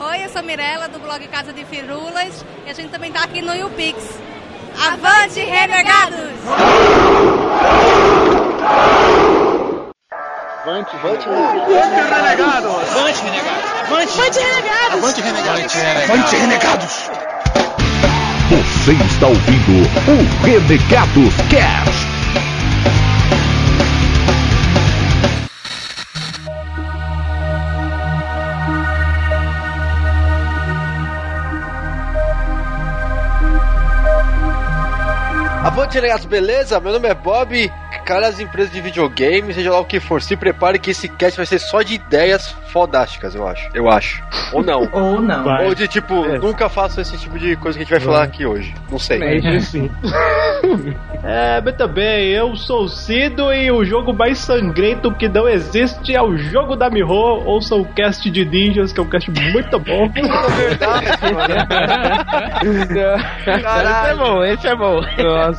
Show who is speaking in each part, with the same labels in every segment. Speaker 1: Oi, eu sou Mirella do blog Casa de Firulas e a gente também está aqui no YouPix. Avante, renegados!
Speaker 2: Avante, avante, renegado! Avante, renegado! Avante, renegado! Avante, renegado! Avante, renegados!
Speaker 3: Você está ouvindo o Renegados Cast.
Speaker 4: Avante, renegados, beleza? Meu nome é Bob. Cara, as empresas de videogame, seja lá o que for, se prepare que esse cast vai ser só de ideias fodásticas, eu acho. Eu acho. Ou não.
Speaker 5: Ou não.
Speaker 4: Ou de tipo,
Speaker 6: É.
Speaker 4: nunca faço esse tipo de coisa que a gente vai falar aqui hoje. Não sei.
Speaker 6: É isso sim.
Speaker 7: É, muito bem, eu sou o Cido e o jogo mais sangrento que não existe é o jogo da Miho, ou sou o cast de ninjas, que é um cast muito bom.
Speaker 4: verdade, mano.
Speaker 6: Esse é
Speaker 4: Caralho.
Speaker 6: bom, esse é bom. Nossa.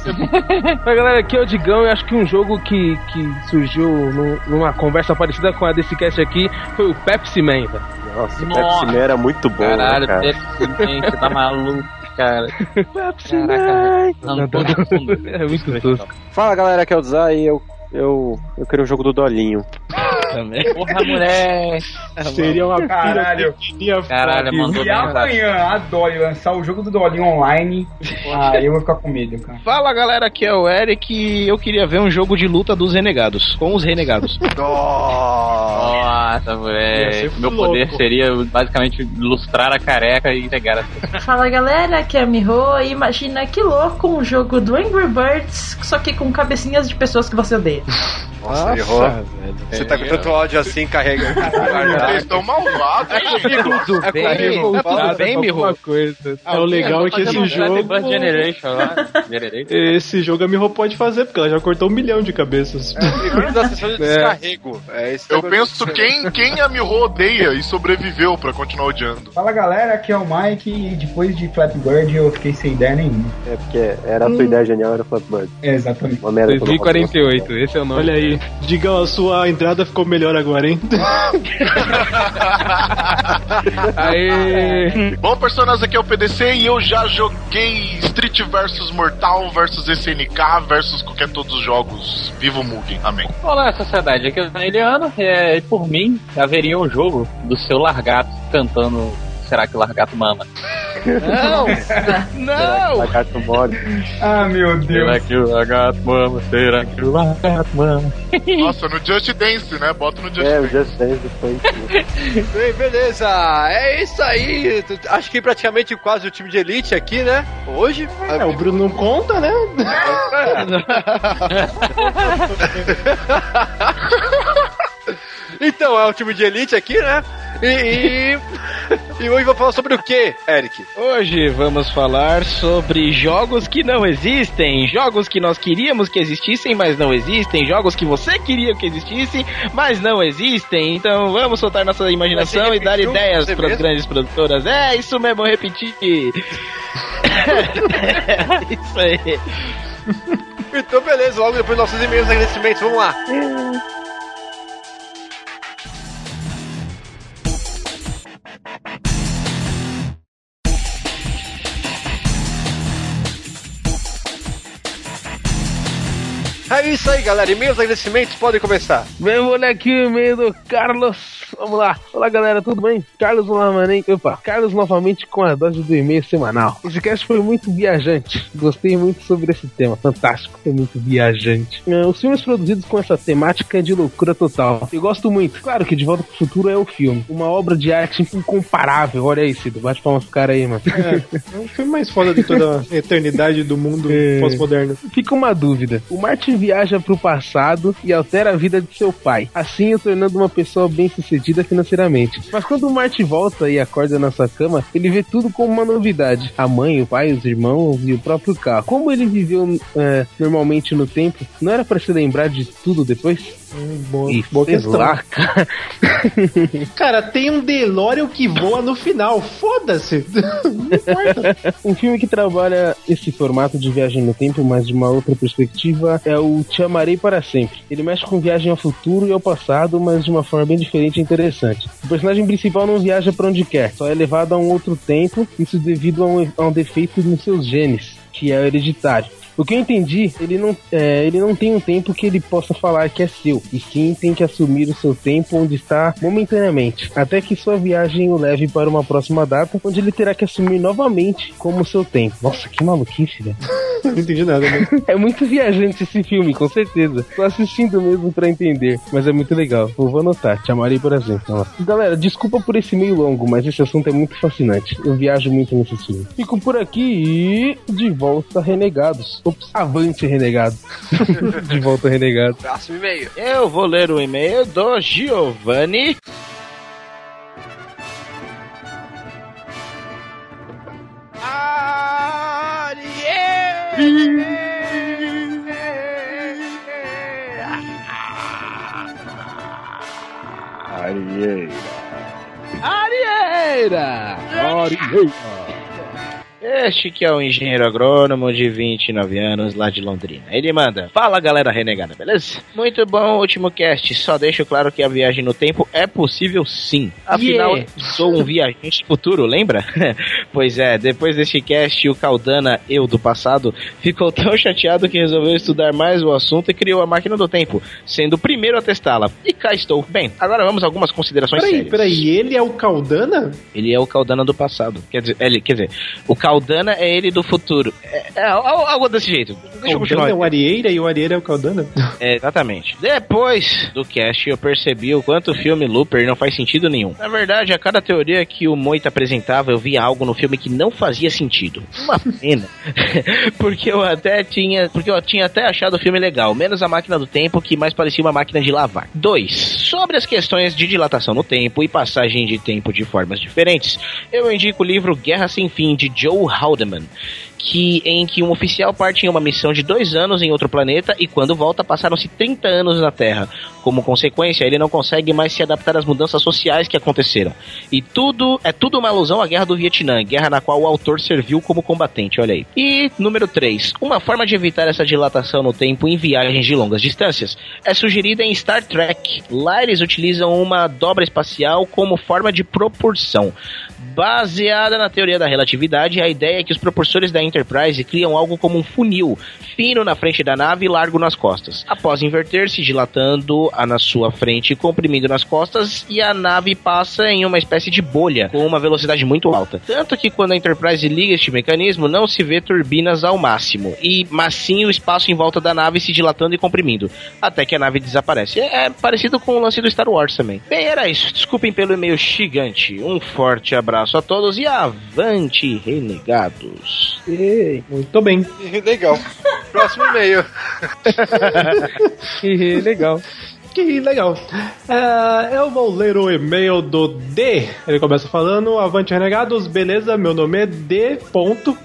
Speaker 6: Mas galera, aqui é o Digão. Eu acho que um jogo que, que surgiu no- numa conversa parecida com a desse cast aqui foi o Pepsi Man, velho.
Speaker 2: Nossa, o
Speaker 8: Nossa.
Speaker 2: Pepsi Man era muito bom,
Speaker 8: Caralho,
Speaker 2: né, cara?
Speaker 8: Pepsi Man, tá maluco, cara.
Speaker 6: Pepsi
Speaker 8: Caraca,
Speaker 6: Man.
Speaker 8: arrancou do fundo.
Speaker 6: É muito tosco.
Speaker 2: Fala, galera, que é o Zay, eu... Eu, eu queria o jogo do Dolinho.
Speaker 8: Também. Porra, moleque.
Speaker 7: Seria uma
Speaker 5: Caralho.
Speaker 7: pirotecnia
Speaker 8: Caralho,
Speaker 7: foda.
Speaker 8: mandou
Speaker 5: Se
Speaker 8: bem. cara.
Speaker 5: amanhã a Dolly lançar o jogo do Dolly online, ah, eu vou ficar com medo, cara.
Speaker 9: Fala galera, aqui é o Eric e eu queria ver um jogo de luta dos renegados, com os renegados.
Speaker 4: Nossa.
Speaker 8: Nossa,
Speaker 7: Ia ser
Speaker 8: moleque. Meu
Speaker 7: louco.
Speaker 8: poder seria basicamente ilustrar a careca e negar a
Speaker 10: Fala galera, aqui é a Miho. E imagina que louco um jogo do Angry Birds, só que com cabecinhas de pessoas que você odeia.
Speaker 4: Nossa, errou. Você tá com tanto áudio assim, carrega.
Speaker 11: Vocês estão malvados, hein?
Speaker 6: Tudo
Speaker 4: É comigo.
Speaker 6: Fala
Speaker 4: Fala
Speaker 6: bem, Miho? coisa.
Speaker 7: É o legal é que esse jogo.
Speaker 8: First Generation lá. Generation.
Speaker 7: Esse jogo a Miho pode fazer, porque ela já cortou um milhão de cabeças.
Speaker 4: Bem-vindos à sessão de descarrego. É isso que
Speaker 11: Eu
Speaker 4: tá
Speaker 11: penso
Speaker 4: acontecendo.
Speaker 11: quem, quem a Miho odeia e sobreviveu pra continuar odiando.
Speaker 5: Fala galera, aqui é o Mike e depois de Flappy Bird eu fiquei sem ideia nenhuma.
Speaker 2: É porque era a sua ideia genial, era o Flatbird.
Speaker 5: É, exatamente.
Speaker 2: Uma merda. quando eu falo isso.
Speaker 6: 2048, esse é o nome.
Speaker 7: Olha aí, digam, a sua entrada ficou melhor agora, hein?
Speaker 6: Aê!
Speaker 11: Bom, personagem, aqui é o PDC e eu já joguei Street vs Mortal vs SNK vs qualquer todos os jogos. Viva o Mugen, amém.
Speaker 8: Olá, sociedade. Aqui é o Zaneliano. É, e por mim, haveria um jogo do seu largato cantando. Será que o largato mama?
Speaker 9: Não!
Speaker 2: Lagarto mole.
Speaker 5: Ah, meu Deus.
Speaker 8: que o largato mama? Será que o largato mama?
Speaker 11: Nossa, no Just Dance, né? Bota no Just
Speaker 2: É,
Speaker 11: Dance.
Speaker 2: o Just Dance foi isso.
Speaker 4: Bem, beleza. É isso aí. Tu- Acho que praticamente quase o time de elite aqui, né? Hoje.
Speaker 7: É, o Bruno não conta, né?
Speaker 4: Então, é o time de elite aqui, né? E, e... e hoje vou falar sobre o quê, Eric?
Speaker 9: Hoje vamos falar sobre jogos que não existem, jogos que nós queríamos que existissem, mas não existem, jogos que você queria que existissem, mas não existem. Então vamos soltar nossa imaginação e dar
Speaker 4: repetiu
Speaker 9: ideias
Speaker 4: você
Speaker 9: para as
Speaker 4: mesmo?
Speaker 9: grandes produtoras. É isso mesmo, repetir. é isso aí.
Speaker 4: Então, beleza. Logo depois dos nossos e-mails agradecimentos. Vamos lá. É isso aí, galera. E-mails agradecimentos podem começar.
Speaker 6: Vamos olhar aqui o e-mail do Carlos. Vamos lá. Olá, galera, tudo bem? Carlos novamente. Opa, Carlos novamente com a dose do e-mail semanal. Esse cast foi muito viajante. Gostei muito sobre esse tema. Fantástico. Foi muito viajante. É, Os filmes produzidos com essa temática é de loucura total. Eu gosto muito. Claro que De Volta pro Futuro é o filme. Uma obra de arte incomparável. Olha aí, Cido. Bate palmas pro cara aí, mano.
Speaker 7: É o filme mais foda de toda a eternidade do mundo
Speaker 6: É.
Speaker 7: pós-moderno.
Speaker 6: Fica uma dúvida. O Martin viaja pro passado e altera a vida de seu pai, assim o tornando uma pessoa bem sucedida financeiramente. Mas quando o Martin volta e acorda na sua cama, ele vê tudo como uma novidade: a mãe, o pai, os irmãos e o próprio carro. Como ele viveu é, normalmente no tempo, não era pra se lembrar de tudo depois?
Speaker 7: Hum, boa,
Speaker 6: Ih,
Speaker 7: boa
Speaker 6: sei
Speaker 7: questão.
Speaker 6: lá, cara.
Speaker 7: Cara, tem um DeLorean que voa no final. Foda-se.
Speaker 6: Um filme que trabalha esse formato de viagem no tempo, mas de uma outra perspectiva, é o Te Amarei Para Sempre. Ele mexe com viagem ao futuro e ao passado, mas de uma forma bem diferente interessante. O personagem principal não viaja para onde quer, só é levado a um outro tempo, isso devido a um, a um defeito nos seus genes, que é hereditário. O que eu entendi, ele não, é, ele não tem um tempo que ele possa falar que é seu, e sim tem que assumir o seu tempo onde está momentaneamente, até que sua viagem o leve para uma próxima data, onde ele terá que assumir novamente como seu tempo. Nossa, que maluquice, velho.
Speaker 9: Não entendi nada, né?
Speaker 6: É muito viajante esse filme, com certeza. Tô assistindo mesmo pra entender, mas é muito legal. Eu vou anotar, te amarei por exemplo. Galera, desculpa por esse meio longo, mas esse assunto é muito fascinante. Eu viajo muito nesse filme. Fico por aqui e de volta renegados. Ops, avante renegados. de volta renegados.
Speaker 9: Próximo e-mail. Eu vou ler o e-mail do Giovanni.
Speaker 2: Ariei.
Speaker 9: Arieira! Este que é o engenheiro agrônomo de 29 anos lá de Londrina. Ele manda: Fala galera renegada, beleza? Muito bom, último cast. Só deixo claro que a viagem no tempo é possível sim. Afinal,
Speaker 12: Yeah.
Speaker 9: sou um viajante futuro, lembra? pois é, depois deste cast, o Caldana, eu do passado, ficou tão chateado que resolveu estudar mais o assunto e criou a máquina do tempo, sendo o primeiro a testá-la. E cá estou. Bem, agora vamos a algumas considerações
Speaker 7: Peraí,
Speaker 9: sérias.
Speaker 7: peraí, ele é o Caldana?
Speaker 9: Ele é o Caldana do passado. Quer dizer, ele, quer dizer, o Caldana é ele do futuro. É, é al- algo desse jeito. Deixa eu
Speaker 7: Caldana
Speaker 9: continuar.
Speaker 7: é o Arieira e o Arieira é o Caldana?
Speaker 9: É, exatamente. Depois do cast, eu percebi o quanto o filme Looper não faz sentido nenhum. Na verdade, a cada teoria que o Moita apresentava, eu via algo no filme que não fazia sentido. Uma pena. porque eu até tinha. Porque eu tinha até achado o filme legal, menos a máquina do tempo, que mais parecia uma máquina de lavar. Dois. Sobre as questões de dilatação no tempo e passagem de tempo de formas diferentes, eu indico o livro Guerra Sem Fim, de Joe Haldeman que em que um oficial parte em uma missão de dois anos em outro planeta e quando volta passaram-se 30 anos na Terra. Como consequência, ele não consegue mais se adaptar às mudanças sociais que aconteceram. E tudo é tudo uma alusão à Guerra do Vietnã, guerra na qual o autor serviu como combatente, olha aí. E número 3, uma forma de evitar essa dilatação no tempo em viagens de longas distâncias é sugerida em Star Trek. Lá eles utilizam uma dobra espacial como forma de proporção. Baseada na teoria da relatividade, a ideia é que os propulsores da Enterprise criam algo como um funil, fino na frente da nave e largo nas costas. Após inverter-se, dilatando a na sua frente e comprimindo nas costas, e a nave passa em uma espécie de bolha, com uma velocidade muito alta. Tanto que quando a Enterprise liga este mecanismo, não se vê turbinas ao máximo, e mas sim o espaço em volta da nave se dilatando e comprimindo, até que a nave desaparece. É, é parecido com o lance do Star Wars também. Bem, era isso. Desculpem pelo e-mail gigante. Um forte abraço a todos e avante, renegados.
Speaker 7: Ei, muito bem.
Speaker 4: Legal. Próximo e-mail.
Speaker 7: que legal. Que legal. É, eu vou ler o e-mail do D. Ele começa falando: Avante Renegados, beleza? Meu nome é D. Ponto.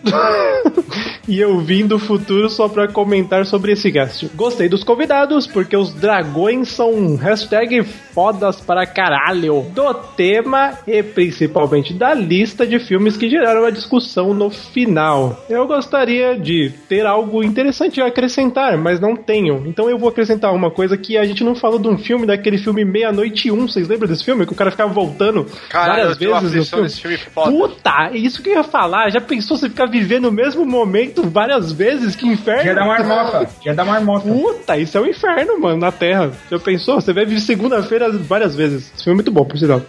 Speaker 7: e eu vim do futuro só pra comentar sobre esse cast. Gostei dos convidados, porque os dragões são um hashtag fodas para caralho. Do tema e principalmente da lista de filmes que geraram a discussão no final. Eu gostaria de ter algo interessante a acrescentar, mas não tenho. Então eu vou acrescentar uma coisa que a gente não falou de um filme, daquele filme Meia-Noite e Um. Vocês lembram desse filme? Que o cara ficava voltando
Speaker 4: Caralho, eu
Speaker 7: várias
Speaker 4: tenho uma
Speaker 7: vezes no
Speaker 4: aflição
Speaker 7: filme.
Speaker 4: desse filme foda.
Speaker 7: Puta, é isso que eu ia falar. Já pensou você ficar vivendo o mesmo momento várias vezes? Que inferno.
Speaker 5: Dia da marmota,
Speaker 7: Já dá marmota. Puta, isso é um inferno, mano, na Terra. Já pensou? Você vai vir segunda-feira várias vezes. Esse filme é muito bom, por sinal.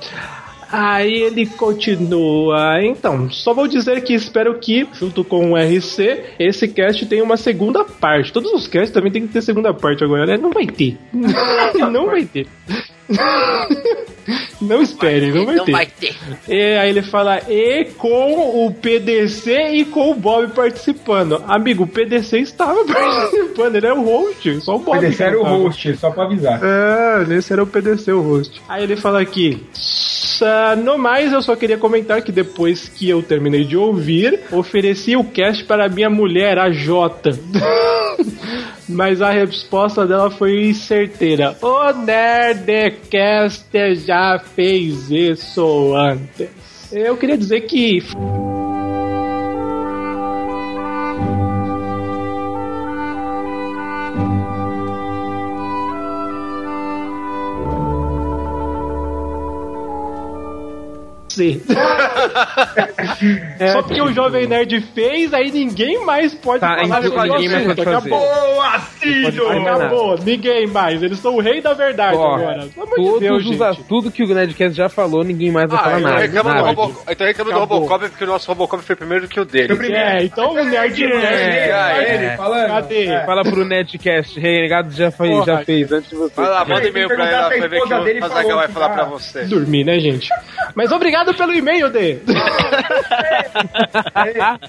Speaker 7: Aí ele continua. Então, só vou dizer que espero que, junto com o RC, esse cast tenha uma segunda parte. Todos os casts também tem que ter segunda parte agora, né? Não vai ter. Não vai ter. Não espere, não vai ter. E aí ele fala, e com o PDC e com o Bob participando. Amigo, o PDC estava participando, ele é o host, só o Bob.
Speaker 5: PDC era o
Speaker 7: estava.
Speaker 5: host, só pra avisar.
Speaker 7: tá? É, esse era o PDC, o host. Aí ele fala aqui. "Sá, No mais, eu só queria comentar que depois que eu terminei de ouvir, ofereci o cast para minha mulher, a Jota. Mas a resposta dela foi certeira. O Nerdcast já fez isso antes. Eu queria dizer que. f- você. Só porque o Jovem Nerd fez, aí ninguém mais pode
Speaker 2: Tá,
Speaker 7: falar
Speaker 2: então
Speaker 7: sobre o
Speaker 2: ninguém mais
Speaker 7: assunto.
Speaker 2: pode fazer.
Speaker 7: Acabou,
Speaker 2: Não
Speaker 7: Assílio!
Speaker 2: pode fazer
Speaker 7: Acabou, ninguém mais. Eles são o rei da verdade
Speaker 6: Ó,
Speaker 7: agora. Pelo amor de
Speaker 6: todos
Speaker 7: Deus,
Speaker 6: os
Speaker 7: gente.
Speaker 6: a- tudo que o Nerdcast já falou, ninguém mais vai
Speaker 4: Ah,
Speaker 6: falar
Speaker 4: então
Speaker 6: nada.
Speaker 4: reclama, do
Speaker 6: nada.
Speaker 4: Robocop, então reclama do
Speaker 6: Acabou.
Speaker 4: Robocop porque o nosso Robocop foi primeiro tipo, que o dele.
Speaker 7: É, então o Nerd
Speaker 6: É,
Speaker 7: Nerd.
Speaker 6: é.
Speaker 7: ah, Cadê?
Speaker 6: Fala pro Nerdcast, renegado já, foi,
Speaker 7: Porra.
Speaker 6: já fez antes de você.
Speaker 4: Vai lá, manda e-mail pra ela pra ver o que o Azaghal vai falar pra você.
Speaker 7: Dormir, né, gente? Mas obrigado pelo e-mail, Dê.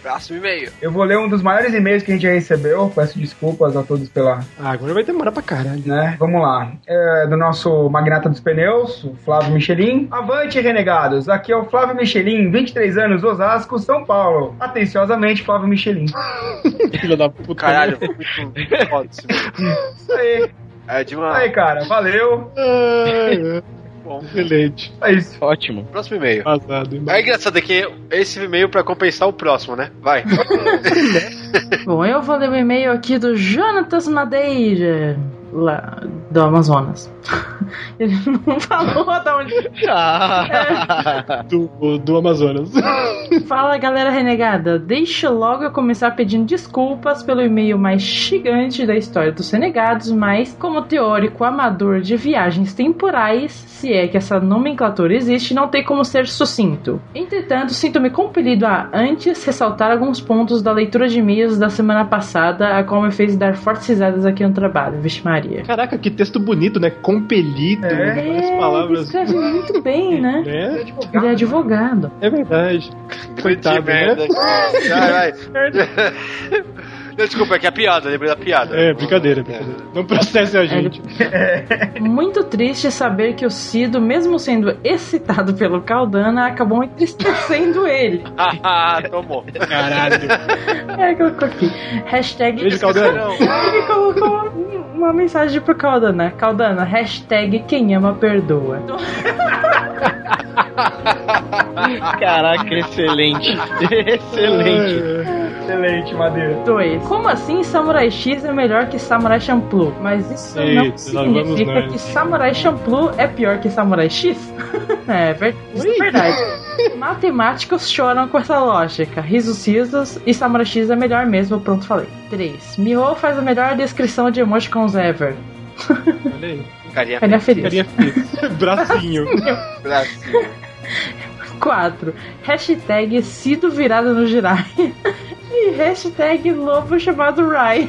Speaker 4: Próximo e-mail.
Speaker 5: Eu vou ler um dos maiores e-mails que a gente já recebeu. Peço desculpas a todos pela.
Speaker 7: Ah, agora vai demorar pra caralho.
Speaker 5: Né? Vamos lá. É, do nosso magnata dos pneus, o Flávio Michelin. Avante, renegados! Aqui é o Flávio Michelin, 23 anos, Osasco, São Paulo. Atenciosamente, Flávio Michelin.
Speaker 7: Filho da puta.
Speaker 4: Caralho, muito foda esse e-mail.
Speaker 5: Isso aí.
Speaker 4: É de uma. É,
Speaker 5: Aí, cara, valeu.
Speaker 4: Bom.
Speaker 7: Excelente.
Speaker 5: É isso.
Speaker 9: Ótimo.
Speaker 4: Próximo e-mail.
Speaker 7: Passado.
Speaker 4: É engraçado que esse e-mail pra compensar o próximo, né? Vai.
Speaker 10: Bom, eu vou ler o e-mail aqui do Jonatas Madeira, lá do Amazonas. Ele não falou da onde.
Speaker 7: Do, do Amazonas.
Speaker 10: Fala galera renegada, deixa logo eu começar pedindo desculpas pelo e-mail mais gigante da história dos renegados, mas como teórico amador de viagens temporais, se é que essa nomenclatura existe, não tem como ser sucinto. Entretanto, sinto-me compelido a antes ressaltar alguns pontos da leitura de e-mails da semana passada, a qual me fez dar fortes risadas aqui no trabalho, vixe Maria.
Speaker 7: Caraca, que texto bonito, né? Compelido.
Speaker 10: É.
Speaker 7: Várias
Speaker 10: Ele
Speaker 7: palavras.
Speaker 10: escreve É, muito bem, né?
Speaker 7: Né?
Speaker 10: Ele é advogado.
Speaker 7: É verdade.
Speaker 4: Que
Speaker 7: Coitado, né?
Speaker 4: merda. Vai, vai. Não, desculpa, é que é piada, lembrei da piada.
Speaker 7: É, brincadeira, brincadeira. Não processe a gente.
Speaker 10: Muito triste saber que o Cido, mesmo sendo excitado pelo Caldana, acabou entristecendo ele.
Speaker 4: Ah, tomou.
Speaker 7: Caralho.
Speaker 10: É, colocou aqui. Hashtag.
Speaker 7: Beijo, Caldana.
Speaker 10: Ele colocou uma mensagem pro Caldana. Caldana, hashtag quem ama perdoa.
Speaker 9: Caraca, excelente. excelente.
Speaker 5: Excelente, Madeira.
Speaker 10: 2. Como assim Samurai X é melhor que Samurai Champloo? Mas isso
Speaker 7: Eita,
Speaker 10: não
Speaker 7: lá vamos
Speaker 10: significa
Speaker 7: nós.
Speaker 10: que Samurai Champloo é pior que Samurai X? é, ver... isso é verdade. Matemáticos choram com essa lógica. Risos, risos e Samurai X é melhor mesmo, pronto, falei. 3. Miho faz a melhor descrição de emoticons ever.
Speaker 7: Olha aí.
Speaker 4: Carinha.
Speaker 10: Ele é feliz.
Speaker 7: Carinha feita. Bracinho.
Speaker 10: 4. Hashtag Sido virado no Jirai. e hashtag Lobo chamado Ryan.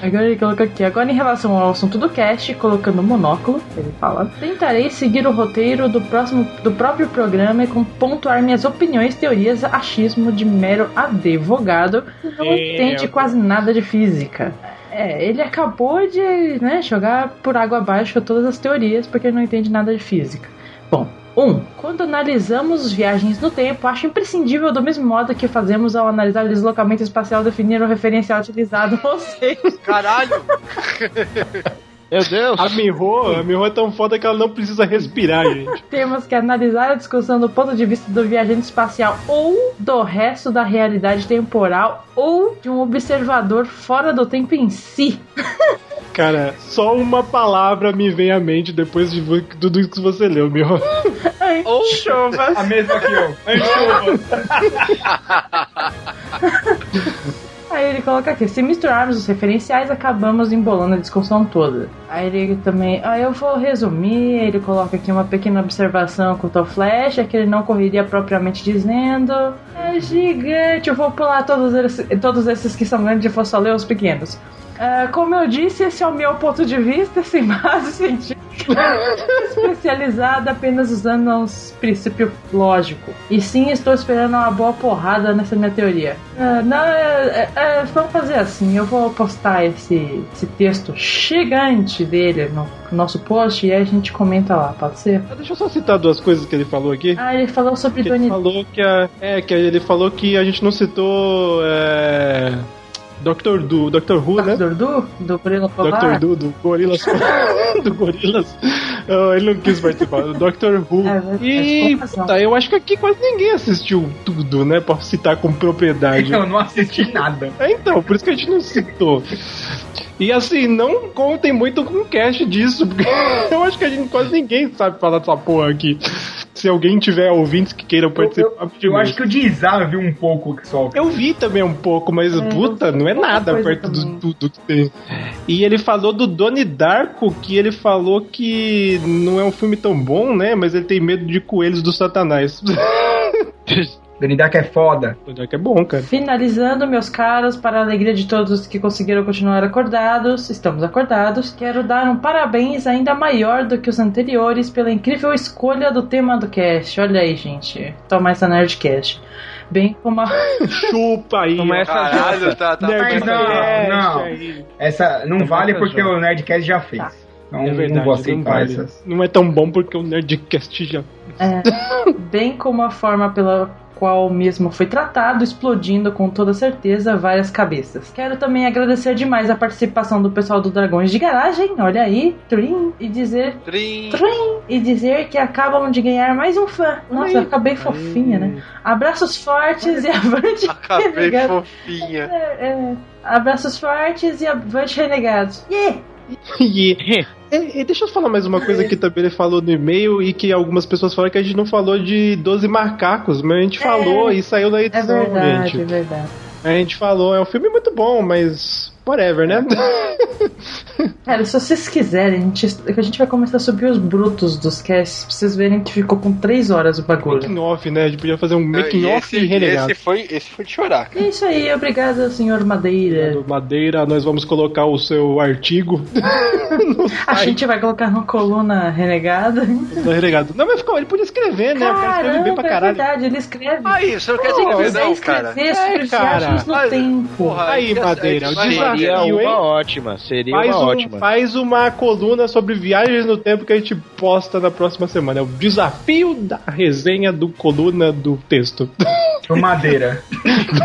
Speaker 10: Agora ele colocou aqui. Agora, em relação ao assunto do cast, colocando o monóculo, ele fala: Tentarei seguir o roteiro do, próximo, do próprio programa e com pontuar minhas opiniões, teorias, achismo de mero advogado que não
Speaker 7: Meu
Speaker 10: entende
Speaker 7: Deus.
Speaker 10: quase nada de física. É, ele acabou de né, jogar por água abaixo todas as teorias porque ele não entende nada de física. Bom, um, quando analisamos viagens no tempo, acho imprescindível, do mesmo modo que fazemos ao analisar o deslocamento espacial, definir o referencial utilizado, ou seja,
Speaker 4: Caralho.
Speaker 9: Meu Deus.
Speaker 7: A Miho, a Miho é tão foda que ela não precisa respirar, gente.
Speaker 10: temos que analisar a discussão do ponto de vista do viajante espacial ou do resto da realidade temporal ou de um observador fora do tempo em si.
Speaker 7: Cara, só uma palavra me vem à mente depois de vo- tudo isso que você leu, Miho.
Speaker 10: Ai,
Speaker 5: A
Speaker 10: chuvas.
Speaker 5: mesma que eu.
Speaker 10: Aí ele coloca aqui, se misturarmos os referenciais, acabamos embolando a discussão toda. Aí ele também. Aí eu vou resumir, ele coloca aqui uma pequena observação com o Flash, é que ele não correria propriamente dizendo. É gigante, eu vou pular todos esses, todos esses que são grandes e vou só ler os pequenos. Ah, como eu disse, esse é o meu ponto de vista, sem base científica, especializada apenas usando uns princípio lógico. E sim, estou esperando uma boa porrada nessa minha teoria. Ah, não, é, é, é, vamos fazer assim, eu vou postar esse, esse texto gigante dele no nosso post e aí a gente comenta lá, pode ser?
Speaker 7: Ah, Deixa eu só citar duas coisas que ele falou aqui.
Speaker 10: Ah, ele falou sobre
Speaker 7: Que ele
Speaker 10: Donnie
Speaker 7: falou que a, é que ele falou que a gente não citou é, Doctor Do, Doctor Who, né?
Speaker 10: Doctor Du, do Gorila
Speaker 7: Doctor
Speaker 10: Polar.
Speaker 7: Do do Gorilas, do Gorilas. Ah, ele não quis participar do Doctor Who.
Speaker 10: É,
Speaker 7: e puta, eu acho que aqui quase ninguém assistiu tudo, né? Posso citar com propriedade.
Speaker 5: Eu não assisti nada.
Speaker 7: É, então, por isso que a gente não citou. E assim, não contem muito com o cast disso, porque eu acho que a gente quase ninguém sabe falar dessa porra aqui. Se alguém tiver ouvintes que queiram participar,
Speaker 5: Eu acho que o Dizar viu um pouco só.
Speaker 7: eu vi também um pouco, mas puta, não é nada
Speaker 5: coisa
Speaker 7: perto de tudo que tem. E ele falou do Donnie Darko, que ele falou que não é um filme tão bom, né? Mas ele tem medo de coelhos do satanás.
Speaker 5: Donnie Darko é foda.
Speaker 7: Donnie Darko é bom, cara.
Speaker 10: Finalizando, meus caros, para a alegria de todos que conseguiram continuar acordados, estamos acordados. Quero dar um parabéns ainda maior do que os anteriores pela incrível escolha do tema do cast. Olha aí, gente. Toma essa Nerdcast. Bem como a.
Speaker 7: Chupa aí,
Speaker 10: Toma é essa
Speaker 4: Caralho, tá, tá.
Speaker 5: Mas não, não. Essa não
Speaker 7: Tá
Speaker 5: vale
Speaker 7: bom,
Speaker 5: porque
Speaker 7: tá,
Speaker 5: o Nerdcast já fez. Então
Speaker 7: é
Speaker 5: não vou
Speaker 7: verdade, não,
Speaker 5: aceitar
Speaker 7: vale.
Speaker 5: essas.
Speaker 7: não é tão bom porque o Nerdcast já
Speaker 10: É, bem como a forma pela qual mesmo foi tratado, explodindo com toda certeza várias cabeças. Quero também agradecer demais a participação do pessoal do Dragões de Garagem, olha aí, Trim, e dizer.
Speaker 4: Trim!
Speaker 10: E dizer que acabam de ganhar mais um fã. Nossa, eu acabei fofinha, né? Abraços fortes e avante.
Speaker 4: Acabei
Speaker 10: Renegado.
Speaker 4: fofinha.
Speaker 10: É, é. Abraços fortes e avante renegados. Yeah!
Speaker 7: E, e- e deixa eu falar mais uma coisa que também ele falou no e-mail e que algumas pessoas falaram que a gente não falou de 12 macacos, mas a
Speaker 4: É.
Speaker 7: gente falou e saiu da
Speaker 10: É
Speaker 7: edição,
Speaker 10: verdade, é
Speaker 7: gente.
Speaker 10: verdade.
Speaker 7: A gente falou, é um filme muito bom, mas whatever, né?
Speaker 4: É.
Speaker 10: Cara, se vocês quiserem, a gente, é a gente vai começar a subir os brutos dos casts pra vocês verem que ficou com 3 horas o bagulho.
Speaker 7: making off, né? A gente podia fazer um
Speaker 4: Não,
Speaker 7: making
Speaker 4: e
Speaker 7: off
Speaker 4: esse-
Speaker 7: e renegado.
Speaker 4: Esse foi, esse foi de chorar.
Speaker 10: É isso aí, obrigada, senhor Madeira.
Speaker 7: Madeira, nós vamos colocar o seu artigo
Speaker 10: A gente vai colocar na coluna renegada.
Speaker 7: do renegado. Tá Não, mas ficou, ele podia escrever, né? O cara escreve bem
Speaker 10: Caramba,
Speaker 7: pra
Speaker 10: é
Speaker 7: caralho.
Speaker 10: verdade, ele escreve.
Speaker 4: Aí, você não quer
Speaker 10: Pô,
Speaker 4: escrever,
Speaker 10: mas é
Speaker 4: não, cara.
Speaker 10: escrever sobre
Speaker 7: É, cara.
Speaker 10: viagens no
Speaker 4: Mas,
Speaker 10: tempo.
Speaker 4: Porra,
Speaker 7: Aí,
Speaker 4: isso é-
Speaker 7: Madeira, o
Speaker 4: isso é-
Speaker 9: Seria
Speaker 7: desafio, hein?
Speaker 9: uma ótima, seria
Speaker 7: Faz,
Speaker 9: uma
Speaker 7: um-
Speaker 9: ótima.
Speaker 7: faz uma coluna sobre viagens no tempo que a gente posta na próxima semana. É o desafio da resenha do coluna do texto.
Speaker 5: Por madeira.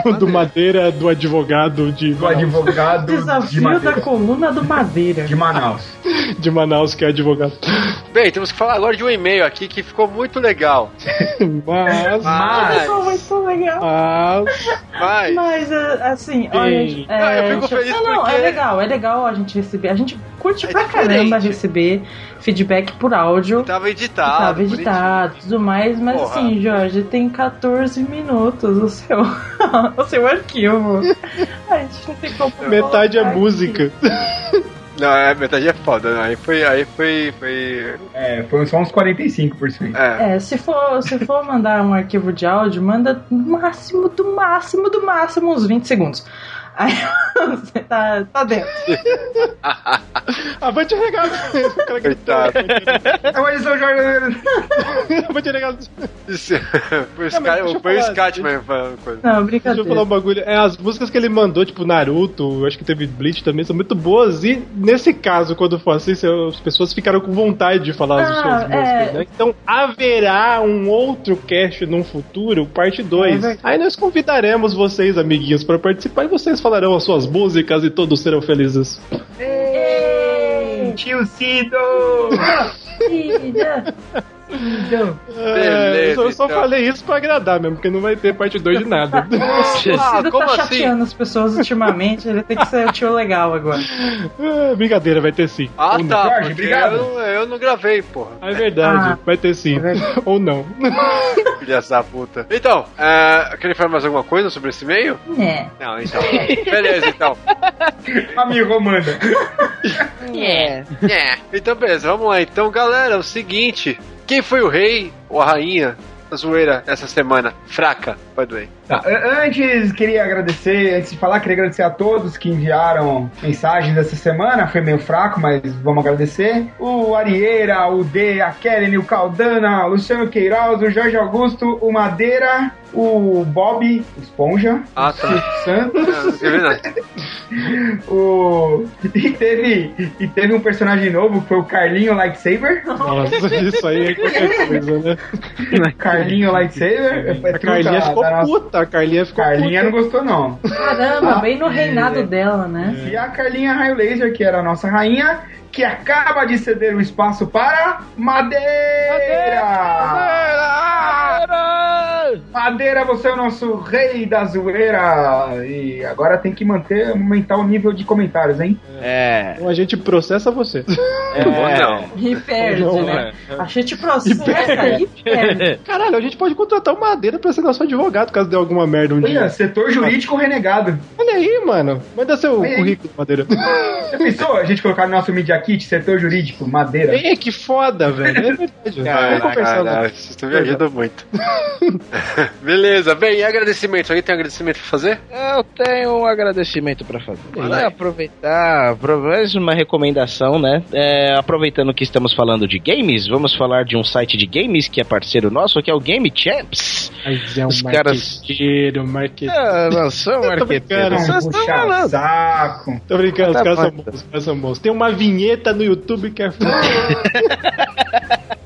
Speaker 7: Do, do Madeira, do advogado de,
Speaker 5: Do advogado de
Speaker 10: Desafio da
Speaker 5: Madeira.
Speaker 10: coluna do Madeira.
Speaker 5: De Manaus.
Speaker 7: de Manaus, que é advogado.
Speaker 4: Bem, temos que falar agora de um e-mail aqui que ficou muito legal.
Speaker 7: Mas.
Speaker 5: Mas,
Speaker 10: Pessoal, mas tão legal.
Speaker 7: mas-
Speaker 4: Vai.
Speaker 10: Mas é, assim, olha.
Speaker 7: Sim.
Speaker 10: é,
Speaker 4: Não, eu fico
Speaker 10: deixa-
Speaker 4: feliz
Speaker 10: não, não,
Speaker 4: porque-
Speaker 10: é legal, é legal a gente receber. A gente curte
Speaker 4: É
Speaker 10: pra
Speaker 4: diferente.
Speaker 10: caramba receber feedback por áudio.
Speaker 4: Tava editado.
Speaker 10: Tava editado e tudo mais, mas
Speaker 4: Porra.
Speaker 10: assim, Jorge, tem 14 minutos o seu, o seu arquivo. A gente não tem como.
Speaker 7: Metade é
Speaker 10: colocar
Speaker 7: música.
Speaker 4: bonitinho. Não, é, metade é foda. Não. Aí foi, aí foi, foi...
Speaker 5: é, foi só uns 45%.
Speaker 4: É.
Speaker 10: É, se for, se for mandar um arquivo de áudio, manda no máximo, do máximo, do máximo uns 20 segundos. Aí você tá, tá dentro.
Speaker 7: Avante regado. O cara gritou,
Speaker 4: Coitado.
Speaker 5: Mas eu já-
Speaker 7: Avante regado.
Speaker 4: Isso- Foi o
Speaker 7: Não, mas
Speaker 4: Sky-
Speaker 7: deixa eu
Speaker 4: foi o
Speaker 7: falar-
Speaker 4: Scatman falando coisa.
Speaker 10: Não,
Speaker 7: Deixa eu
Speaker 10: brincadeira.
Speaker 7: falar um bagulho. É, as músicas que ele mandou, tipo Naruto, eu acho que teve Bleach também, são muito boas. E nesse caso, quando for assim, se- as pessoas ficaram com vontade de falar as
Speaker 10: Ah,
Speaker 7: suas músicas,
Speaker 10: é.
Speaker 7: né? Então haverá um outro cast num futuro, parte 2.
Speaker 10: É verdade.
Speaker 7: Aí nós convidaremos vocês, amiguinhos, para participar e vocês falarão as suas músicas e todos serão felizes.
Speaker 5: Tio Cido!
Speaker 10: Filha.
Speaker 7: é, eu só, eu só
Speaker 4: então.
Speaker 7: falei isso pra agradar mesmo, porque não vai ter parte 2 de nada.
Speaker 10: O Cido
Speaker 4: como
Speaker 10: tá
Speaker 4: assim?
Speaker 10: chateando as pessoas ultimamente, ele tem que ser o tio legal agora.
Speaker 7: É, brincadeira, vai ter sim.
Speaker 4: Ah,
Speaker 7: Ou não.
Speaker 4: tá.
Speaker 5: Jorge,
Speaker 4: porque
Speaker 5: obrigado.
Speaker 4: Eu, não- eu não gravei, porra.
Speaker 7: É verdade,
Speaker 10: Ah.
Speaker 7: vai ter sim. Ou não. Ah.
Speaker 4: Filha da puta. Então, é, queria falar mais alguma coisa sobre esse e-mail?
Speaker 7: É.
Speaker 10: Né.
Speaker 4: Não, então. Beleza, então.
Speaker 5: Amigo, manda.
Speaker 7: É.
Speaker 4: Então, beleza, vamos lá. Então, galera, é o seguinte: quem foi o rei ou a rainha da zoeira essa semana? Fraca, vai doer.
Speaker 5: Tá, a- Antes, queria agradecer, antes de falar, queria agradecer a todos que enviaram mensagens essa semana. Foi meio fraco, mas vamos agradecer. O Arieira, o D, a Kellen, o Caldana, o Luciano Queiroz, o Jorge Augusto, o Madeira, o Bob, o Esponja,
Speaker 4: Ah, tá.
Speaker 5: o Sam,
Speaker 4: Não, não escrevi nada.
Speaker 5: o... E teve, e teve um personagem novo, que foi o Carlinho Lightsaber.
Speaker 7: Nossa, isso aí é qualquer coisa, né?
Speaker 5: Carlinho Lightsaber.
Speaker 7: A Carlinha ficou puta a Carlinha ficou.
Speaker 5: Carlinha não gostou, não. É.
Speaker 10: Caramba, bem no reinado dela, né?
Speaker 5: E a Carlinha Raio Laser, que era a nossa rainha, que acaba de ceder o espaço para Madeira! Madeira, você é o nosso rei da zoeira! E agora tem que manter, aumentar o nível de comentários, hein?
Speaker 7: É. Então a gente processa você.
Speaker 10: E perde,
Speaker 7: Não, é.
Speaker 10: né? A gente
Speaker 7: E
Speaker 10: processa
Speaker 7: perde.
Speaker 10: e perde.
Speaker 7: Caralho, a gente pode contratar o Madeira pra ser nosso advogado caso dê alguma merda um dia.
Speaker 5: Olha, setor jurídico renegado.
Speaker 7: Olha aí, mano. Manda seu
Speaker 5: Olha aí.
Speaker 7: currículo, Madeira.
Speaker 5: Já pensou a gente colocar no nosso Media Kit, setor jurídico, Madeira?
Speaker 7: É, que foda, velho. É verdade. Vamos conversar, né?
Speaker 4: Caralho, vocês estão viajando muito. Beleza, bem, e agradecimento? Alguém tem agradecimento pra fazer?
Speaker 9: Eu tenho um agradecimento pra fazer.
Speaker 4: Vai lá.
Speaker 9: Queria aproveitar, apro- mais uma recomendação, né? É, aproveitando que estamos falando de games, vamos falar de um site de games que é parceiro nosso, que é o Game Champs.
Speaker 7: Mas é um
Speaker 9: Os caras-
Speaker 7: marqueteiro, marqueteiro.
Speaker 9: Ah, não são
Speaker 7: Eu tô brincando.
Speaker 9: marqueteiros. Vocês estão
Speaker 5: Puxa
Speaker 9: falando.
Speaker 5: saco.
Speaker 7: Tô brincando, os
Speaker 9: Tá
Speaker 7: caras são
Speaker 9: bom.
Speaker 7: bons, os caras são bons. Tem uma vinheta no YouTube que é foda.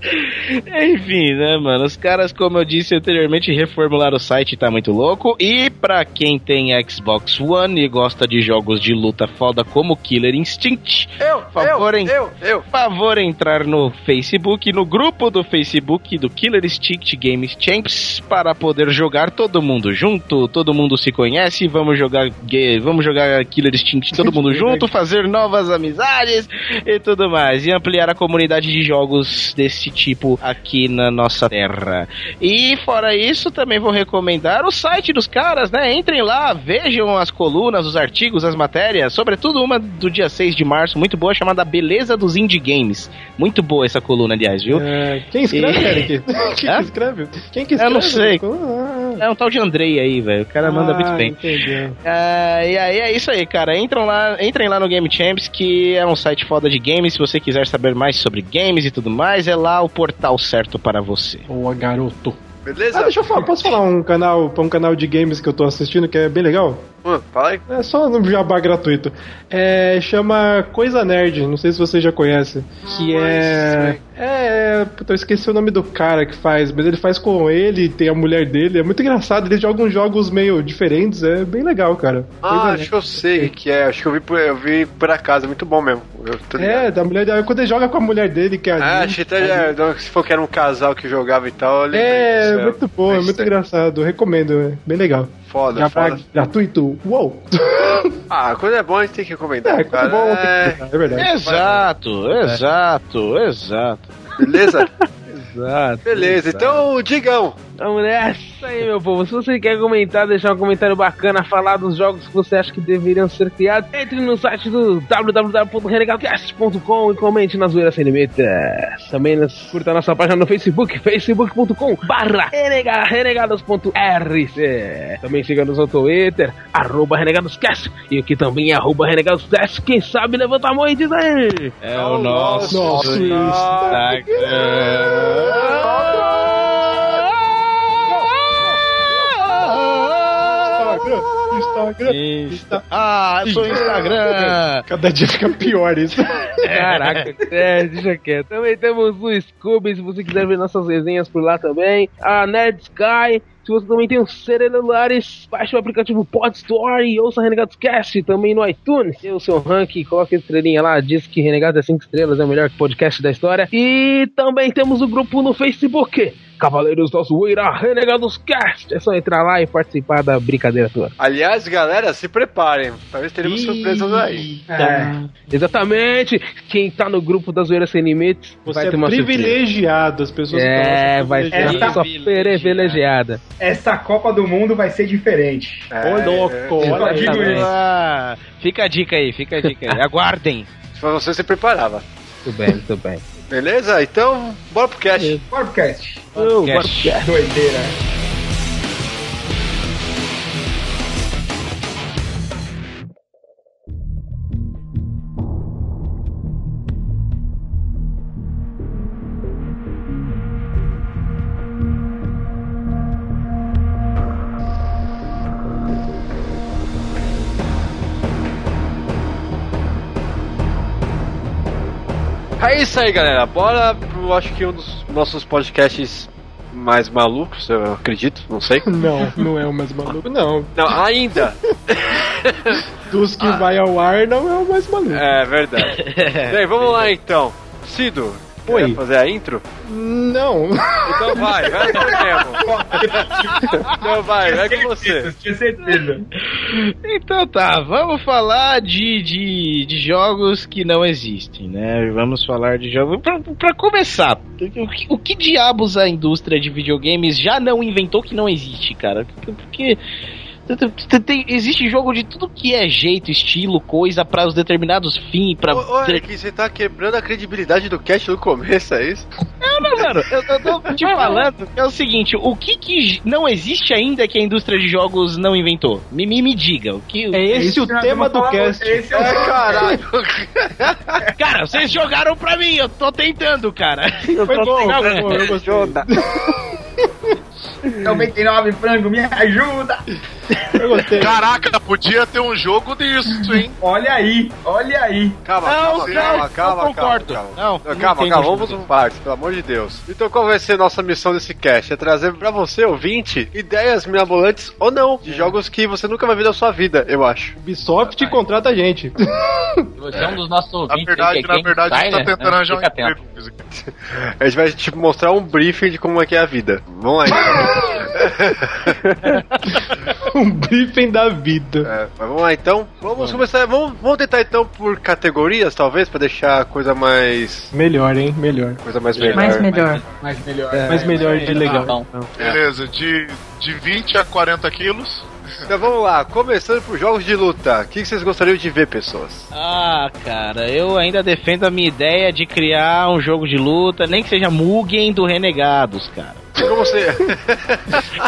Speaker 9: Enfim, né, mano? Os caras, como eu disse anteriormente, reformularam o site, tá muito louco. E pra quem tem Xbox One e gosta de jogos de luta foda como Killer Instinct,
Speaker 4: Eu,
Speaker 9: favor, hein?
Speaker 4: eu, eu.
Speaker 9: favor entrar no Facebook, no grupo do Facebook do Killer Instinct Games Champs para poder jogar todo mundo junto, todo mundo se conhece, vamos jogar ga- vamos jogar Killer Instinct todo mundo junto, fazer novas amizades e tudo mais, e ampliar a comunidade de jogos desse tipo aqui na nossa terra. E fora isso, também vou recomendar o site dos caras, né? Entrem lá, vejam as colunas, os artigos, as matérias, sobretudo uma do dia 6 de março, muito boa, chamada Beleza dos Indie Games. Muito boa essa coluna, aliás, viu?
Speaker 7: É, Quem escreve,
Speaker 9: E-
Speaker 7: Eric? Quem
Speaker 9: Hã?
Speaker 7: que escreve? Quem que
Speaker 9: Eu
Speaker 7: escreve?
Speaker 9: não sei.
Speaker 7: Ah,
Speaker 9: É um tal de Andrei aí, velho. O cara manda muito
Speaker 7: ah,
Speaker 9: bem.
Speaker 7: entendeu.
Speaker 9: Ah, e aí é isso aí, cara. Entram lá, entrem lá no Game Champs, que é um site foda de games. Se você quiser saber mais sobre games e tudo mais, é lá o portal certo para você.
Speaker 7: Boa, garoto.
Speaker 4: Beleza?
Speaker 7: Ah, deixa eu falar. Posso falar um canal, um canal de games que eu tô assistindo que é bem legal?
Speaker 4: Hum, fala aí.
Speaker 7: É só um jabá gratuito. É, chama Coisa Nerd, não sei se você já conhece. Que é. É. Puta, eu esqueci o nome do cara que faz, mas ele faz com ele, tem a mulher dele. É muito engraçado, ele joga uns jogos meio diferentes, é bem legal, cara.
Speaker 4: Ah, acho que eu sei que é. Acho que eu vi por, eu vi por acaso, é muito bom mesmo. Eu tô ligado.
Speaker 7: É, da mulher dele. Quando ele joga com a mulher dele, que é. a
Speaker 4: Ah,
Speaker 7: Lin,
Speaker 4: achei até. já- não, Se for que era um casal que jogava e tal, eu lembrei
Speaker 7: É,
Speaker 4: disso,
Speaker 7: muito bom, é
Speaker 4: Mas
Speaker 7: muito
Speaker 4: é
Speaker 7: engraçado. Recomendo, é bem legal.
Speaker 4: Foda,
Speaker 7: Jabá
Speaker 4: foda.
Speaker 7: gratuito. Uou!
Speaker 4: Ah, quando é bom a gente tem que recomendar.
Speaker 7: É,
Speaker 4: cara.
Speaker 7: quando bom,
Speaker 4: É,
Speaker 7: tem que- é verdade.
Speaker 9: Exato, exato, exato,
Speaker 4: Beleza?
Speaker 6: Exato.
Speaker 4: Beleza, então digam.
Speaker 6: Vamos nessa aí, meu povo. Se você quer comentar, deixar um comentário bacana, falar dos jogos que você acha que deveriam ser criados, entre no site do www.renegadocast.com e comente na Zoeira Sem Limites. Também nos- curta a nossa página no Facebook, facebook.com barra renega- renegados.rc Também siga-nos no Twitter, arroba renegadoscast, e o que também é arroba renegadoscast. Quem sabe levanta a mão e diz aí.
Speaker 9: É o nosso
Speaker 7: Nossa, Instagram, Instagram.
Speaker 9: Insta. Ah, eu sou o Instagram.
Speaker 7: Cada dia fica pior isso.
Speaker 6: Caraca, é, deixa quieto. Também temos o Scooby, se você quiser ver nossas resenhas por lá também. A Nerd Sky. Se você também tem os celulares, baixe o aplicativo Pod Store e ouça Renegados Cast também no iTunes. Dê o seu ranking, coloque a estrelinha lá, diz que Renegados é 5 estrelas, é o melhor podcast da história. E também temos o grupo no Facebook, Cavaleiros da Zoeira Renegados Cast. É só entrar lá e participar da brincadeira toda.
Speaker 4: Aliás, galera, se preparem. Talvez teremos surpresas aí.
Speaker 5: É.
Speaker 6: Tá. Exatamente! Quem tá no grupo da Zoeira Sem Limites
Speaker 7: Você
Speaker 6: vai
Speaker 7: é
Speaker 6: ter uma surpresa.
Speaker 7: privilegiado, as pessoas
Speaker 6: É,
Speaker 7: são
Speaker 6: vai ser uma
Speaker 7: privilegiadas.
Speaker 6: pessoa privilegiada.
Speaker 5: Essa Copa do Mundo vai ser diferente. Então,
Speaker 7: Ô, louco, olha aí.
Speaker 5: digo isso.
Speaker 9: Ah, fica a dica aí, fica a dica aí. Aguardem.
Speaker 4: Se você se preparava.
Speaker 6: Muito bem, muito bem.
Speaker 4: Beleza? Então, bora pro cast.
Speaker 5: Corpcast.
Speaker 9: Podcast.
Speaker 5: Doideira.
Speaker 4: É isso aí, galera. Bora pro, acho que um dos nossos podcasts mais malucos, eu acredito, não sei.
Speaker 7: Não, não é o mais maluco, não.
Speaker 4: Não, ainda.
Speaker 7: Dos
Speaker 9: Ah.
Speaker 7: que vai ao ar, não é o mais maluco.
Speaker 4: É verdade. Bem, vamos lá então. Cido,
Speaker 7: Oi.
Speaker 4: quer fazer a intro?
Speaker 7: Não.
Speaker 4: Então vai, vai com o tempo. Então vai, vai com você.
Speaker 5: Tinha certeza.
Speaker 9: Então tá, vamos falar de, de, de jogos que não existem, né? Vamos falar de jogos. Pra, pra começar, o que, o que diabos a indústria de videogames já não inventou que não existe, cara? Porque. porque tu- tu- tu tem- existe jogo de tudo que é jeito, estilo, coisa, pra os determinados fins, pra.
Speaker 4: Ô, ô, Eric, você tá quebrando a credibilidade do cast do começo, é isso?
Speaker 9: Não, não, mano, eu, eu tô te falando que é o seguinte, o que que j- não existe ainda que a indústria de jogos não inventou? Me, me, me diga, o que...
Speaker 7: É esse o tema do cast.
Speaker 5: Esse é o
Speaker 4: É, caralho.
Speaker 9: Cara, vocês jogaram pra mim, eu tô tentando, cara. né? Eu
Speaker 7: Foi
Speaker 9: tô
Speaker 7: bom,
Speaker 9: tentando.
Speaker 7: foi bom, eu gostei.
Speaker 5: 99, frango, me ajuda!
Speaker 7: Eu gostei.
Speaker 11: Caraca, podia ter um jogo disso, hein?
Speaker 5: Olha aí, olha aí.
Speaker 4: Calma,
Speaker 9: Não,
Speaker 4: calma,
Speaker 9: não,
Speaker 4: calma, calma,
Speaker 9: não concordo.
Speaker 4: calma, calma.
Speaker 9: Não,
Speaker 4: calma,
Speaker 9: não
Speaker 4: calma,
Speaker 9: tem
Speaker 4: vamos por partes, pelo amor de Deus. Então qual vai ser a nossa missão desse cast? É trazer pra você, ouvinte, ideias mirabolantes ou não, de jogos que você nunca vai ver na sua vida, eu acho.
Speaker 7: É. Ubisoft contrata a gente.
Speaker 8: Você é um dos nossos
Speaker 11: Na
Speaker 8: ouvintes.
Speaker 11: verdade,
Speaker 8: aí, que é
Speaker 11: na
Speaker 8: game
Speaker 11: verdade, a gente tá
Speaker 8: designer,
Speaker 11: tentando
Speaker 8: né?
Speaker 11: arranjar um
Speaker 8: Fica atento.
Speaker 11: emprego.
Speaker 4: A gente vai te mostrar um briefing de como é que é a vida. Vamos lá, então.
Speaker 7: um briefing da vida.
Speaker 4: É, mas vamos lá, então. Vamos começar, vamos, vamos tentar, então, por categorias, talvez, pra deixar a coisa mais...
Speaker 7: Melhor, hein? Melhor.
Speaker 4: Coisa mais melhor.
Speaker 10: Mais melhor.
Speaker 5: Mas melhor.
Speaker 9: É,
Speaker 7: Mas melhor de
Speaker 9: tá
Speaker 7: legal.
Speaker 8: Não,
Speaker 11: Beleza, de, de 20 a 40 quilos.
Speaker 4: Então vamos lá, começando por jogos de luta. O que que vocês gostariam de ver, pessoas?
Speaker 9: Ah, cara, eu ainda defendo a minha ideia de criar um jogo de luta, nem que seja Mugen do Renegados, cara.
Speaker 4: Como você...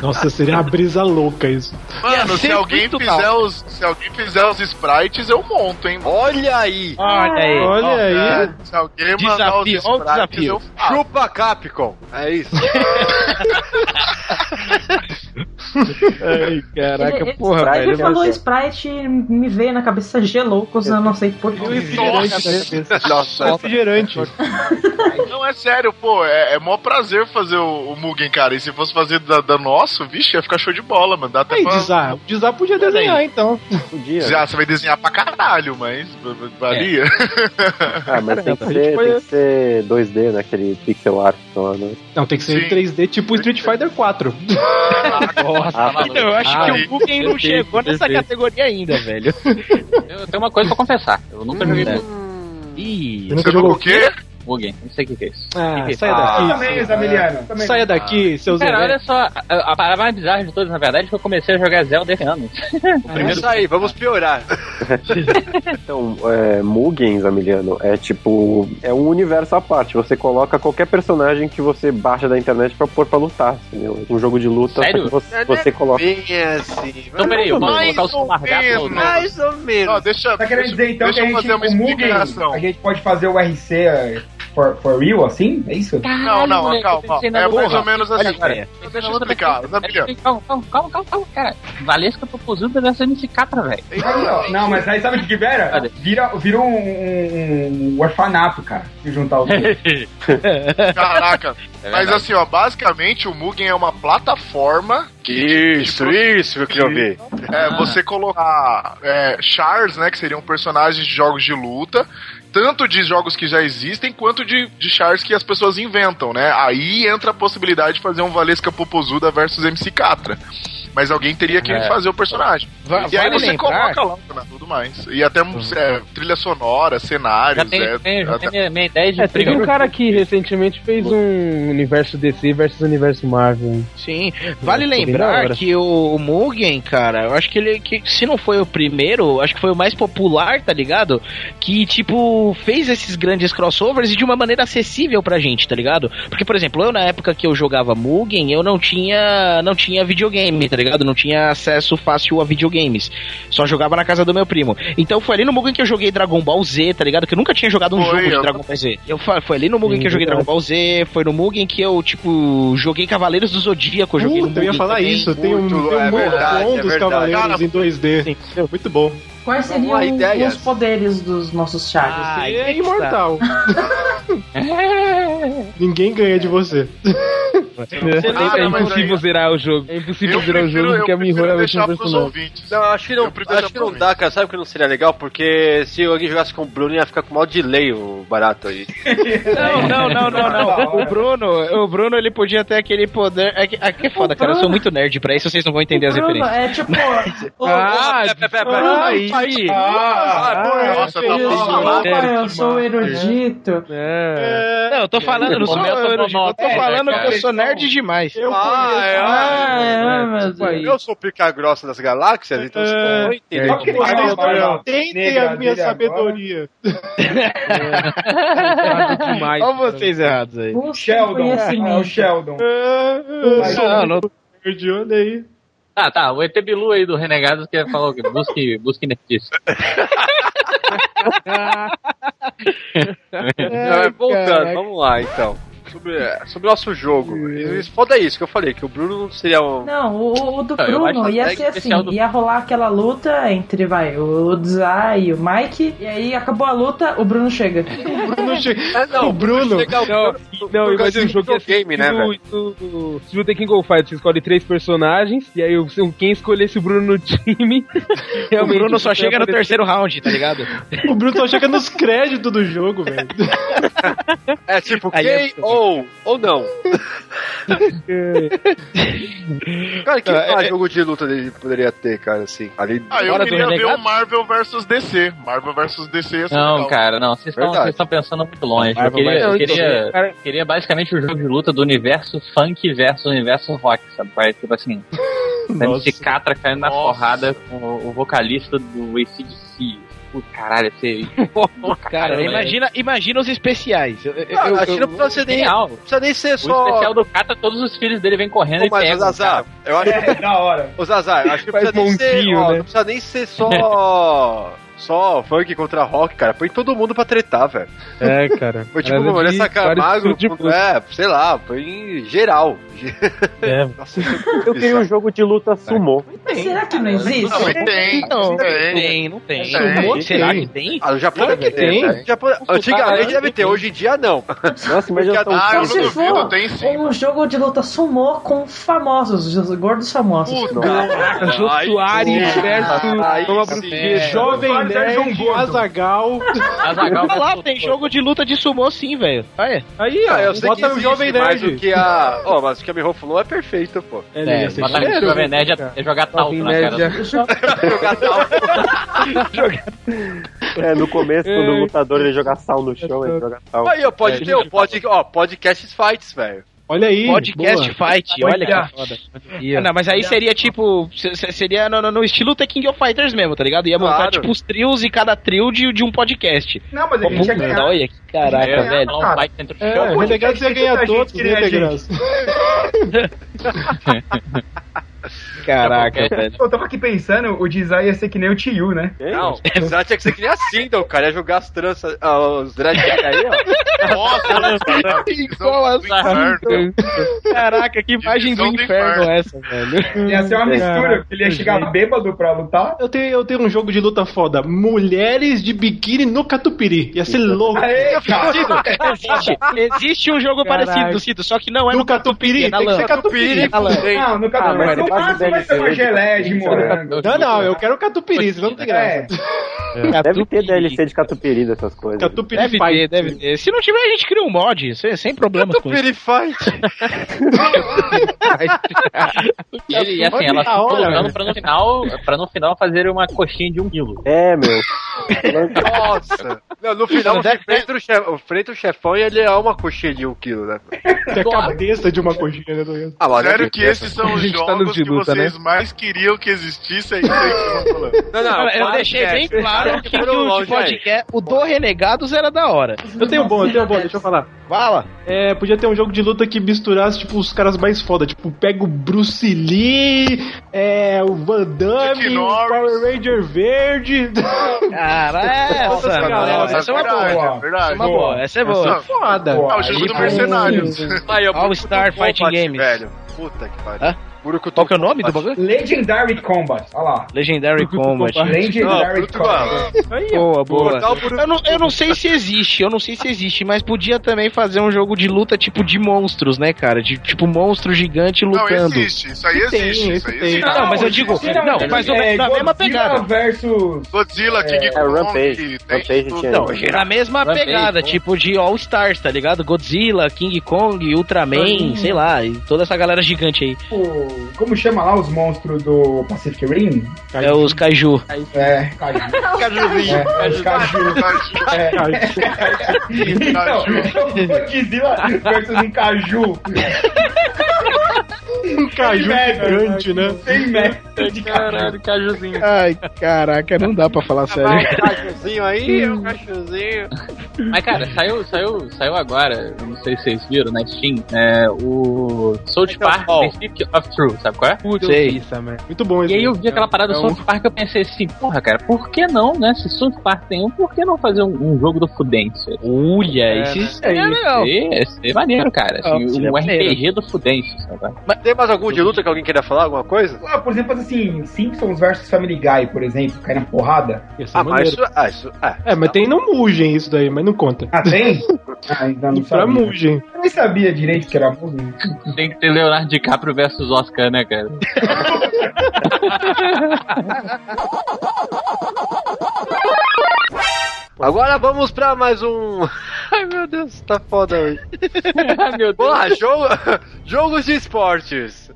Speaker 7: Nossa, seria uma brisa louca isso.
Speaker 11: Mano, se
Speaker 9: ser
Speaker 11: alguém,
Speaker 9: muito
Speaker 11: fizer
Speaker 9: mal.
Speaker 11: os, se alguém fizer os sprites, eu monto, hein?
Speaker 4: Olha aí!
Speaker 9: Olha aí.
Speaker 7: Olha
Speaker 9: ó.
Speaker 7: aí.
Speaker 11: É, se alguém mandar os
Speaker 9: Desafio, ó o
Speaker 11: sprites,
Speaker 9: desafio.
Speaker 11: eu faço.
Speaker 4: Chupa Capcom! É isso.
Speaker 7: Ai, caraca,
Speaker 10: Ele- ele-
Speaker 7: porra,
Speaker 10: ele
Speaker 4: é
Speaker 7: velho.
Speaker 10: falou Sprite, me veio na cabeça gelou, coisa eu não sei porquê.
Speaker 7: Refrigerante, né?
Speaker 4: Nossa,
Speaker 7: Refrigerante.
Speaker 11: Não, é sério, pô, é, é mó prazer fazer o, o Mugen, cara. E se fosse fazer da, da nosso, vixe, ia ficar show de bola, mano. Dá até
Speaker 7: Aí,
Speaker 11: pra...
Speaker 7: Dizar. O Dizar podia
Speaker 11: é
Speaker 7: desenhar, então.
Speaker 2: Podia.
Speaker 11: Já, você vai desenhar pra caralho, mas valia.
Speaker 4: É.
Speaker 2: Ah, mas tem que,
Speaker 7: A gente
Speaker 2: ser,
Speaker 7: foi-
Speaker 2: tem que ser 2D, né? Aquele pixel art lá, né?
Speaker 7: Não, tem que ser em
Speaker 11: Sim.
Speaker 7: 3D, tipo Street Fighter 4.
Speaker 8: Nossa, maluco.
Speaker 9: Então, eu acho
Speaker 8: Ah,
Speaker 9: que o Mugen não
Speaker 8: perfeito,
Speaker 9: chegou nessa
Speaker 8: perfeito.
Speaker 9: categoria ainda, velho.
Speaker 8: Eu tenho uma coisa pra confessar. Eu nunca joguei
Speaker 9: Ih,
Speaker 11: Você jogou o quê?
Speaker 8: Mugen. Não sei o que que é isso.
Speaker 7: Ah,
Speaker 8: Que que-
Speaker 7: sai
Speaker 5: Eu
Speaker 7: daqui.
Speaker 5: também, Zamiliano. Também.
Speaker 7: Saia daqui, seus
Speaker 8: Cara,
Speaker 7: heróis.
Speaker 8: olha só, a, a parada mais bizarra de todas, na verdade, é que eu comecei a jogar Zelda esse ano.
Speaker 10: Ah,
Speaker 4: é isso aí, vamos piorar.
Speaker 2: Então, é, Mugen, Zamiliano, é tipo. É um universo à parte. Você coloca qualquer personagem que você baixa da internet pra pôr pra lutar. Entendeu? Um jogo de luta só
Speaker 8: Sério?
Speaker 2: que você, você coloca.
Speaker 4: Bem assim.
Speaker 8: Então, peraí, eu posso
Speaker 11: Mais
Speaker 8: colocar o seu
Speaker 11: ou
Speaker 8: largato no...
Speaker 11: menos.
Speaker 4: Mais ou
Speaker 11: Ó,
Speaker 4: menos.
Speaker 11: deixa,
Speaker 5: Tá querendo
Speaker 11: deixa,
Speaker 5: dizer então que
Speaker 11: deixa
Speaker 5: a
Speaker 11: eu fazer uma
Speaker 5: gente, o Mugen,
Speaker 11: explicação.
Speaker 5: a gente pode fazer o RC eh, for, for real, assim? É isso?
Speaker 11: Não, não,
Speaker 8: moleque, eu
Speaker 11: calma.
Speaker 8: pensei na
Speaker 11: É
Speaker 8: outra.
Speaker 11: mais ou menos assim.
Speaker 9: olha a ideia.
Speaker 11: Então Deixa eu explicar, Zamiliano.
Speaker 8: Calma, calma, calma, calma, calma, cara. Valesca Popozuda dessa MC Catra, velho.
Speaker 5: Aí, ó. Não, mas aí sabe o que que vira?
Speaker 8: Cadê?
Speaker 5: Vira, vira um, um- um orfanato, cara, se juntar os dois.
Speaker 11: Caraca.
Speaker 4: É
Speaker 11: Mas assim, ó, basicamente o Mugen é uma plataforma
Speaker 4: Isso, isso que eu queria ouvir.
Speaker 11: É,
Speaker 9: Ah.
Speaker 11: você colocar é, chars, né, que seriam personagens de jogos de luta, tanto de jogos que já existem, quanto de, de chars que as pessoas inventam, né? Aí entra a possibilidade de fazer um Valesca Popozuda versus MC Catra. Mas alguém teria que
Speaker 8: É.
Speaker 11: fazer o personagem.
Speaker 9: Va-
Speaker 11: e aí
Speaker 9: vale
Speaker 11: você
Speaker 9: lembrar-
Speaker 11: coloca lá né, tudo mais. E até é, trilha sonora, cenários,
Speaker 8: Já tem,
Speaker 11: é,
Speaker 8: tem- já
Speaker 11: até-
Speaker 8: tem minha, minha ideia de
Speaker 6: É, teve
Speaker 8: briga.
Speaker 6: um cara que recentemente fez um universo DC versus universo Marvel.
Speaker 9: Sim, vale
Speaker 6: Nossa, bem da
Speaker 9: lembrar
Speaker 6: hora.
Speaker 9: que o, o Mugen, cara, eu acho que ele, que, se não foi o primeiro, acho que foi o mais popular, tá ligado? Que, tipo, fez esses grandes crossovers e de uma maneira acessível pra gente, tá ligado? Porque, por exemplo, eu na época que eu jogava Mugen, eu não tinha, não tinha videogame, tá ligado? Não tinha acesso fácil a videogames. Só jogava na casa do meu primo. Então foi ali no Mugen que eu joguei Dragon Ball Z, tá ligado? Que eu nunca tinha jogado um
Speaker 11: Foi,
Speaker 9: jogo de
Speaker 11: eu-
Speaker 9: Dragon Ball Z. Eu, fa- foi ali no Mugen
Speaker 6: Sim,
Speaker 9: que eu joguei
Speaker 6: verdade.
Speaker 9: Dragon Ball Z, foi no Mugen que eu, tipo, joguei Cavaleiros do Zodíaco, eu joguei no
Speaker 7: Puta, eu ia
Speaker 9: Mugen
Speaker 7: falar
Speaker 9: também.
Speaker 7: isso. Tem um, tem
Speaker 4: Muito,
Speaker 7: um
Speaker 4: é verdade,
Speaker 7: monopom
Speaker 4: é
Speaker 7: dos
Speaker 4: verdade.
Speaker 7: Cavaleiros
Speaker 11: Cara,
Speaker 7: em 2D. Muito bom.
Speaker 10: Quais
Speaker 4: Vamos
Speaker 10: seriam
Speaker 4: lá, ideias.
Speaker 10: os poderes dos nossos chars?
Speaker 9: Ah,
Speaker 7: Você é
Speaker 9: aí que tá.
Speaker 7: imortal. Ninguém ganha de você.
Speaker 6: É, é impossível zerar o jogo. É impossível zerar o jogo porque a minha é a última personagem.
Speaker 4: Não, acho que não, acho que não dá, cara. Sabe que não seria legal? Porque se alguém jogasse com o Bruno, ia ficar com mal delay o barato aí.
Speaker 9: Não, não, não, não, não. O Bruno, o Bruno, ele podia ter aquele poder. É que, é que é foda, cara. Eu sou muito nerd pra isso, vocês não vão entender as
Speaker 10: Bruno,
Speaker 9: referências.
Speaker 10: é tipo.
Speaker 9: Ô, Ah,
Speaker 4: pera, pera, pera, ah, pera.
Speaker 9: ah, aí, aí.
Speaker 11: Nossa, tá
Speaker 10: é eu sou,
Speaker 11: falando.
Speaker 10: opa, eu sou um erudito.
Speaker 9: É.
Speaker 4: ah.
Speaker 9: Não,
Speaker 4: É.
Speaker 9: eu tô falando, eu não sou
Speaker 8: Começa
Speaker 9: eu, eu, eu tô
Speaker 8: monótono,
Speaker 9: falando
Speaker 8: né,
Speaker 9: que eu sou nerd demais.
Speaker 7: Então, Eu
Speaker 4: Ah,
Speaker 10: Ah, é, meu
Speaker 6: Tipo aí.
Speaker 4: é. Eu sou o pica grossa das galáxias, então vocês não vão entender.
Speaker 7: Só que
Speaker 5: Vai, vai,
Speaker 7: vocês
Speaker 5: vai,
Speaker 7: não
Speaker 5: vai.
Speaker 7: entendem
Speaker 5: Negra
Speaker 7: a minha
Speaker 5: dele agora.
Speaker 7: sabedoria.
Speaker 6: Errado demais.
Speaker 9: Olha vocês errados aí.
Speaker 10: Busca
Speaker 5: Sheldon. É
Speaker 7: Ah,
Speaker 5: o
Speaker 10: conhecimento.
Speaker 5: Sheldon.
Speaker 7: Eu
Speaker 5: Vai,
Speaker 7: sou
Speaker 9: Ah, Não, não,
Speaker 7: nerd, olha aí.
Speaker 8: Ah, tá. O ET Bilu aí do Renegados que falou que busque, busque nerdice.
Speaker 4: Não, é, voltando, vamos lá então. Sobre, sobre o nosso jogo. Isso- Foda é isso que eu falei, que o Bruno não seria um.
Speaker 10: Não, o, o do
Speaker 8: Não, eu
Speaker 10: Bruno
Speaker 8: acho
Speaker 10: ia
Speaker 8: hashtag
Speaker 10: ser assim,
Speaker 8: especial é do-
Speaker 10: ia rolar aquela luta entre, vai, o Dzai e o Mike, e aí acabou a luta, o Bruno chega.
Speaker 7: Bruno chega.
Speaker 4: Ah, não,
Speaker 7: o Bruno.
Speaker 4: Chegar o
Speaker 6: Não, não, imagina um jogo que é
Speaker 4: game, né, velho?
Speaker 6: velho? Se o The King of Fighters, você escolhe três personagens, e aí o- se- quem escolhesse o Bruno no time.
Speaker 9: O
Speaker 6: realmente,
Speaker 9: Bruno só
Speaker 6: você
Speaker 9: chega no
Speaker 6: aparece-
Speaker 9: terceiro round, tá ligado?
Speaker 7: O Bruno só chega nos créditos do jogo, velho.
Speaker 4: É tipo,
Speaker 9: Aí é
Speaker 4: quem ou, ou não. cara, que
Speaker 9: Ah,
Speaker 4: mais
Speaker 9: é-
Speaker 4: jogo de luta ele poderia ter, cara, assim? Ali,
Speaker 11: Ah, eu
Speaker 9: Hora do
Speaker 11: queria ver
Speaker 9: Renegado?
Speaker 11: o Marvel vs DC. Marvel vs DC ia ser
Speaker 8: Não,
Speaker 11: legal.
Speaker 8: cara, não. Vocês estão-
Speaker 4: Verdade.
Speaker 8: vocês estão pensando muito longe. Eu
Speaker 9: Marvel
Speaker 8: queria,
Speaker 9: vai-
Speaker 8: eu
Speaker 6: Não, então,
Speaker 8: queria,
Speaker 6: cara,
Speaker 8: queria basicamente o jogo de luta do universo funk versus universo rock, sabe? Vai, Tipo assim, sendo
Speaker 7: Nossa.
Speaker 8: cicatra caindo na
Speaker 11: Nossa.
Speaker 8: porrada com o, o vocalista do ACDC. Puta, Caralho, você...
Speaker 9: Cara,
Speaker 8: velho.
Speaker 9: imagina, imagina os especiais. Eu, eu-
Speaker 4: Não,
Speaker 9: eu-
Speaker 4: acho que não
Speaker 9: eu-
Speaker 4: precisa ser nem. Não
Speaker 8: Genial.
Speaker 4: precisa nem ser
Speaker 8: O
Speaker 4: só.
Speaker 8: especial do Kata, todos os filhos dele vêm correndo
Speaker 4: Pô,
Speaker 8: e
Speaker 4: mas,
Speaker 8: pegam.
Speaker 4: Zazar,
Speaker 8: cara.
Speaker 4: eu acho
Speaker 5: É, da hora.
Speaker 4: Ô Zazar, acho que não
Speaker 6: Faz
Speaker 4: precisa nem ser.
Speaker 6: montinho,
Speaker 4: ó,
Speaker 6: né?
Speaker 4: Não precisa nem ser só. Só funk contra rock, cara. Põe todo mundo pra tretar, velho.
Speaker 6: É, cara.
Speaker 4: Põe tipo,
Speaker 6: Era
Speaker 4: mano,
Speaker 6: de
Speaker 4: essa cara
Speaker 6: vários
Speaker 4: magro.
Speaker 6: estilos de
Speaker 4: com- É, sei lá, põe em geral.
Speaker 6: É.
Speaker 4: Nossa,
Speaker 2: Eu queria um jogo de luta sumô.
Speaker 10: Mas será que não existe?
Speaker 11: Não, mas tem,
Speaker 9: Não,
Speaker 11: tem.
Speaker 9: tem, não tem.
Speaker 11: Tem,
Speaker 9: Será que tem?
Speaker 4: Ah, no Japão
Speaker 7: Claro
Speaker 4: deve
Speaker 7: que
Speaker 4: ter.
Speaker 7: tem.
Speaker 4: né? Japão- Antigamente deve ter, hoje em dia não.
Speaker 2: Nossa, Assim, mas um já
Speaker 4: Ah,
Speaker 11: Ah,
Speaker 2: são
Speaker 11: eu
Speaker 10: Então,
Speaker 11: não
Speaker 10: se
Speaker 11: duvido,
Speaker 10: for
Speaker 11: tem sim.
Speaker 10: um jogo de luta sumô com famosos, os gordos famosos.
Speaker 6: Caraca, Jô
Speaker 4: Ai,
Speaker 6: Soares
Speaker 4: porra.
Speaker 6: versus
Speaker 4: Ai,
Speaker 6: Toma
Speaker 4: sim.
Speaker 6: Brugueira.
Speaker 9: É.
Speaker 7: Jovem
Speaker 5: Fala, Sérgio
Speaker 7: Nerd,
Speaker 5: Gordo.
Speaker 7: Azagal.
Speaker 8: Azaghal
Speaker 9: Olha lá,
Speaker 8: versus-
Speaker 9: tem jogo de luta de sumô sim, velho. Olha.
Speaker 7: Aí,
Speaker 4: Ah,
Speaker 7: ó,
Speaker 4: eu sei que
Speaker 7: bota o
Speaker 4: existe,
Speaker 7: Jovem
Speaker 4: mas o
Speaker 7: Nerd.
Speaker 4: que a... Ó, mas o que a Miho falou é perfeito, pô.
Speaker 8: É, matar o Jovem né? Nerd é- é jogar talco
Speaker 6: Jovem
Speaker 8: na
Speaker 6: Nerd
Speaker 8: cara.
Speaker 6: é-
Speaker 4: Jogar tal.
Speaker 2: É, no começo, quando o lutador ele joga sal no chão, ele joga sal.
Speaker 4: Aí, ó, pode ter o pod... ó, podcast fights, velho.
Speaker 7: Olha aí.
Speaker 9: Podcast
Speaker 7: boa.
Speaker 9: Fight, olha que foda. Ah, não, mas aí seria tipo. se- se- Seria no, no- no estilo The King of Fighters mesmo, tá ligado? Ia montar
Speaker 4: Claro.
Speaker 9: tipo os trios e cada trio de, de um podcast.
Speaker 5: Não, mas a gente ia
Speaker 9: Puta,
Speaker 5: ganhar.
Speaker 9: olha que caraca,
Speaker 8: É,
Speaker 9: velho.
Speaker 8: falar um
Speaker 5: cara.
Speaker 8: fight dentro do
Speaker 7: É,
Speaker 8: jogo.
Speaker 7: o Renegado ia ganhar
Speaker 5: Muita gente
Speaker 7: todos,
Speaker 5: queria
Speaker 7: né,
Speaker 5: a gente.
Speaker 7: Degraus?
Speaker 9: Caraca, velho.
Speaker 5: Eu tava aqui pensando, o design ia ser que nem o Tio, né?
Speaker 4: Não, o Zé tinha que ser que nem assim, então, cara. Ia jogar as tranças, ah, os dread aí, ó.
Speaker 11: Nossa,
Speaker 9: Qual
Speaker 11: do
Speaker 9: azar.
Speaker 11: inferno.
Speaker 9: Caraca, que imagem do
Speaker 11: Divisão do
Speaker 9: inferno essa, velho.
Speaker 5: é um Ia ser uma mistura, porque ele ia chegar bêbado pra lutar.
Speaker 7: Hum, Eu tenho, eu tenho um jogo de luta foda. Mulheres de biquíni no catupiry. Ia ser louco.
Speaker 5: Aê, cara!
Speaker 9: Existe, existe um jogo parecido, Cito, só que não é
Speaker 7: No
Speaker 9: no
Speaker 7: catupiry,
Speaker 9: é na
Speaker 7: tem que ser
Speaker 9: lã.
Speaker 7: catupiry.
Speaker 9: Alan.
Speaker 5: Não, no canal.
Speaker 2: Ah,
Speaker 5: mas
Speaker 2: mas
Speaker 5: no
Speaker 2: ele faz
Speaker 5: máximo vai
Speaker 2: DLC,
Speaker 5: ser uma
Speaker 2: né?
Speaker 5: geleia de morango.
Speaker 7: Não, não, eu quero catupiry, senão não tem graça.
Speaker 5: É,
Speaker 2: Deve ter DLC de catupiry dessas coisas.
Speaker 7: Catupiry
Speaker 9: Deve
Speaker 7: Fight.
Speaker 9: ter, deve ter. Se não tiver, a gente cria um mod, sem, sem problemas com isso.
Speaker 4: Ele fight.
Speaker 8: E, e assim,
Speaker 7: Olha
Speaker 8: ela
Speaker 7: que da hora,
Speaker 8: colocando
Speaker 7: velho.
Speaker 8: pra no final, pra no final fazer uma coxinha de um quilo.
Speaker 2: É, meu.
Speaker 4: Nossa. Não, no final, você enfrenta o, chef... enfrenta o chefão e ele é uma coxinha de um quilo, né?
Speaker 7: Tem a cabeça de uma coxinha, né? tá ligado?
Speaker 4: Ah, mas
Speaker 11: Sério
Speaker 4: é
Speaker 11: que esses são os
Speaker 6: A gente tá
Speaker 11: jogos
Speaker 6: no de
Speaker 11: que
Speaker 7: né?
Speaker 6: luta,
Speaker 11: vocês mais queriam que existissem. isso aí que vocês estão falando.
Speaker 4: Não, não,
Speaker 9: Cara, eu
Speaker 4: claro
Speaker 9: deixei
Speaker 4: que é.
Speaker 9: bem claro
Speaker 4: Claro
Speaker 9: que,
Speaker 4: que
Speaker 9: que
Speaker 4: foram
Speaker 9: o
Speaker 4: longe
Speaker 9: podcast, o do Renegados era da hora.
Speaker 7: Eu tenho um bom, eu tenho um bom, deixa eu falar.
Speaker 9: Fala.
Speaker 7: É, podia ter um jogo de luta que misturasse, tipo, os caras mais foda. Tipo, pega o Bruce Lee, é, o Van Damme,
Speaker 11: Chuck
Speaker 7: o
Speaker 11: Norris.
Speaker 7: Power Ranger Verde.
Speaker 9: Caraca, essa,
Speaker 7: Nossa,
Speaker 9: não,
Speaker 7: galera,
Speaker 9: essa é uma
Speaker 11: verdade,
Speaker 9: boa.
Speaker 11: É verdade.
Speaker 9: Essa é uma boa, essa é boa.
Speaker 11: Essa-
Speaker 7: foda.
Speaker 11: Ah, o jogo do Mercenários.
Speaker 4: Aí, ó,
Speaker 9: All Star
Speaker 4: muito bom,
Speaker 9: Fighting
Speaker 4: Paty,
Speaker 9: Games.
Speaker 4: Velho. Puta que pariu.
Speaker 9: Hã? Qual que é o nome do bagulho?
Speaker 5: Legendary Combat. Olha lá.
Speaker 9: Legendary Combat.
Speaker 5: Legendary Combat.
Speaker 9: Boa, boa. Eu não, eu não sei se existe, eu não sei se existe, mas podia também fazer um jogo de luta tipo de monstros, né, cara? De, tipo monstro gigante lutando.
Speaker 11: existe, isso aí
Speaker 9: Tem,
Speaker 11: existe, isso aí
Speaker 9: tem.
Speaker 11: existe.
Speaker 9: Não, mas eu digo, não, mas
Speaker 5: É,
Speaker 9: na mesma
Speaker 5: Godzilla
Speaker 9: pegada.
Speaker 5: versus...
Speaker 11: Godzilla, King
Speaker 2: É
Speaker 11: Kong,
Speaker 2: Rampage.
Speaker 11: tem
Speaker 2: Rampage
Speaker 11: tudo.
Speaker 2: tinha.
Speaker 9: Não, é na mesma
Speaker 8: Rampage,
Speaker 9: pegada,
Speaker 8: pô.
Speaker 9: tipo de All Stars, tá ligado? Godzilla, King Kong, Ultraman, sei lá, e toda essa galera gigante aí.
Speaker 5: o- Como chama lá os monstros do Pacific Rim?
Speaker 9: É os Kaiju.
Speaker 5: É, Kaiju.
Speaker 11: Cajuzinho.
Speaker 5: É, os Kaiju.
Speaker 11: Caju-
Speaker 5: É. Então, o Godzilla versus um Caju.
Speaker 7: Um caju
Speaker 5: Mega,
Speaker 7: gigante, né?
Speaker 5: Sem método de Caju.
Speaker 8: Caralho, cajuzinho.
Speaker 9: Ai, caraca, não dá pra
Speaker 11: Tá
Speaker 9: falar sério.
Speaker 4: cachuzinho aí, é um o cachuzinho.
Speaker 8: Mas, cara, saiu, saiu, saiu agora, eu não sei se vocês viram na Steam, é, o South
Speaker 4: Então,
Speaker 8: Park
Speaker 4: ó.
Speaker 8: The Stick of Truth, sabe qual é?
Speaker 7: Putz,
Speaker 9: Sei.
Speaker 7: eu vi isso, man. Muito bom
Speaker 8: E
Speaker 7: esse.
Speaker 8: aí eu vi aquela parada do
Speaker 7: é um-
Speaker 8: South Park e eu pensei assim, porra, cara, por que não, né? Se South Park tem um, por que não fazer um, um jogo do Fudense?
Speaker 9: Olha, isso é,
Speaker 8: É,
Speaker 9: legal.
Speaker 8: Esse, é maneiro, cara. Assim,
Speaker 9: Ah,
Speaker 8: um
Speaker 9: é maneiro.
Speaker 8: RPG do Fudense, sabe?
Speaker 4: Tem mais algum de luta que alguém queira falar? Alguma coisa?
Speaker 5: Ah, por exemplo, assim, Simpsons versus Family Guy, por exemplo, cai na porrada.
Speaker 7: Esse é
Speaker 4: Ah, mas
Speaker 7: maneiro.
Speaker 4: isso. Ah, isso. Ah,
Speaker 7: É, mas tem no Mugen isso daí, mas não conta.
Speaker 5: Ah, tem? Ah, ainda não
Speaker 7: Pra
Speaker 5: sabia.
Speaker 7: Mugen.
Speaker 5: Eu nem sabia direito que era Mugen.
Speaker 8: Tem que ter Leonardo DiCaprio versus Oscar, né, cara?
Speaker 4: Agora vamos pra mais um. Ai meu Deus, tá foda hoje.
Speaker 7: Ah,
Speaker 8: Meu Deus.
Speaker 4: Vamos lá, jogo... jogos de esportes.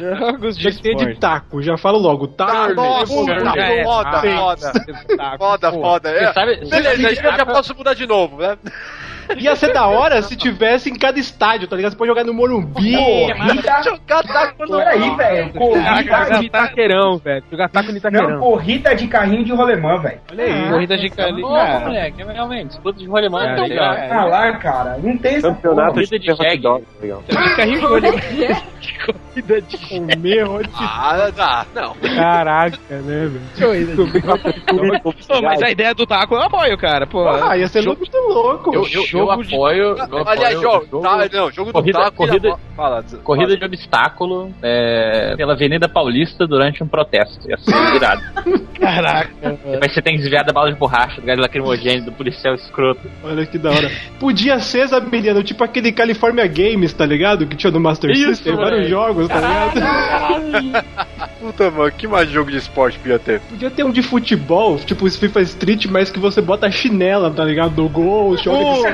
Speaker 9: Jogos de
Speaker 7: Tinha que ter de
Speaker 9: esporte.
Speaker 7: taco, já falo logo.
Speaker 4: Tá
Speaker 7: Taco,
Speaker 4: Nossa,
Speaker 7: taco.
Speaker 9: já é.
Speaker 4: foda,
Speaker 9: Ah,
Speaker 4: foda.
Speaker 9: Taco,
Speaker 4: Foda,
Speaker 9: pô.
Speaker 4: foda.
Speaker 8: Você
Speaker 4: É.
Speaker 8: sabe, você sabe
Speaker 4: Beleza,
Speaker 8: que
Speaker 4: aí eu já posso mudar de novo, né?
Speaker 7: Ia ser da hora se tivesse em cada estádio, tá ligado? Você pode jogar no Morumbi.
Speaker 5: Corrida.
Speaker 4: Jogar taco no.
Speaker 5: Peraí, velho. Corrida
Speaker 6: Jogar
Speaker 5: de...
Speaker 6: taqueirão, velho. Jogar taco de
Speaker 5: Não,
Speaker 6: taqueirão.
Speaker 5: corrida de carrinho de rolemã, velho. Ah, tá
Speaker 7: Olha
Speaker 8: Ah,
Speaker 7: aí.
Speaker 9: Corrida de cali.
Speaker 8: Porra, é moleque, é realmente, disputa de rolemã é
Speaker 9: Cara,
Speaker 8: legal.
Speaker 9: é.
Speaker 5: Ah lá, cara. Não tem essa
Speaker 2: Campeonato
Speaker 8: Corrida
Speaker 2: de,
Speaker 8: de
Speaker 2: de hot
Speaker 8: jegue.
Speaker 2: dog, legal.
Speaker 9: Carrinho de rolemã. Corrida de
Speaker 7: O meu,
Speaker 4: Ah, tá. Não.
Speaker 7: caraca, né, velho?
Speaker 9: Pô, mas a ideia é do taco eu apoio, cara. Pô,
Speaker 7: Ah, ia ser muito louco.
Speaker 8: Eu, eu, eu
Speaker 9: Jogo de-
Speaker 8: apoio. eu apoio
Speaker 4: Aliás,
Speaker 8: o
Speaker 4: jogo.
Speaker 8: jogo-
Speaker 4: tá, não, jogo
Speaker 8: corrida-
Speaker 4: do taco.
Speaker 8: corrida-
Speaker 4: Fala,
Speaker 8: Corrida de obstáculo é, pela Avenida Paulista durante um protesto. Ia ser irado.
Speaker 9: caraca.
Speaker 8: Mas você tem que desviar da bala de borracha, do gás lacrimogêneo, do policial escroto.
Speaker 7: Olha que da hora. Podia ser, sabe, menino, tipo aquele California Games, tá ligado? Que tinha no Master
Speaker 8: Isso,
Speaker 7: System,
Speaker 8: moleque.
Speaker 7: vários jogos, tá ligado?
Speaker 4: Puta, mano, que mais jogo de esporte podia ter?
Speaker 7: Podia ter um de futebol, tipo esse FIFA Street, mas que você bota a chinela, tá ligado? No gol, joga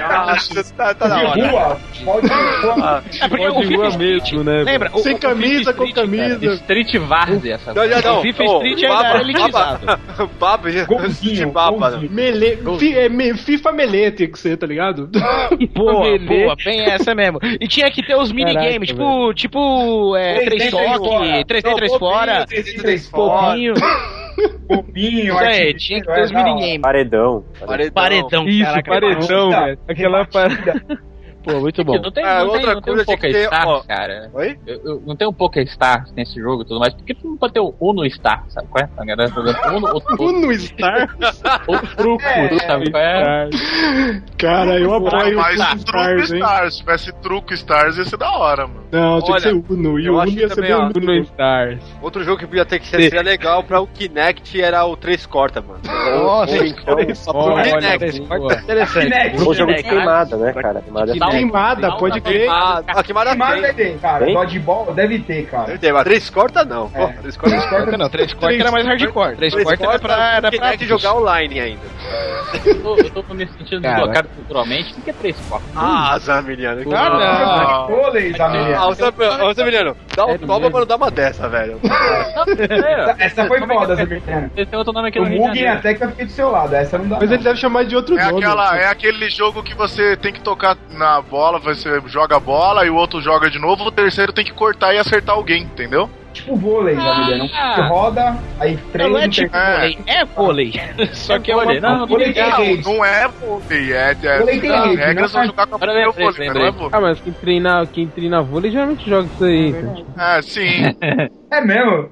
Speaker 4: tá, tá na
Speaker 5: de
Speaker 4: hora.
Speaker 5: rua. Pode de
Speaker 7: Ah,
Speaker 5: rua.
Speaker 9: É porque o FIFA Street,
Speaker 7: né?
Speaker 9: lembra?
Speaker 7: Sem
Speaker 9: o, É,
Speaker 7: camisa, com camisa.
Speaker 8: Street Vardy, essa
Speaker 4: Não, já não.
Speaker 9: o FIFA
Speaker 4: Ô,
Speaker 9: Street ainda
Speaker 4: baba,
Speaker 9: era elitizado.
Speaker 4: baba, baba, já- de
Speaker 5: Golzinho.
Speaker 4: baba.
Speaker 5: golzinho.
Speaker 7: Mele... Fi- é, me- FIFA Melee tinha que ser, tá ligado?
Speaker 9: Boa,
Speaker 6: Beleza.
Speaker 9: boa, bem essa mesmo. E tinha que ter os minigames, tipo, tipo, é, 3
Speaker 5: 3D,
Speaker 9: toque,
Speaker 5: fora.
Speaker 9: 3D, 3 fora,
Speaker 5: Três fotos,
Speaker 9: pouquinho.
Speaker 5: Bobinho,
Speaker 9: Isso aí,
Speaker 5: artilheiro,
Speaker 9: tinha que ter os
Speaker 5: é, não.
Speaker 9: minigames.
Speaker 2: Paredão.
Speaker 4: Paredão.
Speaker 9: Paredão,
Speaker 6: Isso,
Speaker 9: Então, caraca. então,
Speaker 6: paredão,
Speaker 5: Rebatida.
Speaker 6: velho. Aquela parada. Pô, muito bom.
Speaker 8: Não tem,
Speaker 4: Ah,
Speaker 8: não tem,
Speaker 4: outra
Speaker 8: não tem
Speaker 4: coisa
Speaker 8: um
Speaker 4: tinha que ter, ó.
Speaker 8: Pokestar, cara.
Speaker 4: Oi?
Speaker 8: Eu- eu- não tem um Pokestar nesse jogo e tudo mais. Por que tu não pode ter o Uno Star, sabe qual é? A galera tá dando Uno, o,
Speaker 7: Uno Star.
Speaker 8: o, o Truco, sabe qual é?
Speaker 7: Cara, eu apoio
Speaker 11: Mas
Speaker 7: o
Speaker 11: o
Speaker 7: Uno
Speaker 11: Truco
Speaker 7: Stars, hein?
Speaker 11: Stars, se tivesse Truco Stars ia ser da hora, mano.
Speaker 7: Não, tinha que ser
Speaker 4: Olha,
Speaker 7: Uno. E
Speaker 4: eu
Speaker 7: o Uno
Speaker 4: acho
Speaker 7: ia ser
Speaker 4: também,
Speaker 7: bem
Speaker 4: ó,
Speaker 7: Uno.
Speaker 6: Stars.
Speaker 4: Outro jogo que podia ter que ser seria legal pra o Kinect era o 3 corta, mano.
Speaker 9: Nossa,
Speaker 2: Então,
Speaker 9: olha,
Speaker 4: Kinect.
Speaker 9: boa. interessante.
Speaker 5: Kinect.
Speaker 2: um jogo de
Speaker 8: Kinect.
Speaker 2: queimada, né, cara? Queimada é
Speaker 4: tá um-
Speaker 8: Kinect.
Speaker 2: foda.
Speaker 7: Queimada, pode crer.
Speaker 4: Ah, ah, que
Speaker 5: Mas
Speaker 4: maravilha.
Speaker 5: vai ter, cara.
Speaker 2: Hein?
Speaker 5: Dodgeball deve ter, cara.
Speaker 4: Deve ter, mas 3 corta não.
Speaker 5: É.
Speaker 4: Pô, 3 corta não.
Speaker 9: Não, 3 quartos era mais hardcore. 3
Speaker 4: Três
Speaker 9: quartos era pra, era pra
Speaker 4: Kinect jogar online ainda.
Speaker 8: Eu tô, eu tô me sentindo
Speaker 9: Cara.
Speaker 8: deslocado culturalmente. O que é 3 Cortes?
Speaker 4: Ah, Zamiliano.
Speaker 9: Ah,
Speaker 5: Vôlei,
Speaker 4: Ah,
Speaker 5: Zamiliano.
Speaker 4: o Zamiliano, ô, Zamiliano, dá
Speaker 8: É
Speaker 4: um toba pra não dar uma dessa, velho.
Speaker 5: Essa- Essa foi
Speaker 8: Como é que
Speaker 5: foda,
Speaker 8: é?
Speaker 5: Zamiliano.
Speaker 8: Ele tem outro nome aqui
Speaker 5: O
Speaker 8: no Rio de
Speaker 5: Mugen
Speaker 8: Janeiro.
Speaker 5: até que eu fiquei do seu lado. Essa não dá.
Speaker 7: Mas
Speaker 5: não.
Speaker 7: ele deve chamar de outro
Speaker 11: É,
Speaker 7: nome.
Speaker 9: né?
Speaker 11: aquela, é aquele jogo que você tem que tocar na bola, você joga a bola e o outro joga de novo, o terceiro tem que cortar e acertar alguém, entendeu?
Speaker 5: Tipo vôlei,
Speaker 8: Ah.
Speaker 5: Zamiliano. Você roda, aí três.
Speaker 9: Não é tipo
Speaker 11: É.
Speaker 9: vôlei, é vôlei. Só que é uma
Speaker 8: vôlei, não,
Speaker 5: Vôlei tem
Speaker 11: Não,
Speaker 5: rede.
Speaker 11: não é vôlei, é, é
Speaker 5: Vôlei tem
Speaker 11: as
Speaker 5: rede,
Speaker 11: regras
Speaker 5: não
Speaker 11: vão jogar com a
Speaker 8: Agora
Speaker 11: primeira
Speaker 8: lembrei,
Speaker 9: né,
Speaker 11: vôlei, mas não é vôlei.
Speaker 6: Ah, mas quem treina, quem treina vôlei geralmente joga isso aí. então.
Speaker 11: É, sim.
Speaker 5: É mesmo?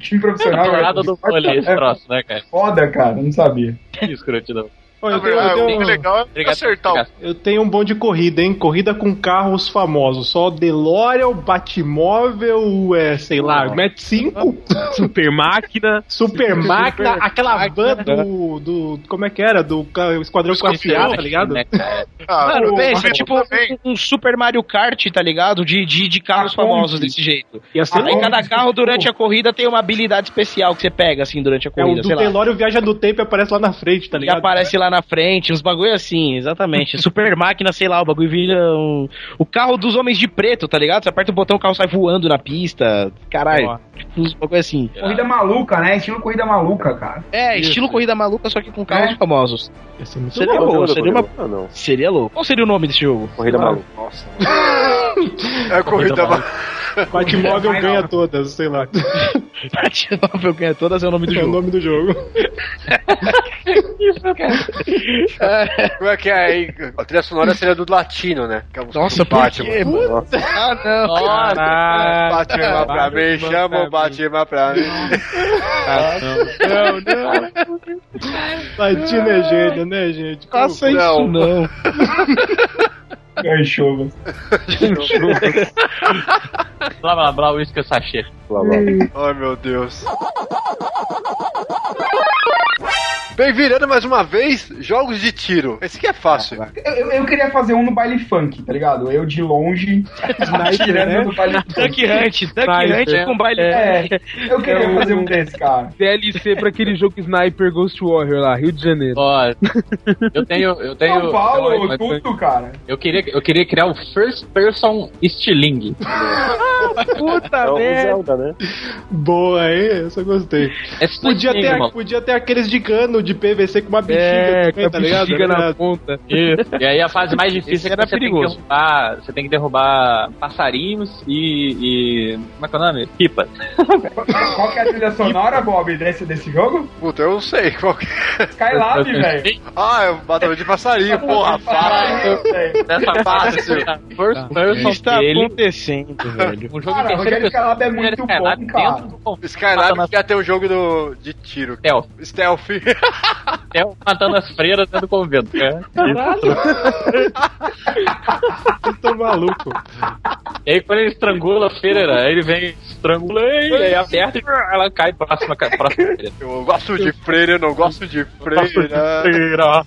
Speaker 5: Time profissional.
Speaker 8: Colorado É do
Speaker 5: velho.
Speaker 8: Folha, esse
Speaker 5: É
Speaker 8: troço, né, cara?
Speaker 5: foda, cara. Não sabia.
Speaker 8: Que escrotidão.
Speaker 7: Ó,
Speaker 11: Na
Speaker 7: eu tenho-
Speaker 11: verdade,
Speaker 7: eu tenho-
Speaker 11: o legal é acertar o
Speaker 7: Eu tenho um bom de corrida, hein? Corrida com carros famosos. Só DeLorean, Batmóvel, é, sei lá, Met 5. Super Máquina. Super Máquina,
Speaker 11: Super
Speaker 7: aquela van
Speaker 9: né?
Speaker 11: Máquina.
Speaker 7: do, do. Como é que era? Do ca- Esquadrão Escorpião, tá ligado?
Speaker 9: né,
Speaker 11: Ah,
Speaker 9: Mano,
Speaker 7: o-
Speaker 9: pensa,
Speaker 7: o-
Speaker 9: tipo um, um Super Mario Kart, tá ligado? De, de, de carros
Speaker 7: Uma
Speaker 9: famosos
Speaker 7: Kombi.
Speaker 9: desse jeito. Ah,
Speaker 7: Ia ser
Speaker 9: Aí
Speaker 7: uma
Speaker 9: cada
Speaker 7: Kombi.
Speaker 9: carro durante a corrida tem uma habilidade especial que você pega, assim, durante a
Speaker 7: É
Speaker 9: corrida,
Speaker 7: o do
Speaker 9: sei lá.
Speaker 7: DeLorean viaja no tempo e aparece lá na frente, tá
Speaker 9: E
Speaker 7: ligado?
Speaker 9: aparece lá na frente, uns bagulho assim, exatamente. Super máquina, sei lá, o bagulho vira um... O carro dos homens de preto, tá ligado? Você aperta o botão, o carro sai voando na pista. Caralho,
Speaker 5: Ó.
Speaker 9: tipo, uns bagulho assim.
Speaker 5: Corrida maluca, né? Estilo corrida maluca, cara. É.
Speaker 9: É, estilo corrida maluca, só que com carros famosos. Seria
Speaker 5: louco.
Speaker 9: boa,
Speaker 5: Jogo da
Speaker 9: seria uma...
Speaker 5: corrida
Speaker 9: É.
Speaker 11: Ah,
Speaker 9: Seria louco. Qual seria o nome desse jogo?
Speaker 2: Corrida maluca.
Speaker 9: Nossa.
Speaker 11: É corrida maluca.
Speaker 7: Batmóvel ganha todas, sei lá.
Speaker 9: Batmóvel ganha todas é o nome do
Speaker 7: jogo. É o nome do jogo.
Speaker 4: Como é que é aí? A trilha sonora seria do latino, né? Que é o
Speaker 9: Nossa,
Speaker 4: do Batman.
Speaker 9: quê, mano? Ah, não.
Speaker 4: Nossa,
Speaker 9: Caralho.
Speaker 8: um
Speaker 4: Batman pra mim,
Speaker 9: Batman
Speaker 4: chama o Batman pra mim.
Speaker 7: Não, não. Latino é gênio, né, gente?
Speaker 9: Faça isso não.
Speaker 7: É chuva.
Speaker 8: blá blá blá, uísque sachê.
Speaker 2: Blá
Speaker 5: Hum.
Speaker 4: Ai meu Deus. Bem, virando mais uma vez, jogos de tiro. Esse aqui é fácil.
Speaker 5: Eu, eu- eu queria fazer um no baile funk, tá ligado? Eu de longe,
Speaker 7: né?
Speaker 5: tirando do baile
Speaker 9: Duck
Speaker 5: funk.
Speaker 9: Hunt, Duck
Speaker 6: Sniper.
Speaker 8: né?
Speaker 9: Hunt com baile.
Speaker 5: É, eu queria
Speaker 6: É o-
Speaker 5: fazer um desse, cara.
Speaker 6: DLC pra aquele jogo Sniper Ghost Warrior lá, Rio de Janeiro.
Speaker 8: Ó, eu tenho. Eu tenho.
Speaker 5: São Paulo,
Speaker 8: eu,
Speaker 5: tudo, cara.
Speaker 8: eu queria, eu queria criar o First Person Stiling. É
Speaker 6: Puta merda.
Speaker 2: Zelda, né?
Speaker 7: Boa, hein? Essa eu gostei.
Speaker 8: É
Speaker 7: Podia
Speaker 8: stiling,
Speaker 7: ter,
Speaker 8: mano.
Speaker 7: podia ter aqueles de cano de PVC com uma bexiga
Speaker 6: É,
Speaker 7: também,
Speaker 6: com
Speaker 7: tá
Speaker 6: a
Speaker 7: ligado?
Speaker 6: bexiga na
Speaker 7: Era-
Speaker 6: ponta.
Speaker 8: E aí a fase mais difícil
Speaker 9: Esse
Speaker 8: é que
Speaker 9: era
Speaker 8: você tem
Speaker 9: perigoso.
Speaker 8: que derrubar. Você tem que derrubar passarinhos e. e como é que é o nome? Pipas.
Speaker 5: Qual que é a trilha sonora, Bob, desse, desse jogo?
Speaker 4: Puta, eu não sei qual que é.
Speaker 5: Skylab, velho.
Speaker 4: Ah, é o batalhão de passarinho, porra, fácil.
Speaker 5: velho.
Speaker 8: Nessa fase, você tá First
Speaker 9: O que
Speaker 8: Person
Speaker 9: está
Speaker 8: dele.
Speaker 9: acontecendo, velho?
Speaker 8: Um jogo
Speaker 5: Cara,
Speaker 8: em terceira
Speaker 5: Rogério
Speaker 8: pessoa.
Speaker 5: Skylab é muito
Speaker 8: Rogério Skylab
Speaker 5: bom, cara.
Speaker 8: Dentro do conflito,
Speaker 4: Skylab
Speaker 8: matando
Speaker 4: quer ter um jogo do, de tiro.
Speaker 8: as stealth,
Speaker 4: Stealth.
Speaker 8: stealth, matando as freiras dentro do convento. É.
Speaker 7: Tô maluco.
Speaker 8: E aí quando ele estrangula a freira, aí ele vem, estrangula e aí aperta e ela cai próxima, cai próxima freira.
Speaker 4: Eu gosto de freira, eu não gosto de freira.
Speaker 8: Freira.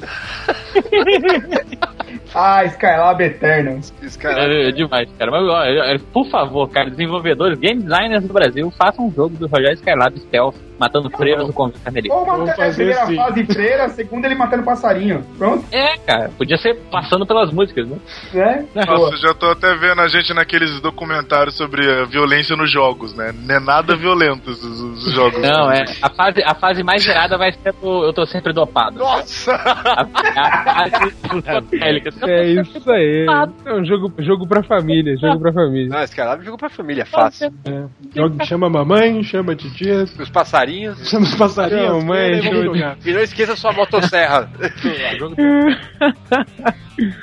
Speaker 5: Ah, Skylab Eterno.
Speaker 4: Skylab.
Speaker 8: É, é demais, cara. Mas, ó, é, é, por favor, cara, desenvolvedores, game designers do Brasil, façam um jogo do Rogério Skylab Stealth, matando freiras no convento carmelita.
Speaker 5: Ou
Speaker 7: Vamos
Speaker 5: matar a
Speaker 7: fazer
Speaker 5: primeira
Speaker 7: assim.
Speaker 5: fase freira, a segunda ele matando passarinho. Pronto,
Speaker 8: É, cara, podia ser passando pelas músicas, né?
Speaker 5: né?
Speaker 11: Nossa, eu já tô até vendo a gente naqueles documentários sobre eh, violência nos jogos, né? Não é nada violento os, os jogos.
Speaker 8: Não, é. A fase, a fase mais gerada vai ser do Eu Tô Sempre Dopado.
Speaker 11: Nossa!
Speaker 8: A, a, a fase psicodélica.
Speaker 6: É isso aí. É um jogo, jogo pra família, jogo pra família.
Speaker 4: Não, Skylab é jogo pra família, fácil.
Speaker 8: É.
Speaker 7: É. Joga- Chama a mamãe, chama a titia,
Speaker 4: Os passarinhos.
Speaker 7: chama os passarinhos.
Speaker 6: Não, mãe,
Speaker 7: vem, vamos
Speaker 6: Júlio.
Speaker 7: jogar.
Speaker 4: E não esqueça sua motosserra.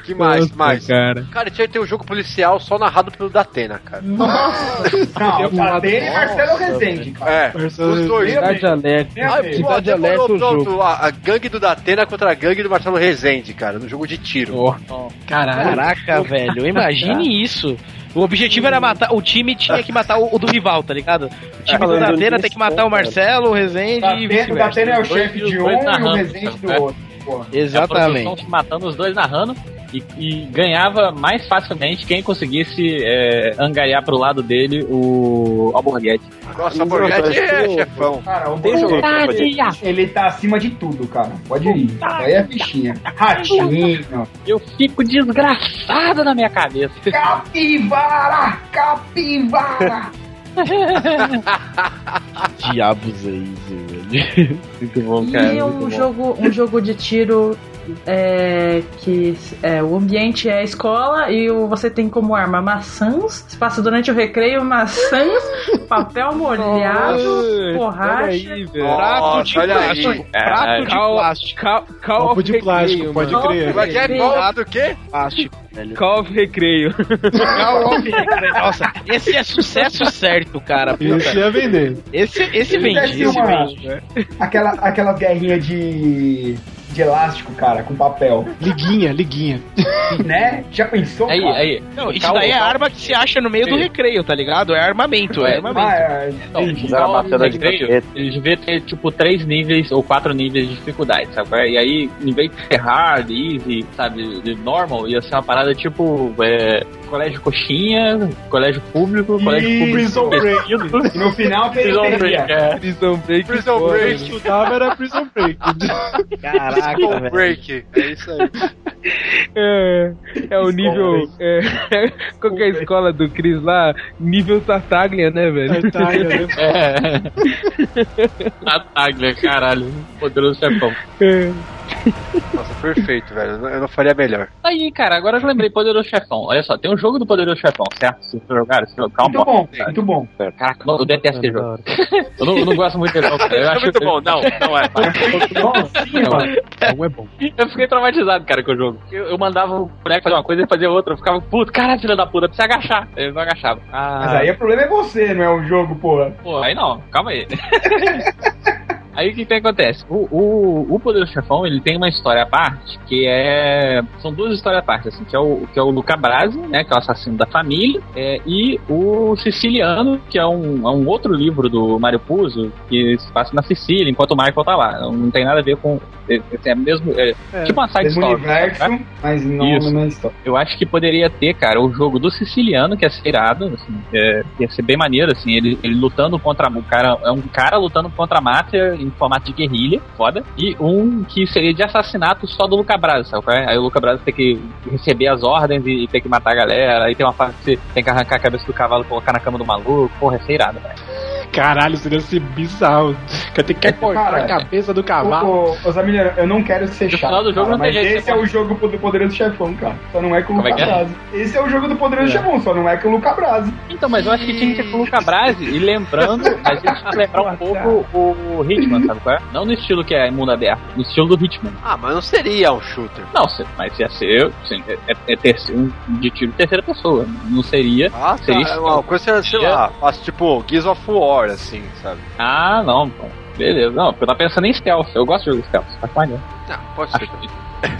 Speaker 4: que mais,
Speaker 6: Nossa,
Speaker 4: mais?
Speaker 6: Cara.
Speaker 4: Cara, tinha que ter um jogo policial só narrado pelo Datena, cara.
Speaker 6: É
Speaker 5: Não,
Speaker 6: um
Speaker 5: tá dele e Marcelo Rezende, cara.
Speaker 4: É,
Speaker 7: Marcelo
Speaker 4: os dois.
Speaker 5: Rezende.
Speaker 6: Cidade Alerta.
Speaker 5: Meu
Speaker 4: Ai,
Speaker 5: Deus.
Speaker 4: pô,
Speaker 6: Cidade
Speaker 4: demorou,
Speaker 6: Alerta o
Speaker 4: pronto,
Speaker 6: jogo.
Speaker 4: a, a gangue do Datena contra a gangue do Marcelo Rezende, cara, no jogo de tiro.
Speaker 9: Oh.
Speaker 6: Ó,
Speaker 9: Caraca, velho, imagine isso. O objetivo era matar. O time tinha que matar o, o do rival, tá ligado? O time do
Speaker 2: Falando
Speaker 9: Datena
Speaker 2: nisso,
Speaker 9: tem que matar o Marcelo, o Rezende e
Speaker 5: Datena, o Datena é o
Speaker 8: Os dois-
Speaker 5: chefe de
Speaker 8: os
Speaker 5: um
Speaker 8: dois
Speaker 5: e o
Speaker 8: narrando,
Speaker 5: Rezende do
Speaker 8: né?
Speaker 5: outro. Porra.
Speaker 8: A produção
Speaker 9: Exatamente.
Speaker 8: se matando os dois narrando e, e ganhava mais facilmente quem conseguisse é, angariar pro lado dele o Alborguete.
Speaker 4: Nossa, a Borghetti é chefão.
Speaker 5: Cara, um o
Speaker 2: Tem jogo
Speaker 5: Bruno,
Speaker 2: pra fazer.
Speaker 5: ele tá acima de tudo, cara. Pode ir. Aí é fichinha. Ratinho.
Speaker 8: Eu fico desgraçado na minha cabeça.
Speaker 5: Capivara! Capivara!
Speaker 9: Diabos é isso, velho. Muito bom, cara.
Speaker 10: E
Speaker 9: muito
Speaker 10: um
Speaker 9: bom.
Speaker 10: jogo, um jogo de tiro é, que é, o ambiente é a escola e o- você tem como arma maçãs, se passa durante o recreio, maçãs, papel molhado,
Speaker 6: Olha
Speaker 10: borracha.
Speaker 6: aí, velho.
Speaker 9: Prato de
Speaker 4: Nossa, olha aí.
Speaker 9: plástico. Prato de
Speaker 6: Cal-
Speaker 9: plástico.
Speaker 6: Cal, Cal
Speaker 7: Copo
Speaker 6: of
Speaker 7: de
Speaker 6: Recreio,
Speaker 7: plástico, pode
Speaker 6: mano.
Speaker 7: crer.
Speaker 4: Como é que é?
Speaker 10: Sim.
Speaker 4: Qual do quê?
Speaker 9: Plástico, velho.
Speaker 6: Call of Recreio.
Speaker 9: Nossa, esse é sucesso certo, cara.
Speaker 7: Isso
Speaker 9: Puta.
Speaker 7: ia vender.
Speaker 9: Esse, esse vende,
Speaker 5: Deve ser
Speaker 9: esse
Speaker 5: uma-
Speaker 9: vende.
Speaker 5: Aquela, aquela guerrinha de. de elástico, cara, com papel.
Speaker 7: Liguinha, liguinha.
Speaker 5: né? Já pensou,
Speaker 9: Aí,
Speaker 5: cara?
Speaker 9: aí. Não, isso daí é arma que se acha no meio do recreio, tá ligado? É armamento, é armamento.
Speaker 8: Não,
Speaker 9: Fizeram
Speaker 8: o
Speaker 9: batendo de
Speaker 8: recreio, ele devia ter tipo três níveis ou quatro níveis de dificuldade, sabe? qual é? E aí, em vez de ser hard, easy, sabe, de normal, ia ser uma parada tipo é, colégio coxinha, colégio público, colégio público.
Speaker 7: Prison Break.
Speaker 5: E no final,
Speaker 8: Prison Break, é.
Speaker 7: Prison Break. Prison
Speaker 8: foda,
Speaker 7: Break.
Speaker 8: né?
Speaker 7: que eu dava era Prison Break.
Speaker 9: Caraca,
Speaker 4: Prison
Speaker 9: velho.
Speaker 4: Break. É isso aí.
Speaker 6: É, é o nível. É, qual que é a escola do Cris lá? Nível Tartaglia, né, velho?
Speaker 7: Tartaglia,
Speaker 8: É. Ataglia, caralho.
Speaker 4: né?
Speaker 8: Poderoso chefão.
Speaker 6: É.
Speaker 4: Nossa, perfeito, velho. Eu não- Eu não faria melhor.
Speaker 8: Aí, cara, agora eu já lembrei Poderoso Chefão. Olha só, tem um jogo do Poderoso Chefão, certo? Vocês jogaram? Vocês- Calma.
Speaker 5: Muito bom, muito bom.
Speaker 8: Caraca, eu detesto esse jogo. Eu não, eu não gosto muito dele, não, cara. Eu
Speaker 12: É
Speaker 8: acho
Speaker 12: muito bom, não, não é.
Speaker 6: Então é bom.
Speaker 8: Eu fiquei traumatizado, cara, com o jogo. Eu, eu mandava o boneco fazer uma coisa, ele fazia outra. Eu ficava, puto, caralho, filha da puta, precisa agachar. Ele não agachava. Ah,
Speaker 5: Mas aí o problema é você, não é o jogo, porra.
Speaker 8: pô, aí não, calma aí. Aí o que, que acontece? O, o, o Poderoso Chefão, ele tem uma história à parte, que é... São duas histórias à parte, assim, que é o, que é o Luca Brasi, né, que é o assassino da família, é, e o Siciliano, que é um, é um outro livro do Mario Puzo, que se passa na Sicília, enquanto o Michael tá lá. Não, não tem nada a ver com... É, é mesmo... É, tipo uma side
Speaker 5: Mesmo
Speaker 8: story. né?
Speaker 5: universo,
Speaker 8: sabe?
Speaker 5: mas não
Speaker 8: Isso.
Speaker 5: na mesma história.
Speaker 8: Eu acho que poderia ter, cara, o jogo do siciliano, que ia ser irado, assim, é, ia ser bem maneiro, assim, ele, ele lutando contra o cara, é um cara lutando contra a máfia em formato de guerrilha, foda, e um que seria de assassinato só do Luca Brasi, sabe? qual é? Aí o Luca Brasi tem que receber as ordens e, e tem que matar a galera, aí tem uma parte que você tem que arrancar a cabeça do cavalo e colocar na cama do maluco, porra, é né? ia ser irado, velho.
Speaker 7: Caralho, seria ser bizarro. Quer ter que cortar
Speaker 5: Cara,
Speaker 7: a cabeça do cavalo.
Speaker 5: Ô, ô, ô Zamiliano, eu não quero ser
Speaker 8: No
Speaker 5: chato,
Speaker 8: final do jogo
Speaker 5: cara,
Speaker 8: não tem
Speaker 5: mas
Speaker 8: jeito,
Speaker 5: esse
Speaker 8: né?
Speaker 5: é o jogo do Poderoso Chefão, cara. Só não é com o
Speaker 8: Como é
Speaker 5: Luca
Speaker 8: que é?
Speaker 5: Brasi. Esse é o jogo do Poderoso Chefão, só não é com o Luca Brasi.
Speaker 8: Então, mas eu acho que tinha que ser com o Luca Brasi, e lembrando, a gente tem que lembrar um pouco o Hitman, sabe qual é? Não no estilo que é mundo aberto, no estilo do Hitman.
Speaker 4: Ah, mas não seria um shooter.
Speaker 8: Não, se- mas ia ser sim, é, é terce- um de tiro em terceira pessoa. Não seria.
Speaker 4: Ah, tá.
Speaker 8: Seria
Speaker 4: É uma coisa, sei lá, faço tipo Gears of War, assim, sabe?
Speaker 8: Ah, não, pô. Beleza, não, porque eu tava pensando em stealth. Eu gosto de jogo stealth. Faz parte, né?
Speaker 4: Não, Ah, pode ser.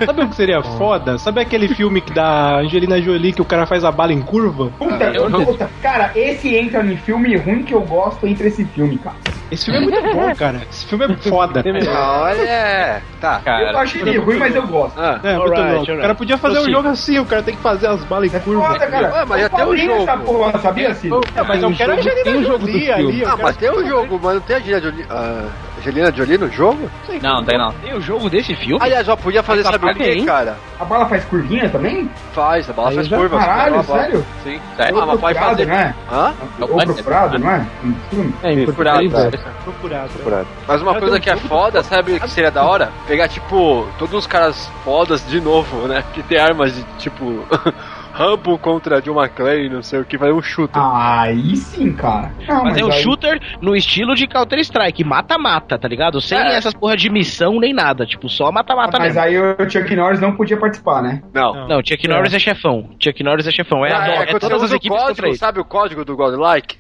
Speaker 7: Sabe o que seria foda? Sabe aquele filme que da Angelina Jolie que o cara faz a bala em curva?
Speaker 5: Puta,
Speaker 8: eu não-
Speaker 5: puta. Cara, esse entra em filme ruim que eu gosto, entra esse filme, cara.
Speaker 7: Esse filme é muito bom, cara. Esse filme é foda. É,
Speaker 4: Olha, tá.
Speaker 5: Ah, Eu
Speaker 8: Cara,
Speaker 5: achei ele ruim, mas eu gosto.
Speaker 4: Ah,
Speaker 7: É, muito
Speaker 12: Alright,
Speaker 7: louco. O cara
Speaker 12: alright.
Speaker 7: podia fazer um
Speaker 12: Prossiga.
Speaker 7: jogo assim, o cara tem que fazer as balas em curva.
Speaker 5: É Foda, cara.
Speaker 4: Ué, Ah, mas
Speaker 5: Eu
Speaker 4: até o
Speaker 5: quadrinho essa
Speaker 4: jogo. um
Speaker 5: porra, sabia, Cid?
Speaker 7: É, mas
Speaker 8: um
Speaker 7: eu quero a Angelina Jolie ali. eu
Speaker 4: Ah,
Speaker 7: quero-
Speaker 4: mas tem um jogo, mas não tem a Angelina Jolie, ah, Angelina Jolie no jogo?
Speaker 8: não, não tem não.
Speaker 9: Tem o jogo desse filme? tá
Speaker 4: Aliás, ela podia fazer,
Speaker 9: Mas
Speaker 4: sabe o
Speaker 9: apaga aí,
Speaker 4: quê,
Speaker 9: hein?
Speaker 4: cara?
Speaker 5: A bala faz curvinha também?
Speaker 4: Faz, a bala
Speaker 7: Aí
Speaker 4: faz
Speaker 7: já-
Speaker 4: curva.
Speaker 5: Caralho,
Speaker 4: a bala-
Speaker 5: sério?
Speaker 4: Sim.
Speaker 8: Sério?
Speaker 4: Ah, mas pode
Speaker 5: Procurado,
Speaker 4: fazer.
Speaker 5: não é?
Speaker 4: Hã?
Speaker 5: Ou procurado, não é? Um filme.
Speaker 6: É, em
Speaker 8: Furado,
Speaker 6: português,
Speaker 2: um
Speaker 6: é.
Speaker 8: cara.
Speaker 7: Procurado. né?
Speaker 4: Mas uma
Speaker 7: Cara,
Speaker 4: coisa
Speaker 7: tem um
Speaker 4: que é
Speaker 7: jogo
Speaker 4: foda, sabe o que seria da hora? Pegar, tipo, todos os caras fodas de novo, né? Que tem armas de, tipo, Rambo contra John McClane, não sei o que, fazer um shooter.
Speaker 5: Aí sim, cara. Não,
Speaker 9: Mas é um
Speaker 5: aí-
Speaker 9: shooter no estilo de Counter Strike, mata-mata, tá ligado? Sem
Speaker 4: É.
Speaker 9: essas porra de missão nem nada, tipo, só mata-mata
Speaker 5: Mas
Speaker 9: mesmo.
Speaker 5: aí o Chuck Norris não podia participar, né?
Speaker 4: Não.
Speaker 9: Não, Chuck Norris é. chefão. Chuck Norris é chefão. É,
Speaker 4: Ah,
Speaker 9: é,
Speaker 4: quando
Speaker 9: todas
Speaker 4: você
Speaker 9: as
Speaker 4: usa o
Speaker 9: equipes contra
Speaker 4: código,
Speaker 9: ele.
Speaker 4: sabe o código do Godlike?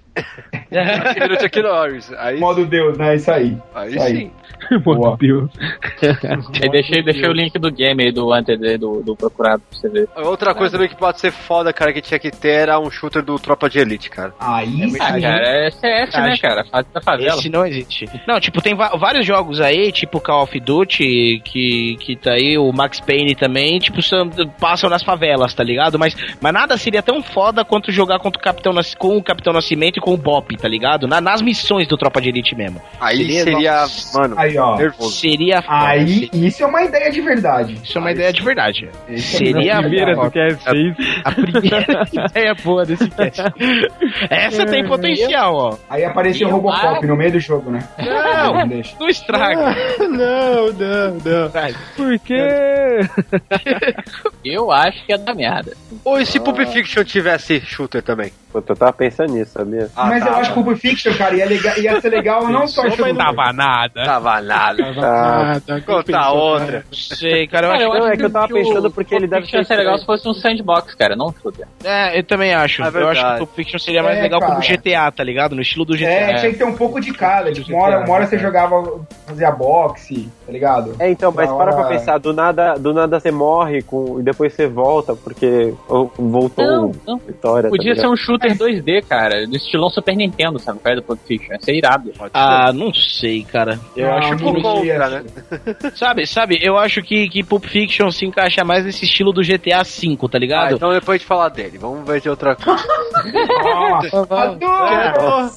Speaker 4: Vira o Chuck Norris. Aí,
Speaker 5: Modo Deus, né? Isso aí.
Speaker 4: aí
Speaker 5: isso aí.
Speaker 4: sim.
Speaker 5: Boa.
Speaker 6: Deus.
Speaker 8: Eu deixei, deixei o link do game aí, do Hunter, D, do, do procurado pra você ver.
Speaker 4: Outra coisa também que pode ser foda, cara, que tinha que ter era um shooter do Tropa de Elite, cara.
Speaker 5: Aí sim.
Speaker 8: Ah, cara, é CS, né, cara? Fase da favela.
Speaker 9: Esse não existe. Não, tipo, tem va- vários jogos aí, tipo Call of Duty, que, que tá aí, o Max Payne também, tipo, são- passam nas favelas, tá ligado? Mas, mas nada seria tão foda quanto jogar contra o Capitão Nas- com o Capitão Nascimento e com o Bop, tá ligado? Na- nas missões do Tropa de Elite mesmo.
Speaker 4: Aí seria,
Speaker 9: Seria,
Speaker 4: mano,
Speaker 5: Aí, ó.
Speaker 4: nervoso.
Speaker 9: Seria foda.
Speaker 5: Aí,
Speaker 9: se-
Speaker 5: isso é uma ideia de verdade.
Speaker 9: Isso é uma ideia de verdade.
Speaker 5: Esse é
Speaker 9: Seria
Speaker 5: a
Speaker 9: a
Speaker 5: primeira
Speaker 9: a, primeira ideia boa desse cast. Essa tem potencial, ó.
Speaker 5: Aí apareceu o
Speaker 8: É. Eu
Speaker 5: Robocop
Speaker 8: acho-
Speaker 5: no meio do jogo, né?
Speaker 9: Não,
Speaker 5: Não deixa.
Speaker 9: não estraga.
Speaker 7: Não, não, não.
Speaker 6: Por quê?
Speaker 8: Eu acho que é da merda.
Speaker 2: Ah.
Speaker 4: Ou e se Pulp Fiction tivesse shooter também?
Speaker 2: Puta, eu tava pensando nisso, sabia?
Speaker 8: Ah,
Speaker 5: mas eu
Speaker 8: tá,
Speaker 5: acho
Speaker 8: tá.
Speaker 5: Pulp Fiction, cara, ia, lega- ia ser legal não só
Speaker 8: Pensou,
Speaker 5: esse
Speaker 8: mas tava nada.
Speaker 4: Tava nada.
Speaker 8: Ah, tá,
Speaker 7: Tava
Speaker 4: Conta
Speaker 8: né?
Speaker 4: outra.
Speaker 9: Sei, cara, eu acho que-
Speaker 8: não,
Speaker 9: é que eu tava pensando porque ele deve
Speaker 8: ser.
Speaker 9: ser
Speaker 8: Seria legal se fosse um sandbox, cara, não um shooter.
Speaker 9: É, eu também acho.
Speaker 8: É
Speaker 9: eu acho que
Speaker 8: verdade.
Speaker 9: o Pulp Fiction seria mais
Speaker 5: É,
Speaker 9: legal
Speaker 5: cara.
Speaker 9: como GTA, tá ligado? No estilo do GTA.
Speaker 5: É, tinha que ter um pouco de cada. Tipo, uma
Speaker 9: um
Speaker 5: hora, uma hora você jogava, fazia boxe, tá ligado?
Speaker 2: É, então, mas
Speaker 5: Outra
Speaker 2: para pra
Speaker 5: hora-
Speaker 2: pensar, do nada, do nada você morre com, e depois você volta porque oh, voltou
Speaker 8: Não, não.
Speaker 2: vitória.
Speaker 8: Podia
Speaker 2: tá
Speaker 8: ser
Speaker 2: ligado?
Speaker 8: um shooter 2D, cara, do estilão Super Nintendo, sabe? Qual é do Pulp Fiction? Ia ser irado.
Speaker 9: Ah, não sei, cara. Eu
Speaker 5: Não,
Speaker 9: acho
Speaker 5: não
Speaker 9: que.
Speaker 5: podia.
Speaker 4: né? Ah,
Speaker 9: Sabe, sabe, eu acho que, que Pulp Fiction se encaixa mais nesse estilo do GTA V, tá
Speaker 4: Ah,
Speaker 9: ligado?
Speaker 4: então depois a gente falar dele. Vamos ver de outra coisa.
Speaker 5: Nossa, É.
Speaker 9: É.
Speaker 5: adoro!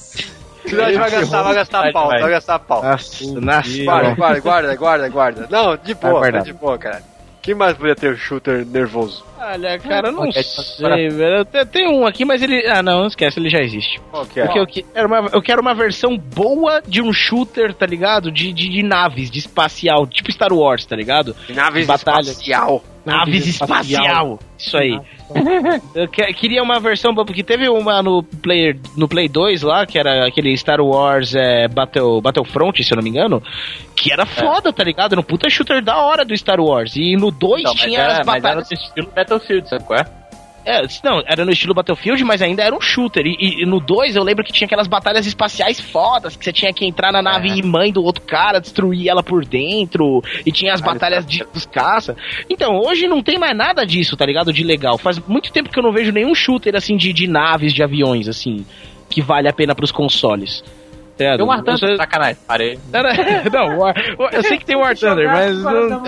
Speaker 4: Senão a gente vai gastar, vai gastar
Speaker 8: Vai,
Speaker 4: pau,
Speaker 8: vai.
Speaker 4: vai gastar pau. Hum,
Speaker 9: Nossa, nossa. é.
Speaker 4: Guarda, guarda, guarda, guarda, guarda. Não, de boa,
Speaker 9: guardar.
Speaker 4: tá de boa, cara. Quem mais podia ter um shooter nervoso?
Speaker 9: Olha, cara, eu não
Speaker 8: Ok,
Speaker 9: sei, velho. Eu te- tenho um aqui, mas ele. Ah, não, esquece, ele já existe.
Speaker 4: Qual que é?
Speaker 9: Porque eu quero, uma, eu quero uma versão boa de um shooter, tá ligado? De, de, de naves, de espacial, tipo Star Wars, tá ligado?
Speaker 4: Naves
Speaker 9: Batalha.
Speaker 4: espacial.
Speaker 9: Naves espacial. Isso aí. Eu que- queria uma versão boa, porque teve uma no, player, no Play 2 lá, que era aquele Star Wars é, Battle, Battlefront, se eu não me engano, que
Speaker 8: É.
Speaker 9: era foda, tá ligado? Era um puta shooter da hora do Star Wars. E no 2
Speaker 8: Então, mas,
Speaker 9: tinha
Speaker 8: era,
Speaker 9: as
Speaker 8: mas era
Speaker 9: batalhas.
Speaker 8: do estilo Battlefield, sabe qual é?
Speaker 9: É, não, era no estilo Battlefield, mas ainda era um shooter. E, e- e no 2 eu lembro que tinha aquelas batalhas espaciais fodas, que você tinha que entrar na nave mãe do outro cara, destruir ela por dentro, e tinha as batalhas de, dos caça. Então, hoje não tem mais nada disso, tá ligado? De legal. Faz muito tempo que eu não vejo nenhum shooter assim de, de naves, de aviões, assim, que vale a pena pros consoles. É,
Speaker 8: Deu um War
Speaker 9: não
Speaker 8: Thunder,
Speaker 9: sei-
Speaker 8: sacanagem. Parei.
Speaker 9: Não, não, War- War- eu sei que tem War Thunder, mas. não-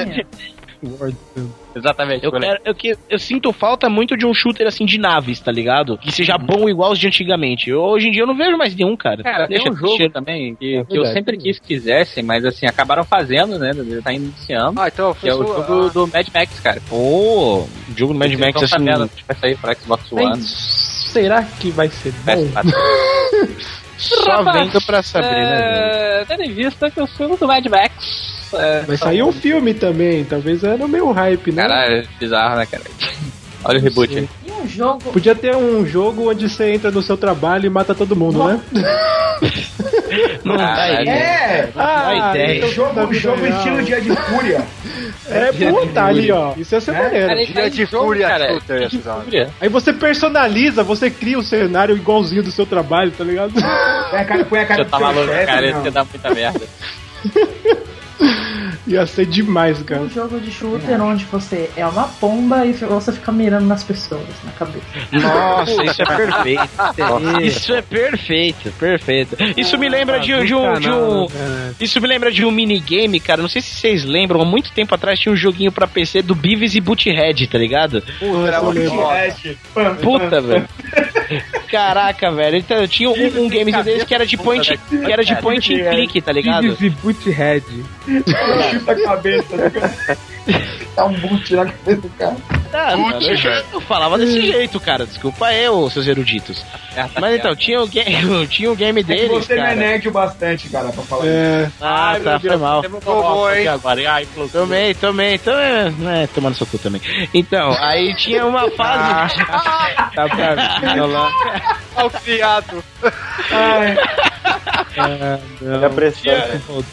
Speaker 8: Exatamente.
Speaker 9: eu,
Speaker 8: falei.
Speaker 9: quero- eu, que- eu sinto falta muito de um shooter assim de naves, tá ligado? Que seja
Speaker 8: Uhum.
Speaker 9: bom igual os de antigamente. Eu- hoje em dia eu não vejo mais nenhum, cara.
Speaker 8: Cara, tem um
Speaker 9: de
Speaker 8: jogo
Speaker 9: cheiro.
Speaker 8: também que, que eu
Speaker 6: verdade.
Speaker 8: sempre quis que fizessem, mas assim, acabaram fazendo, né? Tá iniciando.
Speaker 4: Ah, então eu fiz
Speaker 8: Que é o
Speaker 4: o-
Speaker 8: jogo do Mad Max, cara.
Speaker 9: Pô, jogo do Mad Max assim.
Speaker 8: Tabela, vai sair pra Xbox One,
Speaker 7: Mas será que vai ser bom?
Speaker 8: PS4.
Speaker 9: Só
Speaker 8: Rapaz,
Speaker 9: vendo pra saber, né? velho?
Speaker 8: É, Tendo em vista que os filmes do Mad Max. É,
Speaker 7: Vai
Speaker 8: são-
Speaker 7: sair um filme também, talvez era meio hype, né?
Speaker 8: Caralho, bizarro, né, cara? Olha o reboot aí.
Speaker 10: E um jogo.
Speaker 7: Podia ter um jogo onde você entra no seu trabalho e mata todo mundo, né?
Speaker 9: Não
Speaker 7: tá
Speaker 9: dá
Speaker 8: Caralho.
Speaker 9: ideia.
Speaker 5: É!
Speaker 7: Ah,
Speaker 9: ideia.
Speaker 5: Então, jogo, jogo estilo Dia de Fúria. Né?
Speaker 7: É, pô, tá ali, ó. Isso ia ser maneiro.
Speaker 8: Cara,
Speaker 4: Dia de
Speaker 8: jogo,
Speaker 4: é Fúria
Speaker 8: cara.
Speaker 4: Shooter, essa da hora.
Speaker 8: Fúria.
Speaker 7: Aí você personaliza, você cria o cenário igualzinho do seu trabalho, tá ligado?
Speaker 5: Põe a cara, põe a
Speaker 8: Você
Speaker 5: cara do
Speaker 8: tá
Speaker 5: seu
Speaker 8: maluco,
Speaker 5: chefe,
Speaker 8: cara,
Speaker 5: não.
Speaker 8: isso ia dar muita merda.
Speaker 7: Ia ser demais,
Speaker 10: Um
Speaker 7: cara.
Speaker 10: jogo de shooter onde você é uma pomba e você fica mirando nas pessoas na cabeça.
Speaker 9: Nossa, isso é perfeito. Isso é perfeito, perfeito. Isso me lembra de, um- de um. De um isso me lembra de um minigame, cara. Não sei se vocês lembram, há muito tempo atrás tinha um joguinho pra PC do Beavis e Butthead, tá ligado?
Speaker 4: Era
Speaker 7: eu lembro.
Speaker 5: Flash, pam,
Speaker 9: Puta, velho. Caraca, velho. Então, eu tinha um, um gamezinho desse que era de point, que era de point and click, tá ligado?
Speaker 6: Beavis e Butthead.
Speaker 5: pam, chuta a cabeça. né? Dá um boot na cabeça do cara.
Speaker 9: Ah,
Speaker 11: Putz,
Speaker 9: mano, eu,
Speaker 11: velho.
Speaker 9: eu falava desse jeito, cara. Desculpa eu, seus eruditos. Mas então, tinha o game, tinha o game
Speaker 5: É que
Speaker 9: deles,
Speaker 5: você não é
Speaker 9: cara.
Speaker 5: nerd o bastante, cara, pra falar isso.
Speaker 7: É,
Speaker 9: Ah, tá, foi mal. Tomei, tomei, tomei. É, tomando seu cu também. Então, aí tinha uma fase.
Speaker 5: Ah.
Speaker 6: Tá pra mim, olha lá.
Speaker 4: Olha o Tá um fiado.
Speaker 5: Ai, É,
Speaker 2: Olha a pressão.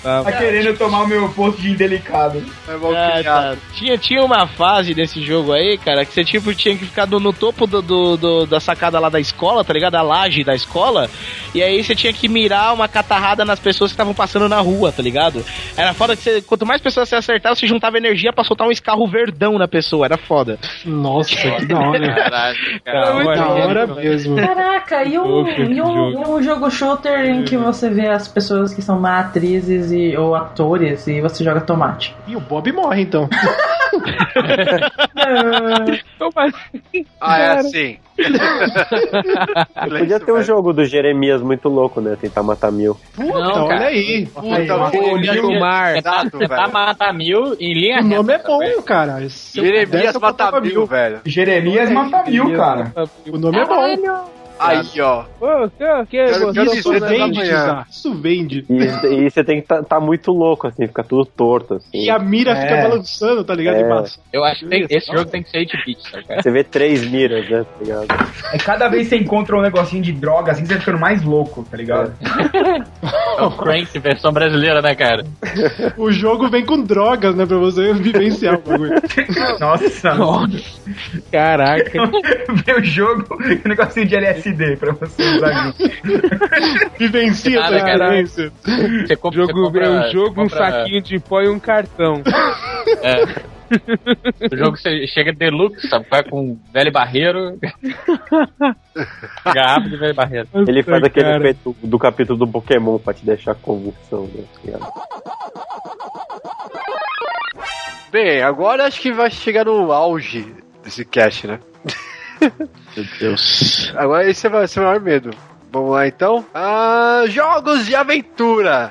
Speaker 5: tá querendo tomar o meu posto de indelicado.
Speaker 4: É bom
Speaker 9: Ah,
Speaker 4: criado.
Speaker 9: tá. Tinha, tinha uma fase desse jogo aí, cara, que você tipo tinha que ficar do- no topo do, do- do- da sacada lá da escola, tá ligado? A laje da escola. E aí você tinha que mirar uma catarrada nas pessoas que estavam passando na rua, tá ligado? Era foda que você, quanto mais pessoas você acertava, você juntava energia pra soltar um escarro verdão na pessoa. Era foda.
Speaker 7: nossa, que da hora.
Speaker 8: Caralho, cara.
Speaker 9: Era muito
Speaker 7: Da
Speaker 9: bom.
Speaker 7: hora mesmo.
Speaker 10: Caraca, e um,
Speaker 6: Jogo,
Speaker 10: e um,
Speaker 6: jogo.
Speaker 10: e um jogo shooter em que você vê as pessoas que são má atrizes e, ou atores e você joga tomate.
Speaker 7: E o Bob morre, então.
Speaker 4: Ah, é assim.
Speaker 2: Podia ter um jogo do Jeremias muito louco, né? Tentar matar mil.
Speaker 7: Puta,
Speaker 8: Não,
Speaker 7: olha
Speaker 8: cara.
Speaker 7: aí.
Speaker 4: Puta,
Speaker 7: Olha aí.
Speaker 4: Jeremias
Speaker 8: Jeremias
Speaker 6: Mar.
Speaker 8: Tentar,
Speaker 4: Exato,
Speaker 8: tentar
Speaker 4: velho.
Speaker 8: matar mil em linha
Speaker 7: O nome é
Speaker 8: reta, velho.
Speaker 7: bom, cara. Se eu pudesse,
Speaker 4: Jeremias
Speaker 7: eu colocava
Speaker 4: Matamil, velho.
Speaker 5: Jeremias mata mil, cara.
Speaker 7: O nome é bom.
Speaker 4: Aí, ó.
Speaker 6: Pô, que, que,
Speaker 7: É,
Speaker 4: Quero-
Speaker 2: é
Speaker 4: quero
Speaker 6: gostoso,
Speaker 4: dizer,
Speaker 6: né?
Speaker 4: tem-
Speaker 7: Vende,
Speaker 4: Amanhã.
Speaker 7: Tizar. Isso vende.
Speaker 2: E, e você tem que tá, tá muito louco, assim, fica tudo torto, assim.
Speaker 7: E a mira
Speaker 5: É.
Speaker 7: fica balançando, tá ligado?
Speaker 2: É.
Speaker 7: E passa.
Speaker 8: Eu acho que tem- esse jogo tem que ser 8-bit, tá ligado?
Speaker 2: Você vê três miras, né? Tá ligado?
Speaker 5: É cada vez que você encontra um negocinho de droga, assim, você vai ficando mais louco, tá ligado?
Speaker 8: É o Crank, versão brasileira, né, cara?
Speaker 7: O jogo vem com drogas, né? Pra você vivenciar o bagulho.
Speaker 5: Nossa,
Speaker 6: Caraca.
Speaker 5: vê o jogo, um negocinho de LSD pra você usar junto.
Speaker 7: Vivencia essa
Speaker 8: Nada, cara.
Speaker 7: experiência.
Speaker 8: Você
Speaker 6: O
Speaker 8: compra,
Speaker 6: jogo,
Speaker 8: você compra-
Speaker 6: é um jogo,
Speaker 8: você
Speaker 6: um
Speaker 8: compra-
Speaker 6: saquinho de pó e um cartão.
Speaker 8: É. O jogo você chega deluxe, sabe? Vai com velho barreiro. Garrafa de velho barreiro.
Speaker 2: Ele faz
Speaker 6: Puta,
Speaker 2: aquele
Speaker 6: cara.
Speaker 2: efeito do capítulo do Pokémon pra te deixar convulsão, né? Tá ligado?
Speaker 4: Bem, agora acho que vai chegar no auge desse cast, né?
Speaker 2: Meu Deus.
Speaker 4: Agora esse vai ser o maior medo. Vamos lá então. Ah, jogos de aventura.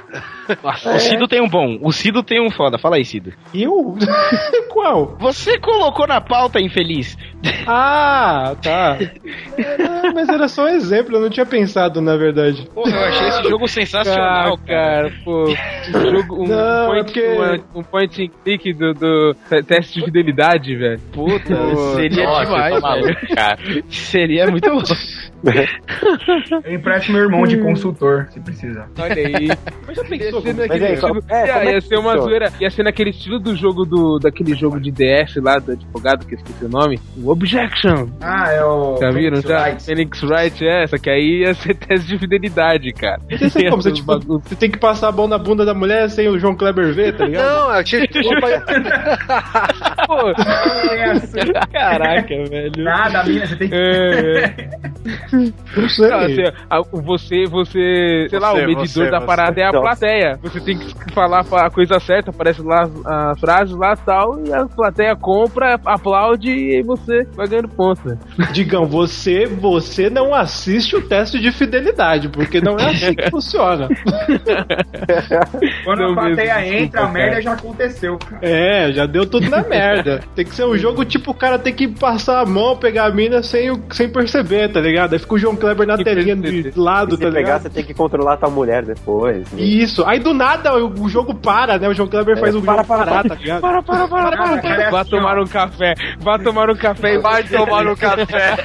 Speaker 9: Nossa, o Cido tem um bom. O Cido tem um foda. Fala aí, Cido.
Speaker 7: É. Eu? Qual?
Speaker 9: Você colocou na pauta, infeliz.
Speaker 7: Ah, tá. Era- mas era só um exemplo, eu não tinha pensado, na verdade.
Speaker 9: Porra, eu achei esse jogo sensacional,
Speaker 6: Ah,
Speaker 9: cara.
Speaker 6: Pô, um jogo, um,
Speaker 7: Não, é
Speaker 6: point,
Speaker 7: porque-
Speaker 6: um, um point and click do, do te- teste de fidelidade, velho.
Speaker 9: Puta, seria
Speaker 8: Nossa, eu
Speaker 9: demais,
Speaker 8: tô
Speaker 9: velho.
Speaker 8: maluco, cara.
Speaker 9: Seria muito bom.
Speaker 5: Eu empresto meu irmão
Speaker 9: Hum.
Speaker 5: de consultor, se precisar.
Speaker 6: Olha aí.
Speaker 7: Mas já
Speaker 6: Ia
Speaker 7: pensou?
Speaker 6: ser
Speaker 2: Mas
Speaker 6: naquele
Speaker 2: aí,
Speaker 6: estilo-
Speaker 2: como- é,
Speaker 6: ia-
Speaker 2: como é
Speaker 6: ia
Speaker 2: que
Speaker 6: ser uma
Speaker 2: funciona?
Speaker 6: zoeira. Ia ser naquele estilo do jogo do. Daquele jogo de DS lá, do advogado, que eu esqueci o nome. O Objection.
Speaker 5: Ah, é o.
Speaker 6: Já viram? Já?
Speaker 5: Rights.
Speaker 6: Phoenix Wright é essa, que aí ia ser teste de fidelidade, cara.
Speaker 7: Você, sei como, você,
Speaker 6: Ia ser
Speaker 7: tipo,
Speaker 6: um bagulho-
Speaker 7: você tem que passar a mão na bunda da mulher sem o João Kleber ver, tá ligado?
Speaker 4: Não, eu achei que
Speaker 6: Pô,
Speaker 5: É assim.
Speaker 6: caraca, velho.
Speaker 5: Nada, mina, você tem que.
Speaker 6: É, é.
Speaker 7: Não sei.
Speaker 6: Não, assim, a- você, você, sei lá, o
Speaker 4: Você,
Speaker 6: medidor
Speaker 4: você,
Speaker 6: da
Speaker 4: você.
Speaker 6: parada é a
Speaker 2: Nossa.
Speaker 6: plateia. Você tem que falar a coisa certa, aparece lá a frase lá tal, e a plateia compra, aplaude e você vai ganhando ponto. né?
Speaker 7: Digão, você, você não assiste o teste de fidelidade, porque não é assim que funciona.
Speaker 5: Quando
Speaker 6: Não
Speaker 5: a plateia
Speaker 6: mesmo,
Speaker 5: entra, a
Speaker 6: desculpa,
Speaker 5: merda já aconteceu.
Speaker 7: É, já deu tudo na merda. Tem que ser um jogo tipo o cara tem que passar a mão, pegar a mina sem, o- sem perceber, tá ligado? Aí fica o João Kleber na
Speaker 6: Que
Speaker 7: telinha de
Speaker 6: perceber.
Speaker 2: E
Speaker 7: lado,
Speaker 2: se
Speaker 7: tá
Speaker 2: pegar,
Speaker 7: ligado?
Speaker 2: você tem que controlar a tua mulher depois. né?
Speaker 7: Isso, aí do nada o, o jogo para, né? O João Kleber faz o
Speaker 2: para,
Speaker 7: jogo
Speaker 2: para,
Speaker 7: parar, tá ligado?
Speaker 6: Para, para, para, para,
Speaker 5: cara, é
Speaker 6: para. Vá
Speaker 5: assim,
Speaker 6: tomar
Speaker 5: ó.
Speaker 6: um café, vá tomar um café e um
Speaker 4: vai tomar no café.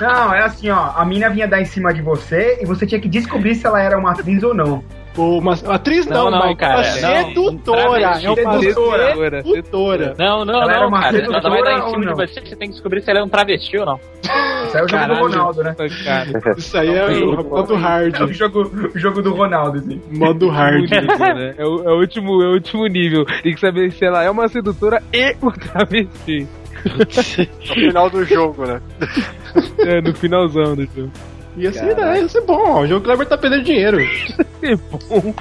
Speaker 5: Não, é assim, ó. A mina vinha dar em cima de você e você tinha que descobrir se ela era uma atriz ou não.
Speaker 7: Pô, uma, atriz não,
Speaker 8: Não, não,
Speaker 7: Mike,
Speaker 8: cara,
Speaker 7: uma
Speaker 8: não.
Speaker 7: sedutora.
Speaker 8: Travesti,
Speaker 7: É uma
Speaker 5: sedutora.
Speaker 7: sedutora.
Speaker 8: Não, não,
Speaker 5: Ela era
Speaker 8: não,
Speaker 5: uma
Speaker 8: cara. Ela vai dar em
Speaker 5: sedutora
Speaker 8: cima de
Speaker 5: ou não?
Speaker 8: você, você tem que descobrir se ela é um travesti ou não.
Speaker 5: Isso aí é o jogo
Speaker 6: Caralho.
Speaker 5: do Ronaldo, né?
Speaker 6: Cara,
Speaker 7: Isso aí é o modo
Speaker 5: É o
Speaker 7: hard.
Speaker 5: jogo, o jogo do Ronaldo, assim.
Speaker 7: Modo hard.
Speaker 6: né? é, o, é o último, é o último nível. Tem que saber se ela é uma sedutora e um travesti.
Speaker 4: No É final do jogo, né?
Speaker 6: É, no finalzão do jogo.
Speaker 7: Ia ser, né, ia ser bom, ó. O João Kleber tá perdendo dinheiro.
Speaker 6: ser bom.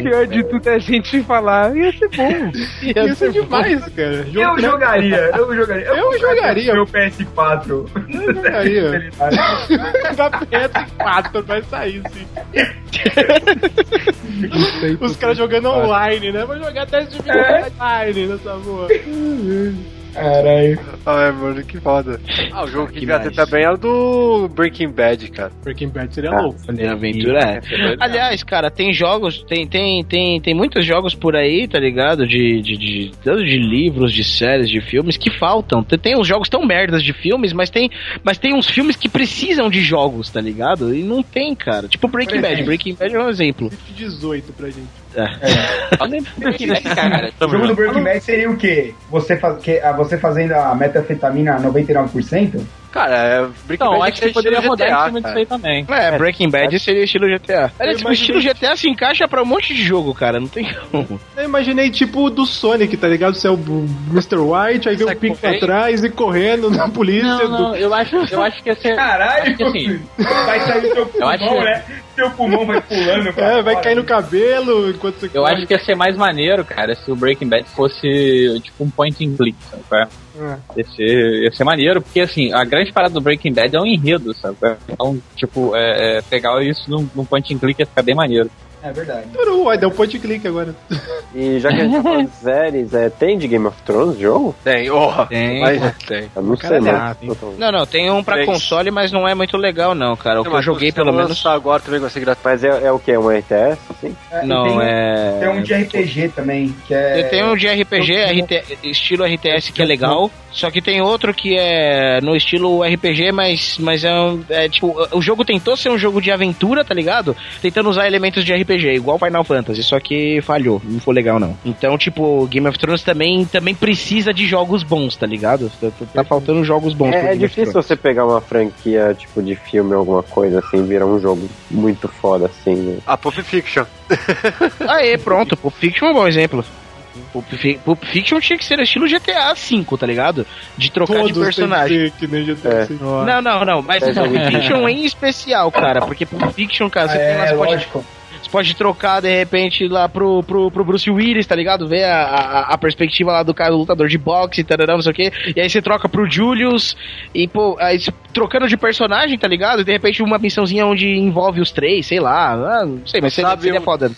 Speaker 6: Pior de tudo é a gente falar, ia ser bom.
Speaker 7: Ia ser demais, cara. João
Speaker 5: Eu
Speaker 7: Kleber-
Speaker 5: jogaria, eu jogaria.
Speaker 7: Eu jogaria.
Speaker 5: Meu PS4.
Speaker 7: Eu jogaria.
Speaker 5: Cara,
Speaker 7: PS4 vai sair, sim. Os caras jogando online, né? Vai jogar teste de fidelidade online nessa boa.
Speaker 5: Caralho.
Speaker 4: Ai, mano, que foda. Ah, o jogo que devia ter também era o do Breaking Bad, cara.
Speaker 7: Breaking Bad seria
Speaker 2: Ah.
Speaker 7: louco.
Speaker 9: Aventura é. Aliás, cara, tem jogos, tem, tem, tem, tem muitos jogos por aí, tá ligado? De, de, de, tanto de livros, de séries, de filmes que faltam. Tem, tem uns jogos tão merdas de filmes, mas tem, mas tem uns filmes que precisam de jogos, tá ligado? E não tem, cara. Tipo Breaking Bad. Breaking Bad é um exemplo. É.
Speaker 7: 18 pra gente.
Speaker 4: É,
Speaker 7: né?
Speaker 8: cara.
Speaker 5: O jogo do Breaking Bad seria o quê? Você, faz, que, ah, você fazendo a metafetamina 99%?
Speaker 4: Cara, é Breaking
Speaker 8: Então,
Speaker 4: Bad
Speaker 8: acho que poderia rodar em cima disso aí também.
Speaker 9: É, Breaking Bad seria estilo GTA. Aliás,
Speaker 7: Eu
Speaker 9: o estilo
Speaker 7: imaginei-
Speaker 9: GTA se encaixa pra um monte de jogo, cara. Não tem como.
Speaker 7: Eu imaginei tipo o do Sonic, tá ligado? Você é o Mr. White, aí vem o
Speaker 8: Saco
Speaker 7: Pink pra
Speaker 8: feio.
Speaker 7: trás e correndo na polícia.
Speaker 8: é? Não, não, eu acho, eu acho que ia ser.
Speaker 5: Caralho!
Speaker 8: Acho que sim.
Speaker 5: Vai sair o teu pulmão,
Speaker 8: acho que-
Speaker 5: né? Teu pulmão vai pulando.
Speaker 7: do-
Speaker 5: pra
Speaker 7: É, vai
Speaker 5: fora. né?
Speaker 7: cair no cabelo enquanto você
Speaker 8: Eu acho que ia ser mais maneiro, cara, se o Breaking Bad fosse tipo um point and click, sabe? qual é? Ia ser, ia ser maneiro, porque assim, a grande parada do Breaking Bad é um enredo, sabe? qual é? Então, tipo, é, é, pegar isso num, num point and click ia ficar bem maneiro.
Speaker 5: É verdade.
Speaker 7: Turu, aí deu point click agora.
Speaker 2: E já que a gente tá falando de séries, é, tem de Game of Thrones jogo?
Speaker 4: Tem, ó.
Speaker 9: Tem.
Speaker 4: Mas tem.
Speaker 2: Eu não sei,
Speaker 9: Caralho,
Speaker 2: não. Tô-
Speaker 9: Não, não, tem um pra
Speaker 4: Três.
Speaker 9: console, mas não é muito legal, não, cara. O que eu
Speaker 4: Mas
Speaker 9: joguei,
Speaker 4: se
Speaker 9: pelo
Speaker 4: lançar
Speaker 9: menos.
Speaker 4: agora também vai ser gratuito.
Speaker 2: Mas é, é o que? É um RTS? Assim?
Speaker 5: É, e
Speaker 9: Não,
Speaker 5: tem,
Speaker 9: é.
Speaker 5: Tem um de RPG também, que é.
Speaker 9: Eu tenho um de RPG,
Speaker 5: Eu-
Speaker 9: RT estilo RTS que é legal, só que tem outro que é no estilo RPG, mas, mas é, um, é tipo, o jogo tentou ser um jogo de aventura, tá ligado? Tentando usar elementos de RPG, igual Final Fantasy, só que falhou, não foi legal não. Então, tipo, Game of Thrones também, também precisa de jogos bons, tá ligado? Tá, tá- tá faltando jogos bons. pro
Speaker 2: É, é
Speaker 9: Game of
Speaker 2: difícil
Speaker 9: Thrones.
Speaker 2: você pegar uma franquia, tipo, de filme, alguma coisa assim, e virar um jogo muito foda, assim, né?
Speaker 4: A Pulp Fiction.
Speaker 9: Aê, pronto, Pulp Fiction é um bom exemplo. Pulp, Fi- Pulp Fiction tinha que ser estilo GTA V, tá ligado? De trocar de
Speaker 7: Todos têm
Speaker 9: personagem.
Speaker 7: que ser que nem GTA
Speaker 2: É.
Speaker 7: V.
Speaker 9: Não, não, não, mas
Speaker 2: É,
Speaker 9: Pulp
Speaker 2: jogo de-
Speaker 9: Fiction em especial, cara, porque Pulp Fiction, cara, você, tem lá,
Speaker 5: É,
Speaker 9: você, pode,
Speaker 5: lógico.
Speaker 9: você pode trocar de repente lá pro, pro, pro Bruce Willis, tá ligado? Ver a, a, a perspectiva lá do cara, do lutador de boxe, tarará, não sei o quê, e aí você troca pro Julius, e pô, aí você- trocando de personagem, tá ligado? E de repente uma missãozinha onde envolve os três, sei lá, ah, não sei, mas seria,
Speaker 4: Sabe
Speaker 9: seria
Speaker 4: um-
Speaker 9: foda.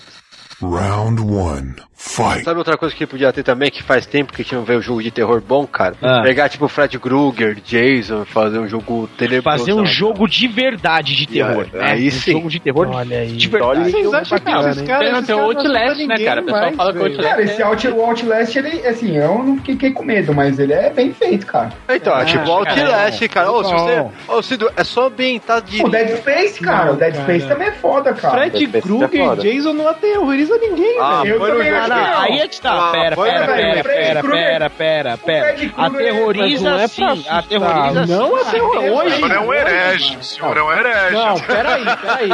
Speaker 3: Round one, fight.
Speaker 4: Sabe outra coisa que podia ter também, que faz tempo que a gente não vê um jogo de terror bom, cara?
Speaker 9: Ah.
Speaker 4: Pegar tipo Fred Krueger, Jason, fazer um jogo tenebroso.
Speaker 9: Fazer um jogo de verdade de
Speaker 4: Yeah,
Speaker 9: terror. né?
Speaker 4: aí
Speaker 9: um
Speaker 4: sim.
Speaker 9: jogo de terror
Speaker 6: Olha aí.
Speaker 9: de verdade.
Speaker 7: Vocês acham que
Speaker 5: um
Speaker 7: esses caras.
Speaker 8: Tem- tem
Speaker 7: esses
Speaker 8: o
Speaker 7: caras não
Speaker 8: Outlast, né,
Speaker 7: ajudam ninguém
Speaker 8: cara? O pessoal
Speaker 7: mais,
Speaker 8: fala que o
Speaker 7: velho.
Speaker 8: Outlast- é-
Speaker 5: Cara, esse Out, o Outlast, ele, assim, eu não fiquei com medo, mas ele é bem feito, Ah, cara.
Speaker 4: Então,
Speaker 8: Ah,
Speaker 4: é, tipo Outlast, cara. Ô, se
Speaker 9: Bom.
Speaker 4: você. Ô, Cido, é só ambientar de.
Speaker 5: O Dead Space, cara,
Speaker 7: Não,
Speaker 5: o Dead Space
Speaker 7: cara.
Speaker 5: também é foda, cara.
Speaker 7: Fred
Speaker 4: é
Speaker 2: Deve ser
Speaker 7: Krueger e
Speaker 2: foda.
Speaker 7: Jason não aterroriza ninguém,
Speaker 4: Ah,
Speaker 7: velho.
Speaker 5: eu
Speaker 4: foi no
Speaker 5: também
Speaker 4: jogo
Speaker 5: acho
Speaker 9: Não,
Speaker 5: que não.
Speaker 9: aí é que tá.
Speaker 4: Ah,
Speaker 9: pera,
Speaker 4: foi,
Speaker 9: pera,
Speaker 5: velho,
Speaker 9: pera,
Speaker 5: o Fred
Speaker 9: pera,
Speaker 5: Krueger-
Speaker 9: pera, pera,
Speaker 5: Fred
Speaker 9: pera.
Speaker 5: Krueger-
Speaker 6: Mas não
Speaker 9: Aterroriza
Speaker 6: é pra
Speaker 9: sim,
Speaker 6: assustar,
Speaker 9: aterroriza sim.
Speaker 7: Não aterroriza.
Speaker 5: Deus,
Speaker 7: Hoje.
Speaker 11: O senhor é um
Speaker 7: hoje,
Speaker 11: herege. O senhor é um herege.
Speaker 7: Não, peraí, peraí,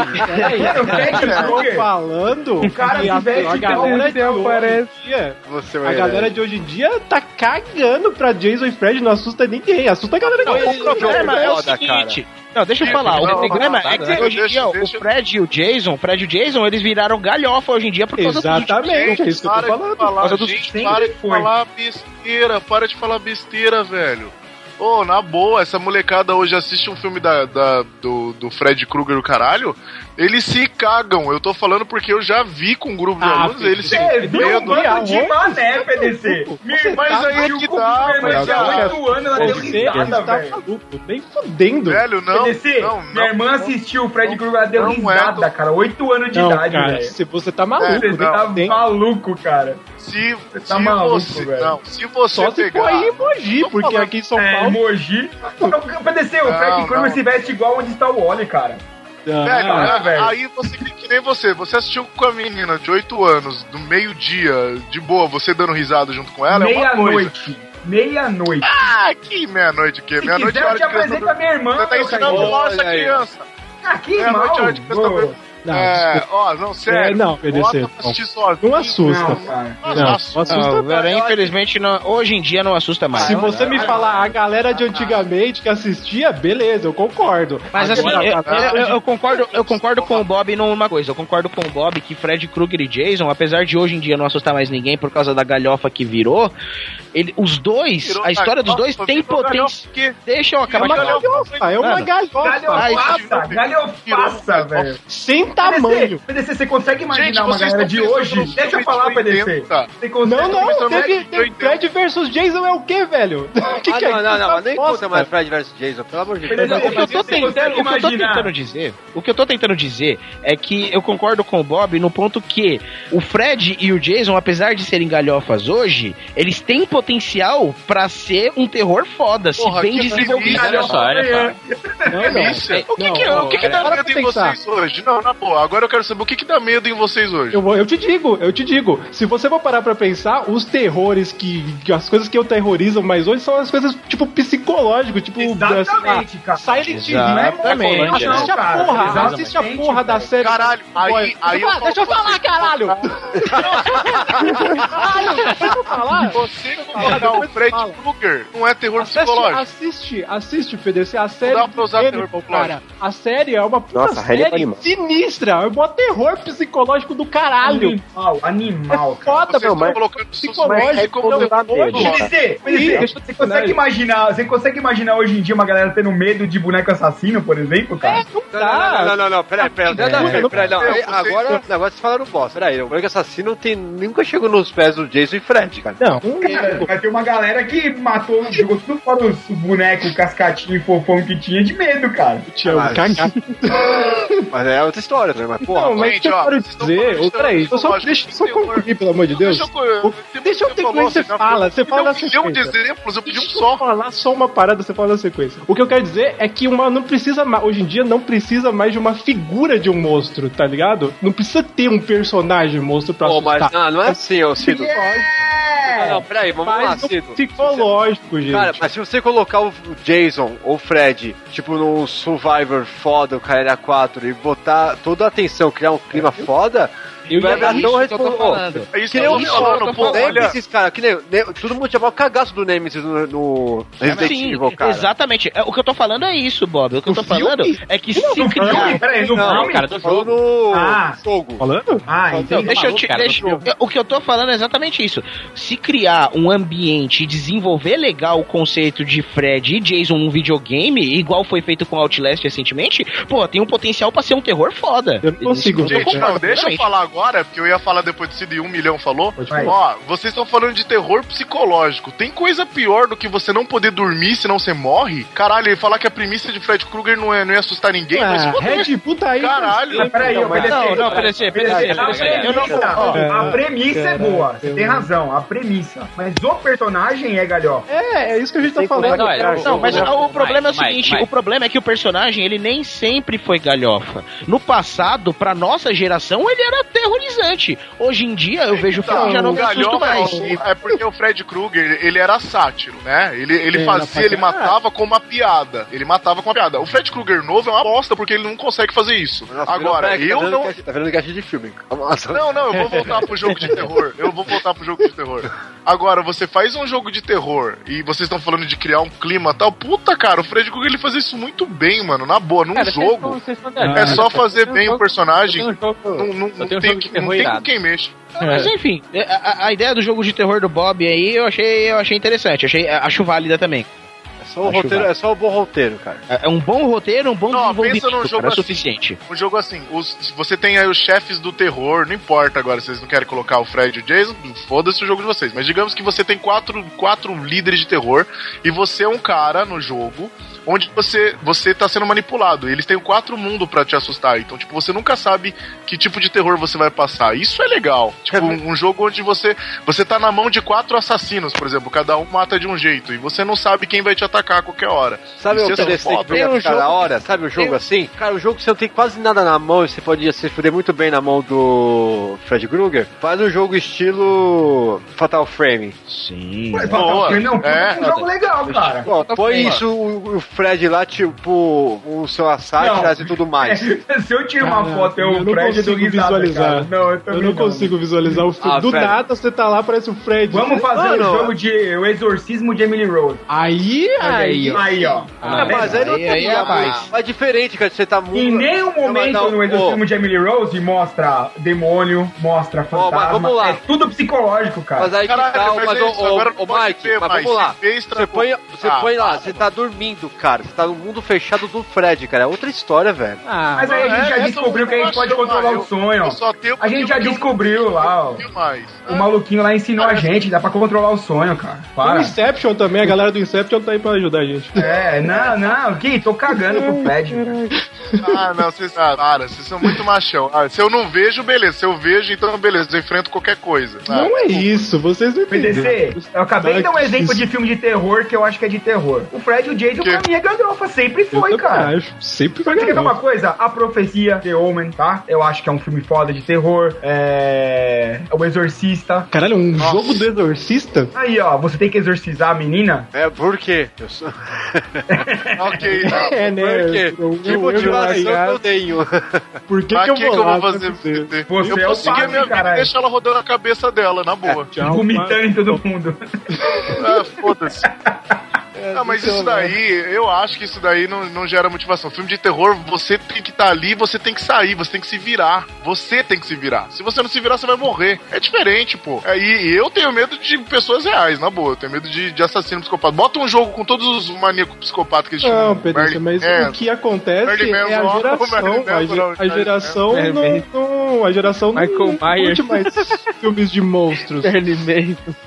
Speaker 7: peraí.
Speaker 5: O é Fred
Speaker 7: Eu
Speaker 5: Krueger.
Speaker 7: tô falando. O
Speaker 5: cara tivesse terror,
Speaker 7: a galera de
Speaker 5: então,
Speaker 7: hoje em dia,
Speaker 4: Você
Speaker 7: um A galera de hoje em dia tá cagando pra Jason e Fred, não assusta ninguém, assusta a galera
Speaker 4: Foi
Speaker 7: que tá
Speaker 4: esse
Speaker 7: compra.
Speaker 4: jogo.
Speaker 9: problema é o
Speaker 4: Foda, cara.
Speaker 9: seguinte. Não, deixa eu
Speaker 11: Deixa,
Speaker 9: falar.
Speaker 11: não,
Speaker 9: o problema
Speaker 11: não,
Speaker 9: é que
Speaker 11: não, não,
Speaker 9: hoje em
Speaker 11: deixa,
Speaker 9: dia
Speaker 11: deixa.
Speaker 9: o Fred e o Jason, o Fred e o Jason, eles viraram galhofa hoje em dia por causa do
Speaker 7: Exatamente, é isso que eu tô
Speaker 11: para de
Speaker 7: falando.
Speaker 11: falar,
Speaker 9: Mas eu tô
Speaker 11: gente,
Speaker 9: sempre
Speaker 11: para de
Speaker 5: foi.
Speaker 11: falar besteira, para de falar besteira, velho. Ô, na boa, essa molecada hoje assiste um filme da, da- do, do Fred Krueger, o caralho, eles se cagam. Eu tô falando porque eu já vi com um grupo de
Speaker 7: Ah,
Speaker 11: alunos,
Speaker 7: filho,
Speaker 11: eles se
Speaker 5: É, viu um
Speaker 11: medo.
Speaker 5: bando de
Speaker 7: aonde? tá
Speaker 5: mané, PDC. Minha
Speaker 11: Mas
Speaker 5: irmã
Speaker 11: aí
Speaker 5: saiu
Speaker 11: que
Speaker 5: com
Speaker 11: tá,
Speaker 5: minha irmã
Speaker 11: mas
Speaker 5: tinha
Speaker 11: agora-
Speaker 5: oito anos, ela deu
Speaker 7: Você
Speaker 5: risada,
Speaker 7: está
Speaker 5: velho.
Speaker 7: maluco, nem fudendo.
Speaker 11: Velho, não,
Speaker 5: PDC,
Speaker 11: não, não.
Speaker 5: minha irmã assistiu o Fred
Speaker 11: não,
Speaker 5: Krueger, ela deu
Speaker 11: não é
Speaker 5: risada,
Speaker 11: do-
Speaker 5: cara. Oito anos de
Speaker 7: Não,
Speaker 5: idade,
Speaker 7: cara,
Speaker 5: velho.
Speaker 7: se você tá maluco,
Speaker 11: É,
Speaker 7: tem-
Speaker 5: Você tá
Speaker 7: tem-
Speaker 5: maluco, cara.
Speaker 11: Se,
Speaker 5: tá
Speaker 11: se
Speaker 5: maluco,
Speaker 11: você,
Speaker 5: velho.
Speaker 11: não, se você
Speaker 7: só se for
Speaker 11: pegar...
Speaker 7: aí em Mogi,
Speaker 11: Tô
Speaker 7: porque
Speaker 11: falando.
Speaker 7: aqui em São
Speaker 5: É,
Speaker 7: Paulo...
Speaker 5: emoji. Não, PDC, o
Speaker 11: Não,
Speaker 5: Fred
Speaker 11: não.
Speaker 5: Krueger se veste igual onde está o Oli, cara.
Speaker 11: Velho,
Speaker 7: Ah,
Speaker 5: Ah,
Speaker 11: é,
Speaker 5: velho.
Speaker 11: aí você que que nem você, você assistiu com a menina de 8 anos, do meio-dia, de boa, você dando risada junto com ela, é uma coisa.
Speaker 5: Meia-noite. Meia-noite.
Speaker 11: Ah, que meia-noite o quê?
Speaker 5: Se
Speaker 11: Meia-noite
Speaker 5: quiser,
Speaker 11: é
Speaker 5: eu
Speaker 11: hora
Speaker 5: te
Speaker 11: de criança
Speaker 5: apresento a
Speaker 11: dormir.
Speaker 5: minha irmã,
Speaker 11: Você tá
Speaker 5: meu
Speaker 11: ensinando
Speaker 5: carinho.
Speaker 11: nossa
Speaker 4: Olha aí.
Speaker 11: criança.
Speaker 5: Ah, que mal.
Speaker 11: Meia-noite é hora de criança dormir.
Speaker 7: Não,
Speaker 11: é, ó, não, sério.
Speaker 7: É, não, PDC,
Speaker 11: Bota pra
Speaker 7: não.
Speaker 11: assistir sozinho.
Speaker 7: Não assusta.
Speaker 5: Não, cara.
Speaker 11: Não,
Speaker 7: Não,
Speaker 11: assusta.
Speaker 7: assusta
Speaker 9: Não, velho, infelizmente não- hoje em dia não assusta mais.
Speaker 7: Se você me falar a galera de antigamente que assistia, beleza, eu concordo.
Speaker 9: Mas assim,
Speaker 7: Agora,
Speaker 9: eu,
Speaker 7: a-
Speaker 9: eu- eu- eu concordo, eu concordo com o Bob numa coisa. Eu concordo com o Bob que Fred Krueger e Jason, apesar de hoje em dia não assustar mais ninguém por causa da galhofa que virou, ele- os dois,
Speaker 11: Virou
Speaker 9: a história dos
Speaker 11: galhofa,
Speaker 9: dois tem
Speaker 11: virou
Speaker 9: potência.
Speaker 11: galhofa, porque
Speaker 9: Deixa eu
Speaker 7: é
Speaker 9: acabar de
Speaker 7: uma
Speaker 9: falar.
Speaker 7: galhofa, é uma
Speaker 9: Mano,
Speaker 7: galhofa.
Speaker 5: Galhofaça,
Speaker 11: Ai,
Speaker 5: galhofaça,
Speaker 11: tirou-
Speaker 5: velho.
Speaker 7: Sem
Speaker 5: PDC,
Speaker 7: tamanho.
Speaker 5: PDC, você consegue imaginar
Speaker 11: Gente,
Speaker 5: uma
Speaker 11: vocês
Speaker 5: galera
Speaker 11: estão
Speaker 5: de
Speaker 11: pensando
Speaker 5: hoje?
Speaker 11: num filme
Speaker 5: Deixa eu falar,
Speaker 11: de
Speaker 5: PDC.
Speaker 11: 80.
Speaker 5: Você consegue...
Speaker 7: Não, não,
Speaker 11: Principalmente
Speaker 7: teve, teve
Speaker 11: doidão.
Speaker 7: Fred versus Jason é o quê, velho?
Speaker 4: Ah,
Speaker 7: Que que é
Speaker 4: não, não, não, mas nem
Speaker 7: Bosta.
Speaker 4: conta mais Fred vs Jason, pelo amor de
Speaker 5: Beleza,
Speaker 4: Deus.
Speaker 9: Não, o, que eu tô
Speaker 5: Você consegue
Speaker 9: tentando, o que eu tô
Speaker 5: imaginar?
Speaker 9: tentando dizer, o que eu tô tentando dizer é que eu concordo com o Bob no ponto que o Fred e o Jason, apesar de serem galhofas hoje, eles têm potencial pra ser um terror foda, se
Speaker 11: Porra,
Speaker 9: bem
Speaker 11: que
Speaker 9: desenvolvido.
Speaker 11: delícia,
Speaker 8: Olha só, olha só.
Speaker 7: Não, É, não.
Speaker 11: Delícia.
Speaker 9: O que que- é, o que que dá-
Speaker 7: para
Speaker 11: Para
Speaker 7: pra
Speaker 11: medo em
Speaker 7: pensar.
Speaker 11: vocês hoje. Não, na boa, agora eu quero saber o que, que dá medo em vocês hoje.
Speaker 7: Eu, vou- eu te digo, eu te digo. Se você for parar pra pensar, os terrores que. que As coisas que eu terrorizam mais hoje são as coisas, tipo, psicológico, tipo.
Speaker 5: Exatamente, cara.
Speaker 7: sei lá, Silent Hill, né?
Speaker 9: Exatamente, Exatamente,
Speaker 7: Assiste a
Speaker 5: cara.
Speaker 7: porra,
Speaker 5: Exatamente,
Speaker 7: assiste a porra da
Speaker 5: velho.
Speaker 7: série.
Speaker 11: Caralho, aí, aí
Speaker 7: Deixa eu falar, deixa eu falar, caralho! Caralho, deixa eu falar!
Speaker 11: Você comparar o
Speaker 7: Depois
Speaker 11: Fred
Speaker 7: fala.
Speaker 11: Krueger não é terror
Speaker 7: Assiste,
Speaker 11: psicológico.
Speaker 7: assiste, assiste, PDC, a série
Speaker 11: dá pra usar
Speaker 7: Hannibal,
Speaker 11: terror popular.
Speaker 7: cara. A série é uma puta
Speaker 2: Nossa, Hannibal é
Speaker 7: série
Speaker 2: animal.
Speaker 7: sinistra, é um terror psicológico do caralho.
Speaker 5: Animal, animal,
Speaker 7: é foda,
Speaker 11: Vocês
Speaker 7: meu.
Speaker 11: estão
Speaker 7: Mas...
Speaker 11: colocando
Speaker 7: psicológico
Speaker 11: psicológico como
Speaker 7: não dá
Speaker 11: terror.
Speaker 7: medo.
Speaker 11: cara.
Speaker 5: PDC,
Speaker 7: Ih,
Speaker 5: PDC,
Speaker 7: deixa eu
Speaker 5: você
Speaker 7: ter coragem.
Speaker 5: consegue imaginar, você consegue imaginar hoje em dia uma galera tendo medo de boneco assassino, por exemplo, cara?
Speaker 4: Não,
Speaker 7: Tá.
Speaker 4: não, não, não, não, não, peraí, peraí, peraí,
Speaker 7: não,
Speaker 4: peraí,
Speaker 7: não,
Speaker 4: peraí, não.
Speaker 11: não,
Speaker 4: Ei,
Speaker 11: não,
Speaker 4: Agora, não, agora vocês falaram bosta, peraí, o Branco Assassino não tem, nunca chegou nos pés do Jason e Fred, cara.
Speaker 9: Não,
Speaker 7: um é.
Speaker 5: Cara, vai ter uma galera que matou, jogou tudo fora os bonecos cascatinho e fofão que tinha de medo, cara.
Speaker 7: Tchau,
Speaker 4: Mas-
Speaker 7: cagado.
Speaker 4: Mas é outra história, né, mas porra.
Speaker 7: Não, então, mas o
Speaker 11: gente,
Speaker 7: que eu
Speaker 11: ó,
Speaker 7: quero
Speaker 11: vocês estão falando
Speaker 7: dizer,
Speaker 11: de
Speaker 7: ou, peraí,
Speaker 11: terror,
Speaker 7: eu só,
Speaker 11: lógico,
Speaker 7: deixa
Speaker 11: tem
Speaker 7: só
Speaker 11: terror.
Speaker 7: concluir, pelo amor de Deus.
Speaker 11: Deixa eu,
Speaker 7: Deixa eu ter como você fala, você fala
Speaker 11: um
Speaker 7: assim,
Speaker 11: milhão de
Speaker 7: cara.
Speaker 11: exemplos, eu pedi um
Speaker 7: Deixa
Speaker 11: só.
Speaker 7: eu falar só uma parada, você fala na sequência. O que eu quero dizer é que uma não precisa mais, hoje em dia não precisa mais de uma figura de um monstro, tá ligado? Não precisa ter um personagem monstro pra
Speaker 4: Pô,
Speaker 9: Tá.
Speaker 4: mas
Speaker 7: assustar.
Speaker 4: não, não é assim, ô Cido.
Speaker 5: É!
Speaker 4: Não, não, peraí, vamos lá,
Speaker 7: Mas
Speaker 4: Cido.
Speaker 7: um psicológico, gente.
Speaker 4: Cara, mas se você colocar o Jason ou o Fred, tipo, num Survivor foda, o Carreira 4, e botar toda a atenção, criar um clima foda,
Speaker 9: eu
Speaker 4: vai dar tão respon- Ô,
Speaker 11: É isso
Speaker 4: Que
Speaker 11: que
Speaker 4: nem
Speaker 11: eu
Speaker 4: o
Speaker 11: tô falando, pô, olha.
Speaker 4: Nemesis, cara. Que nem, nem- todo mundo chamava o cagaço do Nemesis no, no Resident
Speaker 9: Sim,
Speaker 4: Evil, É cara.
Speaker 9: exatamente. É, O que eu tô falando é isso, Bob. O que eu tô falando é que se
Speaker 5: No filme,
Speaker 9: criou.
Speaker 5: peraí, no
Speaker 4: Não,
Speaker 5: filme?
Speaker 9: cara, do
Speaker 4: Falou
Speaker 9: jogo.
Speaker 4: no
Speaker 5: Ah.
Speaker 4: jogo.
Speaker 7: Falando?
Speaker 5: Ah,
Speaker 9: Não,
Speaker 5: entendi.
Speaker 9: deixa eu te.
Speaker 8: cara,
Speaker 9: deixa- eu- o que eu tô falando é exatamente isso. Se criar um ambiente e desenvolver legal o conceito de Fred e Jason num videogame, igual foi feito com Outlast recentemente, pô, tem um potencial pra ser um terror foda.
Speaker 7: Eu não consigo,
Speaker 9: Isso eu
Speaker 11: Gente,
Speaker 9: concordo
Speaker 11: não, deixa eu
Speaker 9: plenamente.
Speaker 11: falar agora, porque eu ia falar depois de Cid e um milhão falou.
Speaker 7: Pode
Speaker 5: falar.
Speaker 11: Ó, vocês estão falando de terror psicológico. Tem coisa pior do que você não poder dormir senão você morre? Caralho, e falar que a premissa de Fred Krueger não, é, não ia assustar ninguém? mas
Speaker 7: Ah,
Speaker 11: foda
Speaker 7: Red Bull tá aí.
Speaker 11: Caralho.
Speaker 7: mas-
Speaker 5: Peraí,
Speaker 7: Não,
Speaker 5: eu
Speaker 7: mas-
Speaker 5: falei-
Speaker 9: Não, não, PDC,
Speaker 5: A
Speaker 9: PDC.
Speaker 5: premissa-
Speaker 9: Eu
Speaker 5: ó,
Speaker 9: não
Speaker 5: a premissa é
Speaker 7: Caralho,
Speaker 5: boa, você tem
Speaker 7: eu-
Speaker 5: razão, a premissa. Mas o personagem é galhó.
Speaker 7: É, é isso que a gente tá
Speaker 2: Tem como
Speaker 7: falando.
Speaker 2: é que
Speaker 7: cara.
Speaker 2: é,
Speaker 9: Não, mas
Speaker 11: né?
Speaker 2: Vamos
Speaker 9: o problema é o
Speaker 8: Mike,
Speaker 9: seguinte,
Speaker 8: Mike.
Speaker 9: o problema é que o personagem, ele nem sempre foi galhofa. No passado, pra nossa geração, ele era aterrorizante. Hoje em dia, eu vejo o
Speaker 11: Tá,
Speaker 9: filme e já não
Speaker 11: o
Speaker 9: me assusto
Speaker 11: galhofa
Speaker 9: mais.
Speaker 11: é, é porque o Fred Krueger, ele era sátiro, né? Ele, ele
Speaker 7: Era
Speaker 11: fazia,
Speaker 7: pra
Speaker 11: ele
Speaker 7: caralho.
Speaker 11: matava com uma piada. Ele matava com uma piada. O Fred Krueger novo é uma bosta, porque ele não consegue fazer isso.
Speaker 4: Nossa,
Speaker 11: Agora,
Speaker 4: virou-
Speaker 11: eu
Speaker 4: tá
Speaker 11: não...
Speaker 4: virando cast- Tá vendo gatinho de filme. Nossa.
Speaker 11: Não, não, eu vou voltar pro jogo de terror. Eu vou voltar pro jogo de terror. Agora, você faz um jogo de terror e vocês estão falando de criar um clima e tal. Puta, cara, o Fred Krueger ele fazia isso muito bem, mano. Na boa, num jogo. É só fazer
Speaker 8: um
Speaker 11: bem o personagem. Não, não,
Speaker 8: só
Speaker 11: não
Speaker 8: tem um
Speaker 11: tem,
Speaker 8: jogo de
Speaker 11: que, não
Speaker 8: terror
Speaker 11: tem com
Speaker 8: irado.
Speaker 11: quem mexe.
Speaker 9: É. Mas enfim, a, a- a ideia do jogo de terror do Bob aí, eu achei, eu achei interessante. Achei, acho válida também.
Speaker 4: É só, o
Speaker 9: Acho
Speaker 4: roteiro, é só o bom roteiro, cara.
Speaker 9: É um bom roteiro, um bom
Speaker 11: Não,
Speaker 9: desenvolvimento.
Speaker 11: pensa num jogo
Speaker 9: cara, é
Speaker 11: assim.
Speaker 9: suficiente.
Speaker 11: Um jogo assim, os- você tem aí os chefes do terror, não importa agora, vocês não querem colocar o Fred e o Jason, foda-se o jogo de vocês. Mas digamos que você tem quatro, quatro líderes de terror e você é um cara no jogo onde você, você tá sendo manipulado. Eles têm quatro mundos pra te assustar. Então, tipo, você nunca sabe que tipo de terror você vai passar. Isso é legal. Tipo,
Speaker 4: né?
Speaker 11: um, um jogo onde você, você tá na mão de quatro assassinos, por exemplo, cada um mata de um jeito e você não sabe quem vai te atacar a qualquer hora.
Speaker 4: Sabe
Speaker 11: Isso
Speaker 4: o
Speaker 11: é só
Speaker 4: PDC
Speaker 11: foda.
Speaker 4: que
Speaker 11: Tem
Speaker 4: joga
Speaker 11: um
Speaker 4: cada
Speaker 11: jogo-
Speaker 4: hora? Sabe o jogo
Speaker 11: tem-
Speaker 4: assim? Cara, o jogo que você não tem quase nada na mão e você pode se fuder muito bem na mão do Fred Krueger. Faz um jogo estilo Fatal Frame.
Speaker 9: Sim.
Speaker 5: Mas,
Speaker 11: boa.
Speaker 5: Fatal, não,
Speaker 11: É.
Speaker 5: é um jogo legal, cara.
Speaker 4: Pô, põe
Speaker 9: Frame.
Speaker 4: isso, o, o Fred lá, tipo, o seu Assassinas e tudo mais.
Speaker 5: Se eu tiro uma
Speaker 7: Cara,
Speaker 5: foto,
Speaker 7: eu
Speaker 5: eu
Speaker 7: não
Speaker 5: prédio eu dou
Speaker 7: consigo
Speaker 5: risada,
Speaker 7: visualizar.
Speaker 5: cara. Não, eu também
Speaker 7: Eu não consigo visualizar o filme.
Speaker 4: Ah,
Speaker 7: Do
Speaker 4: velho.
Speaker 7: nada você tá lá, parece o Fred.
Speaker 5: Vamos fazer
Speaker 4: Mano.
Speaker 5: o jogo de O Exorcismo de Emily Rose.
Speaker 7: Aí,
Speaker 9: Olha aí,
Speaker 7: aí.
Speaker 9: ó.
Speaker 5: Aí, ó.
Speaker 9: Ah,
Speaker 5: Tá
Speaker 4: mas
Speaker 5: vendo?
Speaker 4: aí não
Speaker 9: aí- aí
Speaker 4: tem
Speaker 9: é
Speaker 4: nada,
Speaker 9: mais.
Speaker 4: Mas diferente, cara, você um tá muito.
Speaker 5: Em nenhum
Speaker 4: Não, mas
Speaker 5: momento
Speaker 4: não,
Speaker 5: no exorcismo
Speaker 4: ô,
Speaker 5: de Emily Rose mostra demônio, mostra fantasma.
Speaker 4: vamos lá.
Speaker 5: É tudo psicológico, cara.
Speaker 4: Mas aí que
Speaker 11: Caralho,
Speaker 4: tá,
Speaker 11: mas
Speaker 4: mas,
Speaker 11: é
Speaker 4: ô,
Speaker 11: isso,
Speaker 4: ô,
Speaker 11: agora
Speaker 4: ô,
Speaker 11: pode
Speaker 4: Mike,
Speaker 11: ver,
Speaker 4: mas
Speaker 11: mas
Speaker 4: vamos lá.
Speaker 11: se fez,
Speaker 4: Você
Speaker 11: travou.
Speaker 4: põe, você
Speaker 11: Ah,
Speaker 4: põe lá,
Speaker 11: para,
Speaker 4: você tá dormindo, cara. Você tá no mundo fechado do Fred, cara. É outra história, velho.
Speaker 7: Ah.
Speaker 5: Mas aí
Speaker 11: É,
Speaker 5: a gente já descobriu que a gente pode controlar o sonho.
Speaker 11: Eu só tenho
Speaker 5: A gente já
Speaker 11: que eu-
Speaker 5: descobriu lá, ó.
Speaker 11: Viu mais.
Speaker 5: O maluquinho lá ensinou a gente, dá pra controlar o sonho, cara.
Speaker 7: O
Speaker 5: Para.
Speaker 7: Inception também, a galera do Inception tá aí pra ajudar a gente.
Speaker 5: É, não, não, que tô cagando pro Fred.
Speaker 11: Ah, não, vocês. Ah, para, vocês são muito machão. Ah, se eu não vejo, beleza. Se eu vejo, então beleza, eu enfrento qualquer coisa. Ah,
Speaker 7: Não é isso, vocês não entenderam.
Speaker 5: PDC, eu acabei de dar um
Speaker 7: Cara, que
Speaker 5: exemplo
Speaker 7: isso.
Speaker 5: de filme de terror que eu acho que é de terror. O Fred e o Jason,
Speaker 11: Que?
Speaker 5: pra mim, é galhofa, sempre
Speaker 7: Eu
Speaker 5: foi,
Speaker 7: também
Speaker 5: cara.
Speaker 7: acho, sempre
Speaker 5: Só
Speaker 7: foi
Speaker 5: que quer ver uma
Speaker 7: legal.
Speaker 5: coisa? A Profecia, The Omen, tá? Eu acho que é um filme foda de terror. É. O Exorcista.
Speaker 7: Caralho, um jogo do Exorcista?
Speaker 5: Aí, ó, você tem que exorcizar a menina?
Speaker 4: É, por quê? Eu sou...
Speaker 11: ok, tá.
Speaker 7: É, né?
Speaker 4: por quê?
Speaker 7: eu- eu-
Speaker 4: Que
Speaker 7: eu-
Speaker 4: motivação que
Speaker 7: eu-
Speaker 4: eu tenho?
Speaker 7: Por que,
Speaker 11: Pra
Speaker 7: que eu
Speaker 11: que
Speaker 7: vou
Speaker 11: que eu
Speaker 7: lá?
Speaker 11: vou fazer
Speaker 7: pra você?
Speaker 11: você?
Speaker 5: Você
Speaker 11: eu
Speaker 5: é o
Speaker 11: vou seguir a
Speaker 5: padre,
Speaker 11: minha vida e
Speaker 5: caralho.
Speaker 11: deixar ela rodando a cabeça dela, na boa.
Speaker 7: Tchau,
Speaker 5: vomitando em todo mundo.
Speaker 11: Ah, foda-se.
Speaker 7: É,
Speaker 11: Não, mas
Speaker 7: então,
Speaker 11: isso
Speaker 7: né?
Speaker 11: daí, eu acho que isso daí não, não gera motivação. Filme de terror, você tem que estar ali, você tem que sair, você tem que se virar. Você tem que se virar. Se você não se virar, você vai morrer. É diferente, pô. É, e e eu tenho medo de pessoas reais, na boa. Eu tenho medo de, de assassino psicopata. Bota um jogo com todos os maníacos psicopatas que existem.
Speaker 7: Não, Pedro, mas
Speaker 11: É,
Speaker 7: o que acontece
Speaker 11: Marilyn
Speaker 7: é a
Speaker 11: Manson,
Speaker 7: geração.
Speaker 11: Marilyn
Speaker 7: A, ge-
Speaker 11: Manson,
Speaker 7: a geração
Speaker 11: Marilyn
Speaker 7: não, não- A geração não,
Speaker 11: Michael
Speaker 7: não curte
Speaker 11: Myers.
Speaker 7: mais filmes de monstros.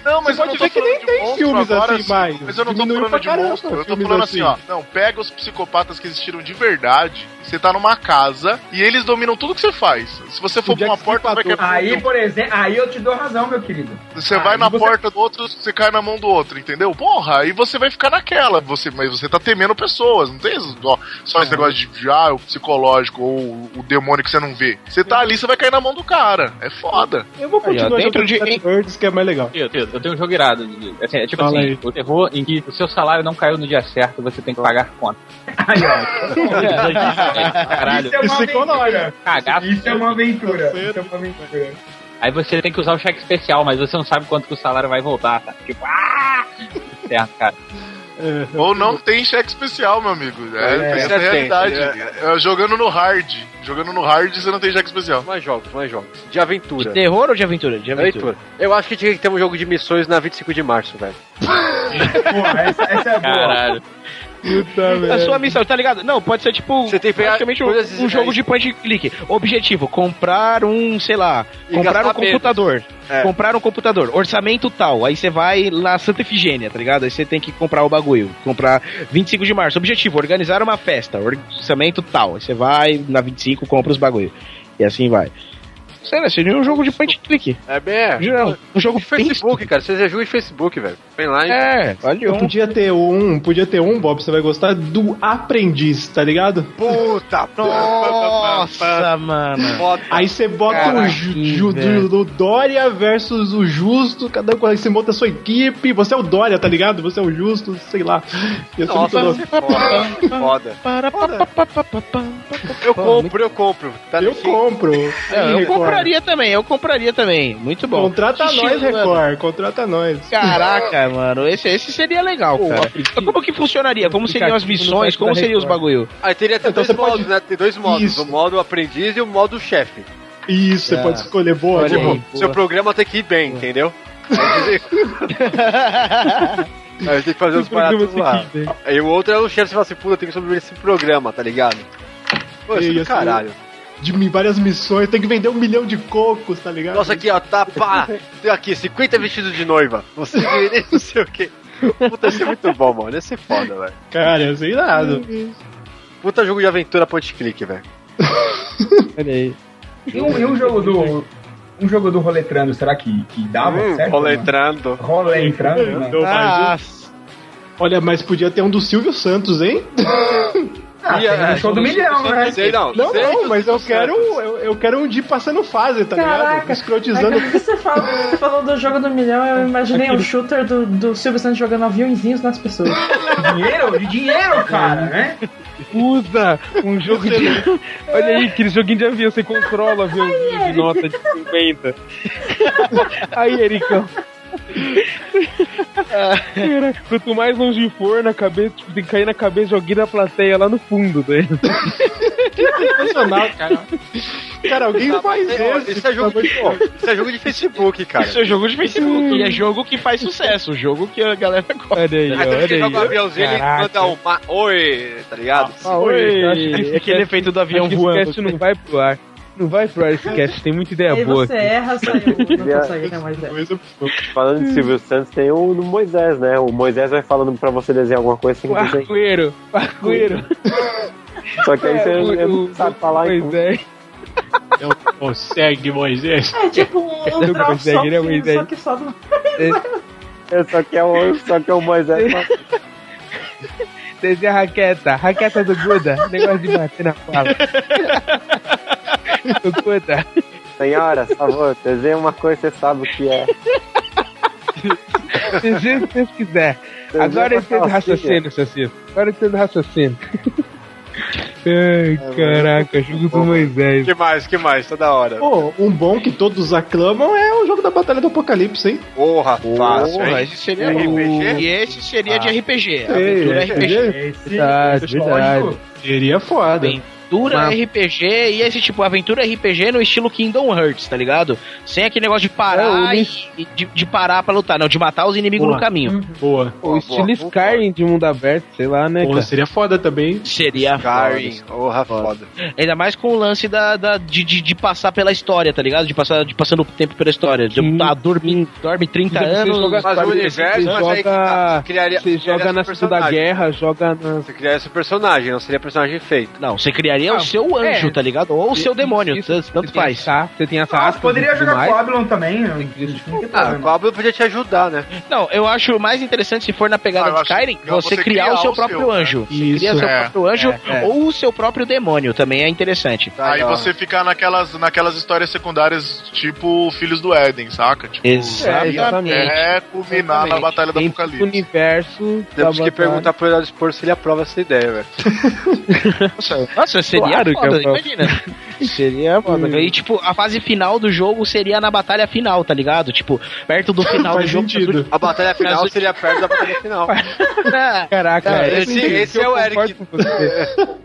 Speaker 11: Não, mas
Speaker 7: Pode
Speaker 11: eu não tô
Speaker 7: ver que
Speaker 11: falando
Speaker 7: nem
Speaker 11: de
Speaker 7: tem
Speaker 11: monstro
Speaker 7: filmes
Speaker 11: agora,
Speaker 7: assim mais.
Speaker 11: Mas eu não tô
Speaker 7: Diminuiu
Speaker 11: falando
Speaker 7: pra
Speaker 11: de
Speaker 7: caramba,
Speaker 11: monstro. Eu tô
Speaker 7: filmes
Speaker 11: falando
Speaker 7: assim.
Speaker 11: assim, ó. Não, pega os psicopatas que existiram de verdade. Você tá numa casa e eles dominam tudo que você faz. Se você for pra uma porta, você vai quebrar.
Speaker 5: Aí, por exemplo, aí eu te dou razão, meu querido.
Speaker 11: é um. Você vai na porta do outro, você cai na mão do outro, entendeu? Porra, aí você vai ficar naquela. Você, mas você tá temendo pessoas, não tem isso, ó, só esse negócio de, de, ah, o psicológico ou o demônio que você não vê. Você tá ali, você vai cair na mão do cara. É foda.
Speaker 7: Eu vou
Speaker 8: Aí, ó,
Speaker 7: continuar
Speaker 8: dentro
Speaker 7: jogando
Speaker 8: de-
Speaker 7: Flash Birds, que é mais legal.
Speaker 8: Eu, eu- eu tenho um jogo irado. de- de- assim, é tipo
Speaker 7: Fala
Speaker 8: assim,
Speaker 7: aí.
Speaker 8: o terror em que o seu salário não caiu no dia certo, você tem que pagar conta. É, Caralho.
Speaker 5: Isso é uma aventura.
Speaker 8: Cagaço.
Speaker 5: Isso é uma aventura. Isso é uma aventura.
Speaker 8: Aí você tem que usar o cheque especial, mas você não sabe quanto que o salário vai voltar, tá? Tipo, ah! Certo, cara.
Speaker 11: Ou não tem cheque especial, meu amigo. É,
Speaker 4: É,
Speaker 11: essa é a
Speaker 4: tem,
Speaker 11: realidade.
Speaker 4: é,
Speaker 11: É, jogando no hard. Jogando no hard você não tem cheque especial.
Speaker 4: Mais jogos, mais jogos. De aventura.
Speaker 9: De terror ou de aventura? De aventura.
Speaker 4: Eu acho que tinha que ter um jogo de missões na 25 de março, velho.
Speaker 5: Porra, essa, essa é boa.
Speaker 8: Caralho.
Speaker 7: Puta
Speaker 9: A
Speaker 7: merda.
Speaker 9: sua missão, tá ligado? Não, pode ser tipo
Speaker 4: Você tem que pegar
Speaker 9: praticamente um,
Speaker 4: coisas
Speaker 9: um jogo de point and click. Objetivo, comprar um, sei lá,
Speaker 4: E
Speaker 9: comprar
Speaker 4: gastar É.
Speaker 9: um computador. Comprar um computador, orçamento tal. Aí você vai lá Santa Efigênia, tá ligado? Aí você tem que comprar o bagulho. Comprar 25 de março. Objetivo, organizar uma festa, orçamento tal. Aí você vai na 25, compra os bagulho. E assim vai. Sério, seria um jogo de point and click.
Speaker 4: É bem. É.
Speaker 9: Geral, um jogo
Speaker 4: De Facebook, cara. Você já joga de Facebook, velho. Vem lá e.
Speaker 9: É, olha
Speaker 7: Eu
Speaker 9: um.
Speaker 7: podia ter um, podia ter um, Bob, você vai gostar do Aprendiz, tá ligado?
Speaker 4: Puta!
Speaker 9: Nossa, mano.
Speaker 7: Aí você bota o
Speaker 9: Caraca,
Speaker 7: Ju- Ju-
Speaker 9: velho.
Speaker 7: do- do Dória versus o Justo, cada um com você monta a sua equipe, você é o Dória, tá ligado? Você é o Justo, sei lá. Ia ser muito
Speaker 4: Nossa,
Speaker 7: louco.
Speaker 4: foda. foda. Eu compro, eu compro. Tá
Speaker 7: Eu
Speaker 4: no Steam.
Speaker 7: compro.
Speaker 9: É, eu
Speaker 7: Record.
Speaker 9: compraria também, eu compraria também. Muito bom.
Speaker 7: Contrata
Speaker 9: Xixi,
Speaker 7: nós,
Speaker 9: mano.
Speaker 7: Record, contrata nós.
Speaker 9: Caraca, mano, esse, esse seria legal,
Speaker 7: Pô,
Speaker 9: cara.
Speaker 7: aprendi.
Speaker 9: Mas como que funcionaria? Como seriam as
Speaker 7: Aplicativo no
Speaker 9: missões?
Speaker 7: site da
Speaker 9: Como seriam os
Speaker 7: Record.
Speaker 9: bagulho?
Speaker 4: Aí Ah, teria
Speaker 7: Então
Speaker 4: dois
Speaker 7: você pode-
Speaker 4: modos, né? Tem dois modos.
Speaker 7: Isso.
Speaker 4: O modo aprendiz e o modo chefe. Então,
Speaker 7: Isso, você
Speaker 9: Ah.
Speaker 7: pode escolher boa,
Speaker 9: Olha
Speaker 7: tipo,
Speaker 9: aí.
Speaker 4: Seu programa tem que ir bem, entendeu? Aí tem que fazer os
Speaker 7: que programa
Speaker 4: parados lá.
Speaker 7: você quiser.
Speaker 4: Aí o outro é o chefe, você fala assim, puta, eu tenho que sobreviver esse programa, tá ligado? Pô, isso é
Speaker 7: Ei,
Speaker 4: do
Speaker 7: esse-
Speaker 4: caralho.
Speaker 7: de mi- várias missões, tem que vender um milhão de cocos, tá ligado?
Speaker 4: Nossa, aqui, ó, tá, pá, tem aqui, 50 vestidos de noiva. Você merece não sei o quê. Puta, isso é muito bom, mano. Esse é foda, velho.
Speaker 7: cara, sei lá.
Speaker 4: Puta jogo de aventura ponte clique, velho.
Speaker 9: Olha aí.
Speaker 5: E um, e um jogo do. Um jogo do roletrando, será que, que dava certo?
Speaker 4: Hum, roletrando.
Speaker 9: né?
Speaker 5: mano? Roletrando, mano.
Speaker 7: Então, mas-
Speaker 9: Nossa.
Speaker 7: olha, mas podia ter um do Silvio Santos, hein?
Speaker 5: Ah,
Speaker 4: E,
Speaker 5: tem
Speaker 4: é,
Speaker 5: um show do milhão, né?
Speaker 4: Sei não,
Speaker 7: Não,
Speaker 4: sei
Speaker 7: não,
Speaker 4: que
Speaker 7: mas eu
Speaker 4: Silvio
Speaker 7: quero,
Speaker 4: Santos.
Speaker 7: eu, eu quero um dia passando fase, tá ligado?
Speaker 10: Caraca.
Speaker 7: Escrotizando.
Speaker 10: Aí, quando você fala- você falou do jogo do milhão, eu imaginei um shooter do, do Silvio Santos jogando aviãozinhos nas pessoas.
Speaker 5: Dinheiro? De dinheiro, cara, né?
Speaker 6: Usa um jogo de. Olha aí, aquele joguinho de avião, você controla o aviãozinho de nota de 50. Aí, Ericão.
Speaker 9: É.
Speaker 6: Cara, quanto mais longe for na cabeça, tipo, tem que cair na cabeça de alguém na plateia lá no fundo. Né?
Speaker 7: Sensacional, cara. Cara, alguém faz
Speaker 4: Ó,
Speaker 7: esse.
Speaker 4: Isso é jogo de, ó, isso é jogo de Facebook, cara.
Speaker 9: Isso é jogo de Facebook. E é jogo que faz sucesso, jogo que a galera gosta.
Speaker 6: Olha aí,
Speaker 4: Aí quando você
Speaker 6: olha
Speaker 4: joga um
Speaker 6: aí.
Speaker 4: aviãozinho, ele
Speaker 6: Caraca.
Speaker 4: manda um ma- oi, tá ligado?
Speaker 6: Ah, oi, eu acho que esse é
Speaker 9: Aquele
Speaker 6: cast-
Speaker 9: efeito do avião
Speaker 6: acho que Esse
Speaker 9: voando.
Speaker 6: cast não vai pro ar. Não vai pro ar esse cast, tem muita ideia
Speaker 10: aí
Speaker 6: boa.
Speaker 10: você erra, saiu. Não consegue, né? Mas é.
Speaker 7: Coisa-
Speaker 2: Falando de Silvio Santos, tem o do Moisés, né? O Moisés vai falando pra você desenhar alguma coisa, você tem
Speaker 6: O
Speaker 2: que desenhar.
Speaker 6: arco-íro, o arco-íro.
Speaker 2: Só que aí você
Speaker 6: É, o-
Speaker 2: eu não
Speaker 6: o-
Speaker 2: sabe falar então.
Speaker 6: Pois
Speaker 2: em
Speaker 6: é.
Speaker 7: Consegue, Moisés.
Speaker 10: É tipo um,
Speaker 6: Ele
Speaker 10: um
Speaker 6: não
Speaker 10: draw
Speaker 6: consegue,
Speaker 10: só,
Speaker 6: ele é um
Speaker 10: que-
Speaker 6: ideia.
Speaker 10: só que só do...
Speaker 2: Só que é o, só que é o Moisés fala-
Speaker 6: Desenha a raqueta, raqueta do Buda, negócio de bater na fala. O Buda.
Speaker 2: Senhora, por favor, desenha uma coisa que você sabe o que é.
Speaker 6: Do jeito que vocês quiser. Agora eu entendo o raciocínio, seu Ciro. Agora eu entendo o raciocínio.
Speaker 4: É,
Speaker 6: Ai, caraca, jogo do Moisés.
Speaker 4: Que mais, que mais? Toda hora.
Speaker 7: Pô, um bom que todos aclamam é é o jogo da Batalha do Apocalipse, hein?
Speaker 4: Porra,
Speaker 7: fácil, hein?
Speaker 9: esse seria
Speaker 7: De
Speaker 9: RPG?
Speaker 7: RPG?
Speaker 9: E esse seria de
Speaker 7: Ah.
Speaker 9: RPG.
Speaker 7: Ei,
Speaker 9: Aventura
Speaker 7: esse
Speaker 9: RPG.
Speaker 7: é- Verdade, esse verdade. código Seria foda.
Speaker 9: Aventura
Speaker 7: Mas-
Speaker 9: RPG e esse tipo, aventura RPG no estilo Kingdom Hearts, tá ligado? Sem aquele
Speaker 6: É,
Speaker 9: negócio de parar e, e de, de parar pra lutar, não, de matar os inimigos
Speaker 6: Boa.
Speaker 9: no caminho.
Speaker 7: Boa.
Speaker 6: O estilo Skyrim de mundo aberto, sei lá, né?
Speaker 9: Pô,
Speaker 7: seria foda também.
Speaker 9: Seria
Speaker 4: Skyrim,
Speaker 9: foda.
Speaker 4: porra, foda.
Speaker 9: Ainda mais com o lance da, da- de, de, de passar pela história, tá ligado? De passar de passando o tempo pela história. De, tá, dorme, dorme 30
Speaker 6: Você
Speaker 9: anos.
Speaker 6: joga-
Speaker 4: Mas o
Speaker 6: você
Speaker 4: universo, mas aí que tá,
Speaker 6: joga,
Speaker 4: você criaria-
Speaker 6: você
Speaker 4: você criaria
Speaker 6: joga na
Speaker 4: seu
Speaker 6: Segunda
Speaker 4: personagem.
Speaker 6: Guerra, joga na.
Speaker 4: Você criaria seu personagem, não seria personagem feito.
Speaker 9: Não, você criaria
Speaker 6: Ah,
Speaker 9: o seu
Speaker 6: é.
Speaker 9: anjo, tá ligado? Ou o seu demônio, tanto, tanto
Speaker 6: Tem
Speaker 9: faz.
Speaker 6: essa- Você tem essa
Speaker 5: Ah,
Speaker 6: aspas
Speaker 5: poderia
Speaker 6: e tudo
Speaker 5: jogar
Speaker 6: mais.
Speaker 5: com o Ablon também. né? Não não tem
Speaker 4: Ah, o
Speaker 5: problema.
Speaker 4: Pablo podia te ajudar, né?
Speaker 9: Não, eu acho mais interessante se for na
Speaker 11: Ah,
Speaker 9: pegada
Speaker 11: eu
Speaker 9: de
Speaker 11: acho
Speaker 9: Skyrim,
Speaker 11: legal
Speaker 9: você,
Speaker 11: você
Speaker 9: criar, o seu próprio
Speaker 11: né?
Speaker 9: anjo. Você
Speaker 7: Isso.
Speaker 9: cria seu
Speaker 11: É.
Speaker 9: próprio anjo
Speaker 6: É, é.
Speaker 9: ou o seu próprio demônio também é interessante.
Speaker 4: Tá,
Speaker 11: Aí você ficar naquelas, naquelas histórias secundárias, tipo Filhos do Éden, saca? Tipo,
Speaker 9: Exatamente.
Speaker 11: e até culminar na
Speaker 6: Exatamente.
Speaker 11: Batalha do
Speaker 6: Tem o
Speaker 11: Apocalipse.
Speaker 6: universo.
Speaker 4: Temos
Speaker 6: da batalha.
Speaker 4: que perguntar pro Eduardo Spor se ele aprova essa ideia, velho.
Speaker 9: Nossa, nossa seria
Speaker 6: Claro que
Speaker 9: foda,
Speaker 6: eu falo.
Speaker 9: imagina.
Speaker 6: Seria foda.
Speaker 9: E tipo, a fase final do jogo seria na batalha final, tá ligado? Tipo, perto do final do
Speaker 7: Faz
Speaker 9: jogo. tá
Speaker 7: sentido.
Speaker 4: A batalha final seria perto da batalha final.
Speaker 9: Ah,
Speaker 6: Caraca,
Speaker 4: Cara,
Speaker 6: eu
Speaker 4: esse-
Speaker 6: entendi,
Speaker 4: esse
Speaker 6: eu
Speaker 4: é o Eric. é.
Speaker 6: concordo com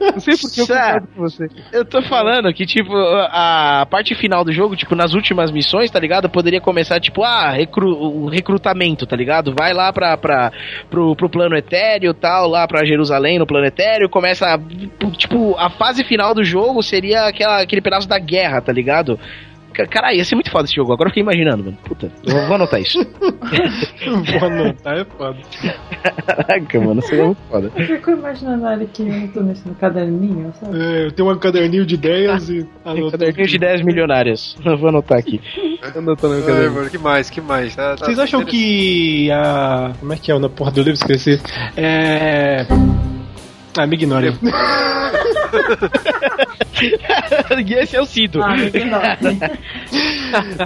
Speaker 6: você. Não sei porque eu concordo com você.
Speaker 9: Eu tô falando que, tipo, a parte final do jogo, tipo, nas últimas missões, tá ligado? Poderia começar, tipo, ah, recru- o recrutamento, tá ligado? Vai lá pra, pra, pro, pro plano etéreo tal, lá pra Jerusalém, no plano etéreo, começa, a- tipo, a fase final do jogo seria aquela, aquele pedaço da guerra, tá ligado? Ca- Caralho, ia ser muito foda esse jogo, agora eu fiquei imaginando, mano. Puta, eu vou anotar isso.
Speaker 7: Vou anotar, é foda.
Speaker 9: Caraca, mano, seria muito foda.
Speaker 10: Eu fico imaginando a que eu tô nesse caderninho, sabe?
Speaker 7: É, eu tenho um caderninho de ideias e. anoto.
Speaker 9: Caderninho de 10 milionárias. Eu vou anotar aqui.
Speaker 6: Eu não tô no
Speaker 4: Ai,
Speaker 6: caderno.
Speaker 4: mano, que mais, que mais? Tá- tá-
Speaker 7: Vocês acham que a. Como é que é na porra do livro? Esqueci. É. Ah, me ignorem.
Speaker 9: e esse é o Cido.
Speaker 10: Ah, não tem nome.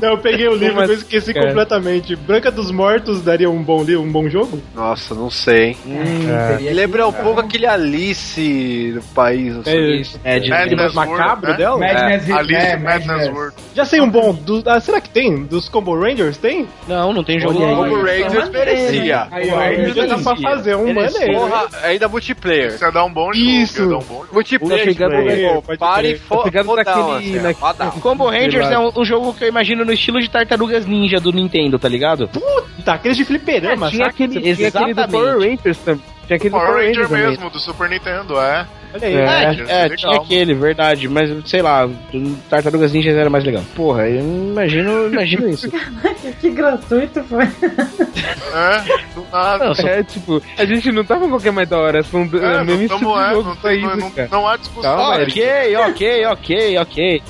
Speaker 7: Não, eu peguei o livro,
Speaker 6: Não, mas-
Speaker 7: mas eu esqueci
Speaker 9: é.
Speaker 6: cara.
Speaker 7: completamente. Branca dos Mortos daria um bom livro, um bom jogo?
Speaker 4: Nossa, não sei, hein?
Speaker 9: Hum,
Speaker 5: Seria-
Speaker 9: é
Speaker 4: Lembra um pouco aquele Alice do país, não sei.
Speaker 9: É, de,
Speaker 11: É,
Speaker 9: de-
Speaker 11: Madness
Speaker 7: macabro
Speaker 11: World, né?
Speaker 7: dela?
Speaker 5: Madness,
Speaker 11: Alice
Speaker 5: é,
Speaker 11: Madness World.
Speaker 7: Já sei um bom. do- ah, será que tem? Dos Combo Rangers tem?
Speaker 9: Não, não tem jogo.
Speaker 7: Olha aí. é
Speaker 9: nenhum.
Speaker 4: Como o Rangers
Speaker 10: Maneiro,
Speaker 4: né? merecia.
Speaker 5: Aí, ó,
Speaker 7: Ué, Já dá pra fazer um maneiro.
Speaker 4: Porra, ainda multiplayer.
Speaker 11: Isso ia dar um bom jogo.
Speaker 7: Isso.
Speaker 11: Ia dar um bom jogo.
Speaker 6: Tá
Speaker 4: Multiplayer,
Speaker 6: chegando
Speaker 4: tipo,
Speaker 7: no- pode
Speaker 4: pare e
Speaker 7: crer.
Speaker 4: fo-
Speaker 6: Tá chegando
Speaker 4: fodão,
Speaker 6: naquele-
Speaker 4: assim, ó,
Speaker 6: naquele-
Speaker 4: fodão.
Speaker 9: Combo Rangers é um, um jogo que eu imagino no estilo de Tartarugas Ninja do Nintendo, tá ligado? É,
Speaker 7: Tá, aqueles de fliperama,
Speaker 6: Tinha
Speaker 7: saca?
Speaker 6: aquele, tinha aquele do
Speaker 9: Exatamente.
Speaker 6: Power Rangers também. Tinha aquele do
Speaker 11: Power Ranger
Speaker 6: também.
Speaker 11: mesmo, do Super Nintendo, é.
Speaker 7: Olha aí.
Speaker 9: É,
Speaker 11: Rangers,
Speaker 9: é,
Speaker 11: legal.
Speaker 9: tinha aquele, verdade, mas sei lá, do- Tartarugas Ninjas era mais legal. Porra, eu imagino, imagino isso.
Speaker 10: que gratuito foi.
Speaker 11: É, do nada.
Speaker 9: Não, só-
Speaker 6: É, tipo, a gente não tá com qualquer mais da hora, são do, é,
Speaker 11: É,
Speaker 6: o mesmo
Speaker 11: não,
Speaker 6: estilo
Speaker 11: tamo,
Speaker 6: de
Speaker 11: é,
Speaker 6: jogo,
Speaker 11: não,
Speaker 6: só
Speaker 11: tem- não,
Speaker 6: isso, cara.
Speaker 11: não há discussão. é
Speaker 6: Calma, é
Speaker 11: velho.
Speaker 9: ok, ok, ok, ok.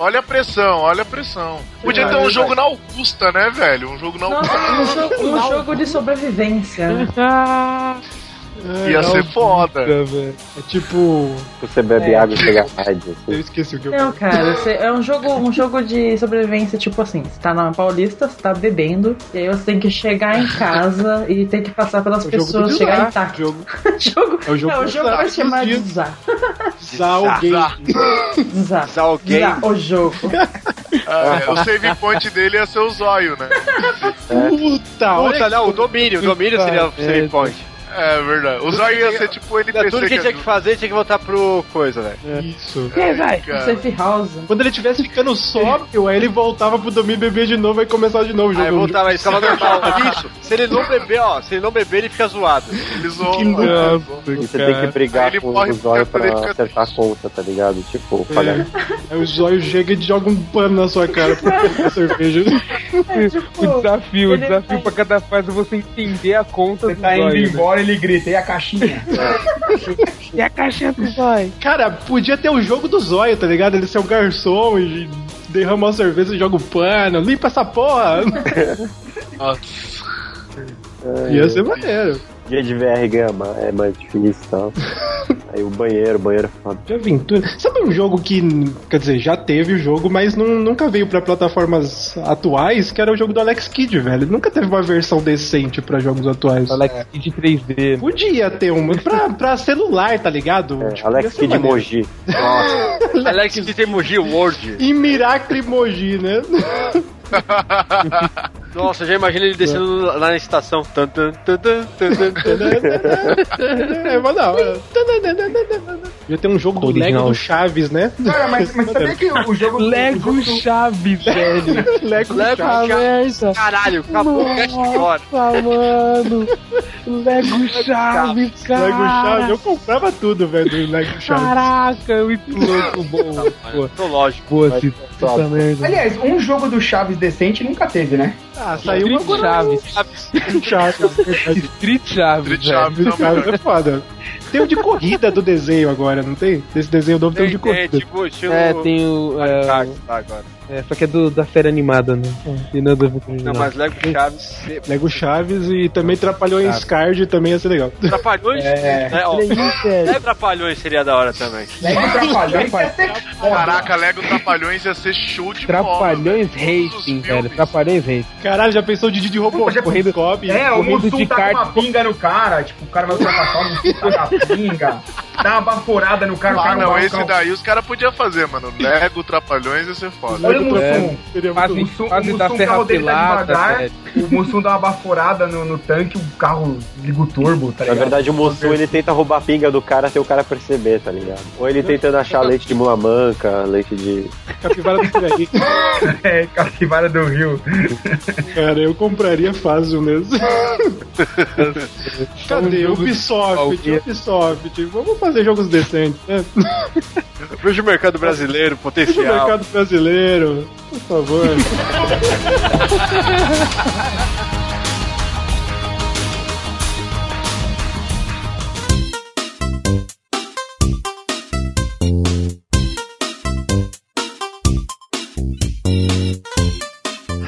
Speaker 11: Olha a pressão, olha a pressão. Podia ter um jogo na Augusta, né, velho? Um jogo na
Speaker 10: Nossa,
Speaker 11: Augusta.
Speaker 10: um jogo, um jogo de sobrevivência. né?
Speaker 7: É,
Speaker 11: Ia ser
Speaker 7: não,
Speaker 11: foda.
Speaker 7: velho. É tipo.
Speaker 2: Você bebe
Speaker 10: É.
Speaker 2: água e pega rádio.
Speaker 7: Eu esqueci o que eu
Speaker 10: Não, cara, você- é um jogo, um jogo de sobrevivência, tipo assim, você tá na Paulista, você tá bebendo, e aí você tem que chegar em casa e tem que passar pelas
Speaker 7: É o jogo do
Speaker 10: pessoas, chegar
Speaker 7: desastre.
Speaker 10: intacto.
Speaker 7: Jogo,
Speaker 10: jogo,
Speaker 7: é o jogo
Speaker 10: é, o
Speaker 7: do
Speaker 10: jogo vai
Speaker 7: desastre
Speaker 10: chamar
Speaker 7: dos
Speaker 10: de
Speaker 7: dias.
Speaker 10: Zá.
Speaker 7: Zalgate.
Speaker 10: Zá.
Speaker 4: Alguém.
Speaker 10: Zá, o jogo.
Speaker 11: Ah, é, o save point dele ia ser o zóio, né?
Speaker 7: Puta, olha
Speaker 4: Puta, Ah, não, o domínio. O domínio seria o
Speaker 6: Puta,
Speaker 4: save point.
Speaker 11: É verdade. O zóio ia ser tipo o NPC.
Speaker 4: Tudo que tinha que
Speaker 11: ajuda.
Speaker 4: fazer tinha que voltar pro coisa, velho.
Speaker 7: isso.
Speaker 10: E aí, vai,
Speaker 11: cara.
Speaker 10: é safe house.
Speaker 7: Quando ele estivesse ficando sóbrio, aí ele voltava pro domínio e bebia de novo e começava de novo o jogo.
Speaker 4: Aí voltava, ele ficava normal. Bicho, se ele não beber, ó, se ele não beber, ele fica zoado.
Speaker 11: Ele zoou,
Speaker 7: Que
Speaker 11: mano, ele
Speaker 7: louco.
Speaker 11: zoou.
Speaker 2: E você tem que
Speaker 11: Aí
Speaker 2: brigar
Speaker 11: ele
Speaker 2: com
Speaker 11: morre
Speaker 2: o Zóio
Speaker 11: porque
Speaker 2: pra
Speaker 11: ele fica
Speaker 2: acertar a conta, tá ligado?
Speaker 7: É.
Speaker 2: Tipo, falhar.
Speaker 7: Aí o zóio chega e joga um pano na sua cara pra beber cerveja.
Speaker 10: É, tipo,
Speaker 6: O desafio, o
Speaker 10: ele
Speaker 6: desafio
Speaker 10: vai-
Speaker 6: pra cada fase é você entender a conta
Speaker 5: Você
Speaker 6: do
Speaker 5: tá indo
Speaker 6: zóio, né?
Speaker 5: embora, ele grita, e a caixinha?
Speaker 7: É
Speaker 6: E a caixinha do zóio?
Speaker 7: Cara, podia ter o jogo do zóio, tá ligado? Ele ser o garçom e derrama uma cerveja e joga o pano. Limpa essa porra! Ia ser maneiro.
Speaker 2: Dia de VR ganha ma- é mais definição. Aí o banheiro, o banheiro é foda.
Speaker 7: De aventura. Sabe um jogo que, quer dizer, já teve o jogo, mas nun- nunca veio pra plataformas atuais, que era o jogo do Alex Kidd, velho. Nunca teve uma versão decente pra jogos atuais.
Speaker 6: Alex Kid 3D.
Speaker 7: Podia ter uma pra, pra celular, tá ligado?
Speaker 2: É,
Speaker 7: Tipo, ia
Speaker 2: Alex
Speaker 7: ser
Speaker 2: Kid
Speaker 7: maneiro.
Speaker 2: Mogi.
Speaker 4: Nossa. Alex Kitemoji World.
Speaker 7: E Miracle Moji, né?
Speaker 4: Nossa, eu já imagino ele descendo lá na estação. Tan, tan, tan, tan, tan, tan, tan.
Speaker 7: É, mas não. é. Já tem um jogo do Lego
Speaker 6: Original.
Speaker 7: do Chaves, né?
Speaker 5: Cara, mas, mas sabia que o jogo.
Speaker 7: Lego
Speaker 5: o jogo
Speaker 7: Chaves, velho. Lego,
Speaker 4: Lego
Speaker 7: Chaves.
Speaker 4: Caralho, acabou o cast agora.
Speaker 6: Nossa, mano. Lego Chaves, cara.
Speaker 7: Lego Chaves, eu comprava tudo, velho, do Lego Chaves.
Speaker 6: Caraca, muito louco, bom. Pô,
Speaker 4: Tô lógico.
Speaker 6: Pô, se
Speaker 4: tá,
Speaker 6: puta merda.
Speaker 5: Aliás, um jogo do Chaves decente nunca teve, né?
Speaker 7: Ah, saiu uma
Speaker 6: Street
Speaker 7: agora.
Speaker 6: Chaves. Street Chaves.
Speaker 7: Chaves. é
Speaker 11: Street
Speaker 6: velho.
Speaker 11: Chaves, não,
Speaker 7: Chaves
Speaker 11: melhor.
Speaker 7: é foda. Tem o de corrida do desenho agora, não tem? Desse desenho novo tem o de
Speaker 4: Tem, tem,
Speaker 7: corrida.
Speaker 4: tipo, estilo...
Speaker 6: É, tem o.
Speaker 4: Tá,
Speaker 6: É,
Speaker 4: tá, agora.
Speaker 6: é, só que é do, da série animada, né? E não do
Speaker 4: Não, mas Lego Chaves
Speaker 7: Lego Chaves e também trapalhou em Scard, também ia ser legal.
Speaker 4: Trapalhões? É, né, ó, Lego Trapalhões seria da hora também.
Speaker 5: Lego Trapalhões ia ser foda.
Speaker 11: Caraca, Lego Trapalhões ia ser show de
Speaker 6: Trapalhões
Speaker 11: bola, velho. Todos os
Speaker 6: Racing,
Speaker 11: filmes.
Speaker 6: velho. Trapalhões Racing.
Speaker 7: Caralho, já pensou o Didi de robô
Speaker 5: Já
Speaker 7: correndo copy?
Speaker 5: É, o
Speaker 6: correndo
Speaker 5: Mussum
Speaker 6: de
Speaker 5: tá com uma
Speaker 6: kart.
Speaker 5: pinga no cara, tipo, o cara vai ultrapassar o Mussum tá na pinga, dá uma baforada no cara, o
Speaker 11: Ah,
Speaker 5: cara
Speaker 11: não,
Speaker 5: vai-
Speaker 11: esse daí os caras podiam fazer, mano. Lego Trapalhões ia ser foda.
Speaker 5: Olha o Mussum,
Speaker 7: Seria
Speaker 5: o
Speaker 7: muito
Speaker 6: Quase,
Speaker 5: Mussum, o
Speaker 6: quase
Speaker 5: Mussum
Speaker 6: da
Speaker 5: o
Speaker 6: Serra
Speaker 5: carro dele tá
Speaker 6: Pelada,
Speaker 5: devagar,
Speaker 6: velho.
Speaker 5: o Mussum dá uma baforada no, no tanque, o carro liga o turbo, tá
Speaker 2: Na
Speaker 5: ligado?
Speaker 2: verdade, o moço ele tenta roubar a pinga do cara sem o cara perceber, tá ligado? Ou ele tentando achar leite de mulamanca, leite de.
Speaker 7: capivara do Piraí.
Speaker 5: É, capivara do Rio.
Speaker 7: Cara, eu compraria fácil mesmo.
Speaker 5: um
Speaker 7: Cadê o Ubisoft?
Speaker 6: Alguém-
Speaker 7: Ubisoft, vamos fazer jogos decentes, né?
Speaker 4: Veja o mercado brasileiro,
Speaker 7: No
Speaker 4: potencial.
Speaker 7: mercado brasileiro, por favor.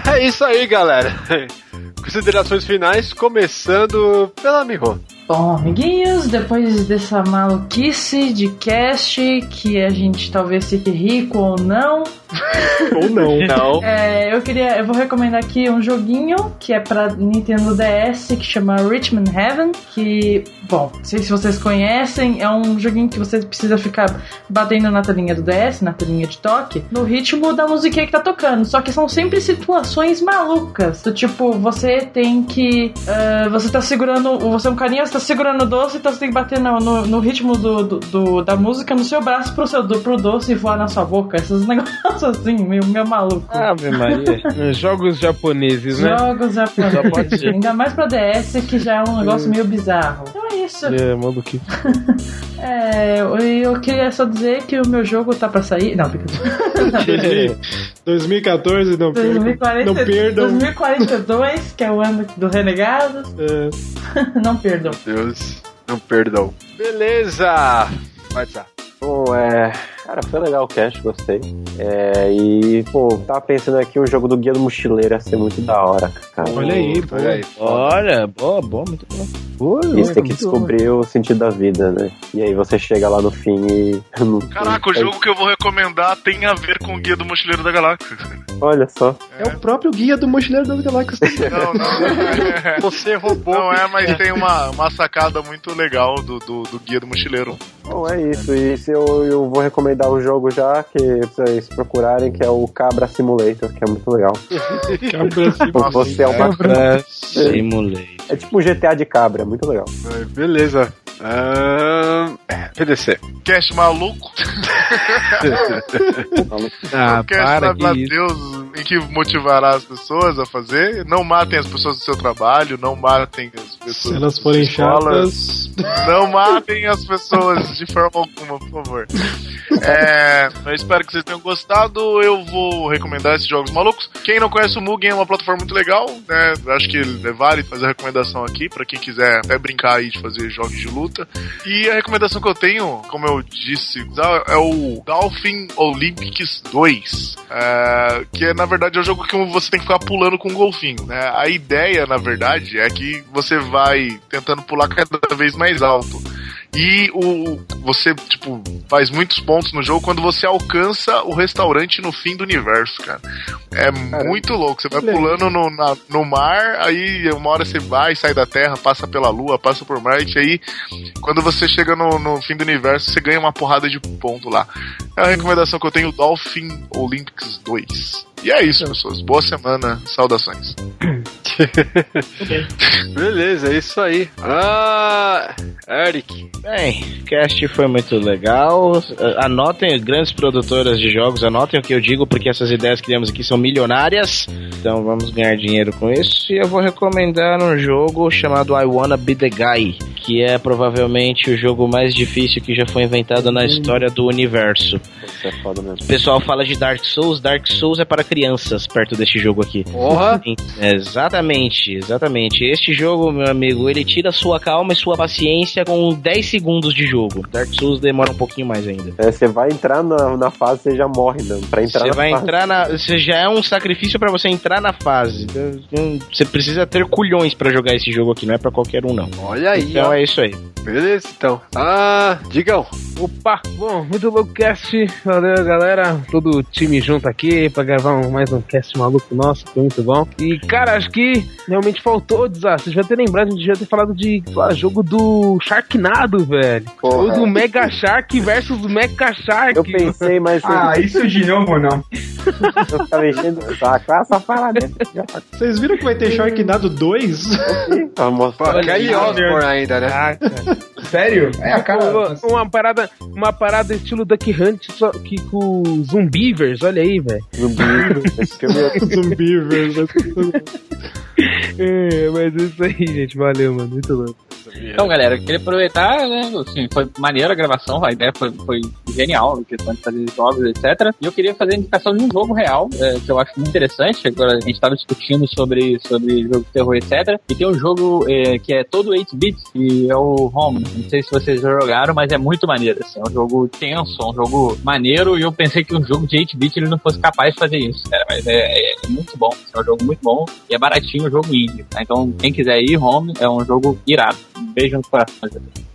Speaker 4: É isso aí, galera. Considerações finais, começando pela Miho.
Speaker 10: Bom, amiguinhos, depois dessa maluquice de cast que a gente talvez fique rico ou não,
Speaker 7: Ou não.
Speaker 4: Não.
Speaker 10: é, eu queria, eu vou recomendar aqui um joguinho que é pra Nintendo DS que chama Richmond Heaven, que, bom, não sei se vocês conhecem, é um joguinho que você precisa ficar batendo na telinha do DS, na telinha de toque, no ritmo da musiquinha que tá tocando. Só que são sempre situações malucas. Do tipo, você tem que. ah, você tá segurando. Você é um carinha, você tá segurando o doce, então você tem que bater no, no, no ritmo do, do- do- da música no seu braço pro, seu, do- pro doce voar na sua boca. Esses negócios assim, meio, meio maluco.
Speaker 6: Ave Maria. Jogos japoneses, né?
Speaker 10: Jogos japoneses. Ainda mais pra DS, que já é um negócio meio bizarro. Então é isso.
Speaker 6: É, maluquice.
Speaker 10: É, eu, eu queria só dizer que o meu jogo tá pra sair. Não, fica.
Speaker 7: 2014, não perdam.
Speaker 10: 2040,
Speaker 7: Não perdam.
Speaker 10: 2042, que é o ano do Renegados.
Speaker 7: É,
Speaker 10: Não perdam.
Speaker 4: Deus, não perdão. Beleza. Vai tá.
Speaker 2: Bom, é. Cara, foi legal o cast, gostei. É, e, pô, tava pensando aqui o jogo do Guia do Mochileiro ia ser muito da hora, cara.
Speaker 7: Olha aí,
Speaker 4: Olha aí.
Speaker 9: Olha, boa, boa, muito bom.
Speaker 2: E você tem que descobrir o sentido da vida, né? E aí você chega lá no fim e. não-
Speaker 11: Caraca, o
Speaker 2: não-
Speaker 11: jogo que eu vou recomendar tem a ver com o Guia do Mochileiro da Galáxia.
Speaker 2: Olha só.
Speaker 7: é o próprio guia do Mochileiro das Galáxias.
Speaker 11: Não, não.
Speaker 4: Você roubou.
Speaker 11: Não é, mas tem uma, uma sacada muito legal do, do, do Guia do Mochileiro.
Speaker 2: Bom, é isso. E se eu, eu vou recomendar um jogo já que vocês procurarem, que é o Cabra Simulator, que é muito legal.
Speaker 7: Cabra assim,
Speaker 2: Pô, você é uma.
Speaker 9: Simulei.
Speaker 2: É tipo um GTA de cabra, é muito legal.
Speaker 4: Ai, Beleza. Ahn, é, PDC.
Speaker 11: Cast maluco? Cast,
Speaker 6: Ah,
Speaker 4: tá
Speaker 6: para
Speaker 11: sabe lá
Speaker 6: que isso.
Speaker 11: Deus, em que motivará as pessoas a fazer? Não matem as pessoas do seu trabalho, não matem as
Speaker 7: Se
Speaker 11: pessoas
Speaker 7: elas forem
Speaker 11: das escolas,
Speaker 7: chatas.
Speaker 11: Não matem as pessoas de forma alguma, por favor. É, eu espero que vocês tenham gostado. Eu vou recomendar esses jogos malucos. Quem não conhece o Mugen é uma plataforma muito legal, né? Acho que vale fazer a recomendação aqui pra quem quiser até brincar aí de fazer jogos de luta. E a recomendação que eu tenho, como eu disse, é o Dolphin Olympics 2. é, que é, na verdade, é um jogo que você tem que ficar pulando com um golfinho, né? A ideia, na verdade, é que você vai tentando pular cada vez mais alto. E o você, tipo, faz muitos pontos no jogo quando você alcança o restaurante no fim do universo, cara. É muito louco. Você vai
Speaker 7: Legal.
Speaker 11: pulando no, na- no mar, aí uma hora você vai, sai da Terra, passa pela Lua, passa por Marte, aí quando você chega no, no fim do universo, você ganha uma porrada de ponto lá. É a recomendação que eu tenho, Dolphin Olympics 2. E é isso, pessoas. Boa semana. Saudações.
Speaker 4: Beleza, é isso aí. Ah, Eric.
Speaker 9: Bem, o cast foi muito legal. Eh, Anotem, grandes produtoras de jogos, anotem o que eu digo, porque essas ideias que temos aqui são milionárias. Então vamos ganhar dinheiro com isso. E eu vou recomendar um jogo chamado I Wanna Be The Guy, que é provavelmente o jogo mais difícil que já foi inventado na história do universo.
Speaker 2: Isso é foda mesmo.
Speaker 9: O pessoal fala de Dark Souls, Dark Souls é para crianças perto deste jogo aqui.
Speaker 4: Porra!
Speaker 9: Exatamente, exatamente. Este jogo, meu amigo, ele tira sua calma e sua paciência com 10 segundos de jogo. Dark Souls demora um pouquinho mais ainda.
Speaker 2: É, você vai entrar na, na fase, você já morre, né? Pra entrar
Speaker 9: Você
Speaker 2: na
Speaker 9: vai
Speaker 2: fase.
Speaker 9: entrar na. Você já é um sacrifício pra você entrar na fase. Então, Você precisa ter culhões pra jogar esse jogo aqui, não é pra qualquer um, não.
Speaker 4: Olha aí,
Speaker 9: Então
Speaker 4: ó.
Speaker 9: é isso aí.
Speaker 4: Beleza, então. Ah, digam.
Speaker 6: Opa, bom, muito louco cast. Valeu, galera. Todo o time junto aqui pra gravar um- mais um cast maluco nosso. Foi muito bom. E, cara, acho que realmente faltou desastre. Vocês devem ter lembrado, a gente devia ter falado de sei lá, jogo do Sharknado, velho. Ou do Mega Shark versus Mecha Shark.
Speaker 2: Eu pensei, mas.
Speaker 5: Ah, isso de novo não.
Speaker 2: Eu ficava enchendo o Tá saco. Ah, essa parada. é-
Speaker 7: Vocês viram que vai ter Sharknado É, 2?
Speaker 2: Pra mostrar.
Speaker 4: Pô, Kelly Osborne ainda, né?
Speaker 6: Ah, cara.
Speaker 5: Sério? É a cara.
Speaker 6: Uma- Uma parada, uma parada estilo Duck Hunt, só que com zumbivers, olha aí, velho.
Speaker 2: Zumbi. Esse filme é
Speaker 7: Zumbi, velho.
Speaker 6: É, mas é isso aí, gente. Valeu, mano. Muito louco.
Speaker 8: Então, galera, eu queria aproveitar, né? Assim, foi maneira a gravação, a ideia foi, foi genial, em questão de fazer jogos, etc. E eu queria fazer a indicação de um jogo real, é, que eu acho muito interessante. Agora a gente estava discutindo sobre, sobre jogo de terror, etc. E tem um jogo é, que é todo 8-bit, e é o Home. Não sei se vocês já jogaram, mas é muito maneiro. Assim, é um jogo tenso, é um jogo maneiro. E eu pensei que um jogo de 8-bit ele não fosse capaz de fazer isso, cara. Mas é, é- é muito bom. assim, é um jogo muito bom. E é baratinho o jogo indie. tá? Então, quem quiser ir, Home é um jogo irado. Um beijo no coração. gente.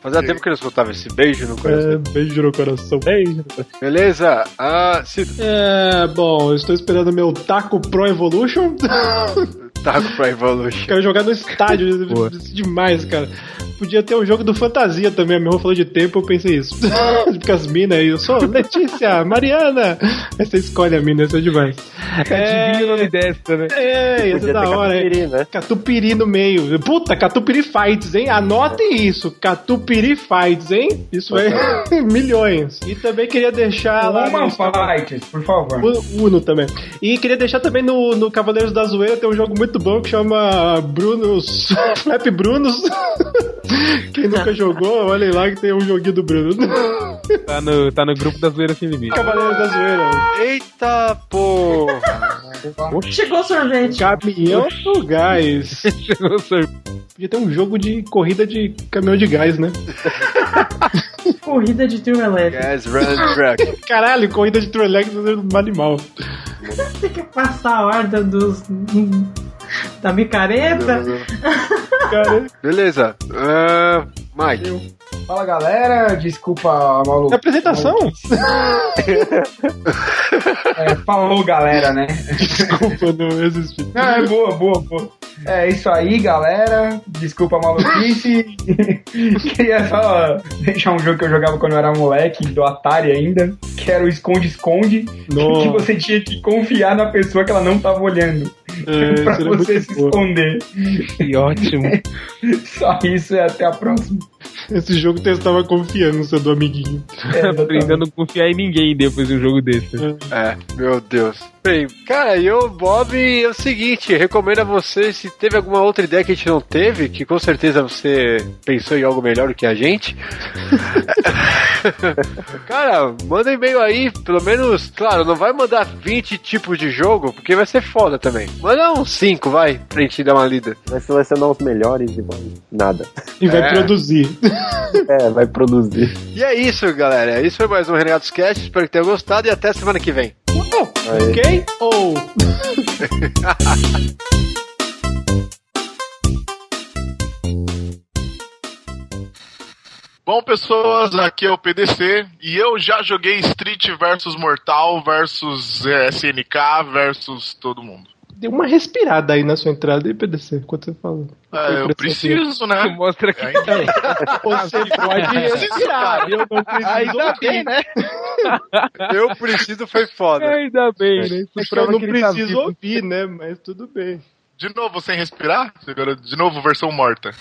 Speaker 4: Fazia tempo que eu não escutava esse beijo no coração.
Speaker 7: É, beijo no coração. Beijo no coração.
Speaker 4: Beleza? Ah, Cido.
Speaker 7: É, bom, eu estou esperando meu Taco Pro Evolution.
Speaker 4: Taco pra Evolution.
Speaker 7: Quero jogar no estádio.
Speaker 6: Boa.
Speaker 7: isso é demais, cara. Podia ter um jogo do Fantasia também. A minha irmã falou de tempo, eu pensei isso. Porque as minas aí, eu sou Letícia, Mariana. Aí você escolhe a mina, isso é demais.
Speaker 6: Adivinha o nome dessa, né?
Speaker 7: É, isso é
Speaker 2: Podia
Speaker 7: da
Speaker 2: ter
Speaker 7: hora, hein?
Speaker 2: catupiry, né?
Speaker 7: Catupiri no meio. Puta, Catupiri Fights, hein? Anotem isso. Catupiri Fights, hein? Isso é milhões. E também queria deixar lá.
Speaker 5: Uma
Speaker 7: no-
Speaker 5: fight, por favor.
Speaker 7: U- Uno também. E queria deixar também no, no Cavaleiros da Zoeira tem um jogo muito bom que chama Brunos. Flap Brunos. Quem nunca jogou, olhem lá que tem um joguinho do Bruno.
Speaker 6: Tá no, tá no grupo da zoeira sem limite.
Speaker 7: Cavaleiros da Zoeira.
Speaker 4: Eita, pô!
Speaker 10: Chegou o sorvete.
Speaker 7: Caminhão do gás.
Speaker 6: Chegou o sorvete.
Speaker 7: Podia ter um jogo de corrida de caminhão de gás, né?
Speaker 10: Corrida de trio elétrico.
Speaker 4: Guys, run track.
Speaker 7: Caralho, corrida de Trolex é um animal.
Speaker 10: Tem que passar a horda dos. da micareta.
Speaker 7: Cara,
Speaker 4: Beleza. Ah, Mike.
Speaker 5: Fala galera, desculpa a maluco.
Speaker 7: apresentação?
Speaker 5: É, falou galera, né?
Speaker 7: Desculpa, não existi.
Speaker 5: Ah, é boa, boa, boa. É isso aí, galera. Desculpa a maluquice. Queria só deixar um jogo que eu jogava quando eu era moleque, do Atari ainda, que era o esconde-esconde, que
Speaker 7: Nossa,
Speaker 5: você tinha que confiar na pessoa que ela não tava olhando,
Speaker 7: é,
Speaker 5: pra
Speaker 7: isso era
Speaker 5: você
Speaker 7: muito
Speaker 5: se
Speaker 7: bom.
Speaker 5: esconder.
Speaker 6: Que ótimo.
Speaker 5: Só isso
Speaker 10: é
Speaker 5: e até a próxima.
Speaker 7: Esse jogo testava confiança do amiguinho.
Speaker 5: É,
Speaker 6: Aprendendo a não confiar em ninguém depois de um jogo desse.
Speaker 4: É, meu Deus. Bem, cara, e eu, Bob, é o seguinte, recomendo a você, se teve alguma outra ideia que a gente não teve, que com certeza você pensou em algo melhor do que a gente. cara, manda e-mail aí, pelo menos, claro, não vai mandar 20 tipos de jogo, porque vai ser foda também. Manda uns 5, vai, pra gente dar uma lida.
Speaker 2: Vai selecionar os melhores e vai. Nada.
Speaker 7: E vai
Speaker 4: É.
Speaker 7: produzir.
Speaker 2: É, vai produzir.
Speaker 4: E é isso, galera. Isso foi mais um Renegados Cast, espero que tenham gostado e até semana que vem.
Speaker 2: Aí.
Speaker 7: Ok? Ou.
Speaker 11: Bom, pessoas, aqui é o PDC e eu já joguei Street versus Mortal versus eh, SNK versus todo mundo.
Speaker 7: Deu uma respirada aí na sua entrada, e PDC, enquanto você fala.
Speaker 11: É, eu preciso, né?
Speaker 9: Mostra
Speaker 11: que
Speaker 7: Você pode respirar. Eu não preciso.
Speaker 9: né? Ainda bem, né?
Speaker 4: Eu preciso foi foda.
Speaker 9: Ainda bem, né? Isso
Speaker 7: Porque É eu
Speaker 9: prova
Speaker 7: não
Speaker 9: que ele tá
Speaker 7: preciso
Speaker 9: vivo.
Speaker 7: ouvir, né? Mas tudo bem.
Speaker 11: De novo sem respirar? Agora, De novo versão morta.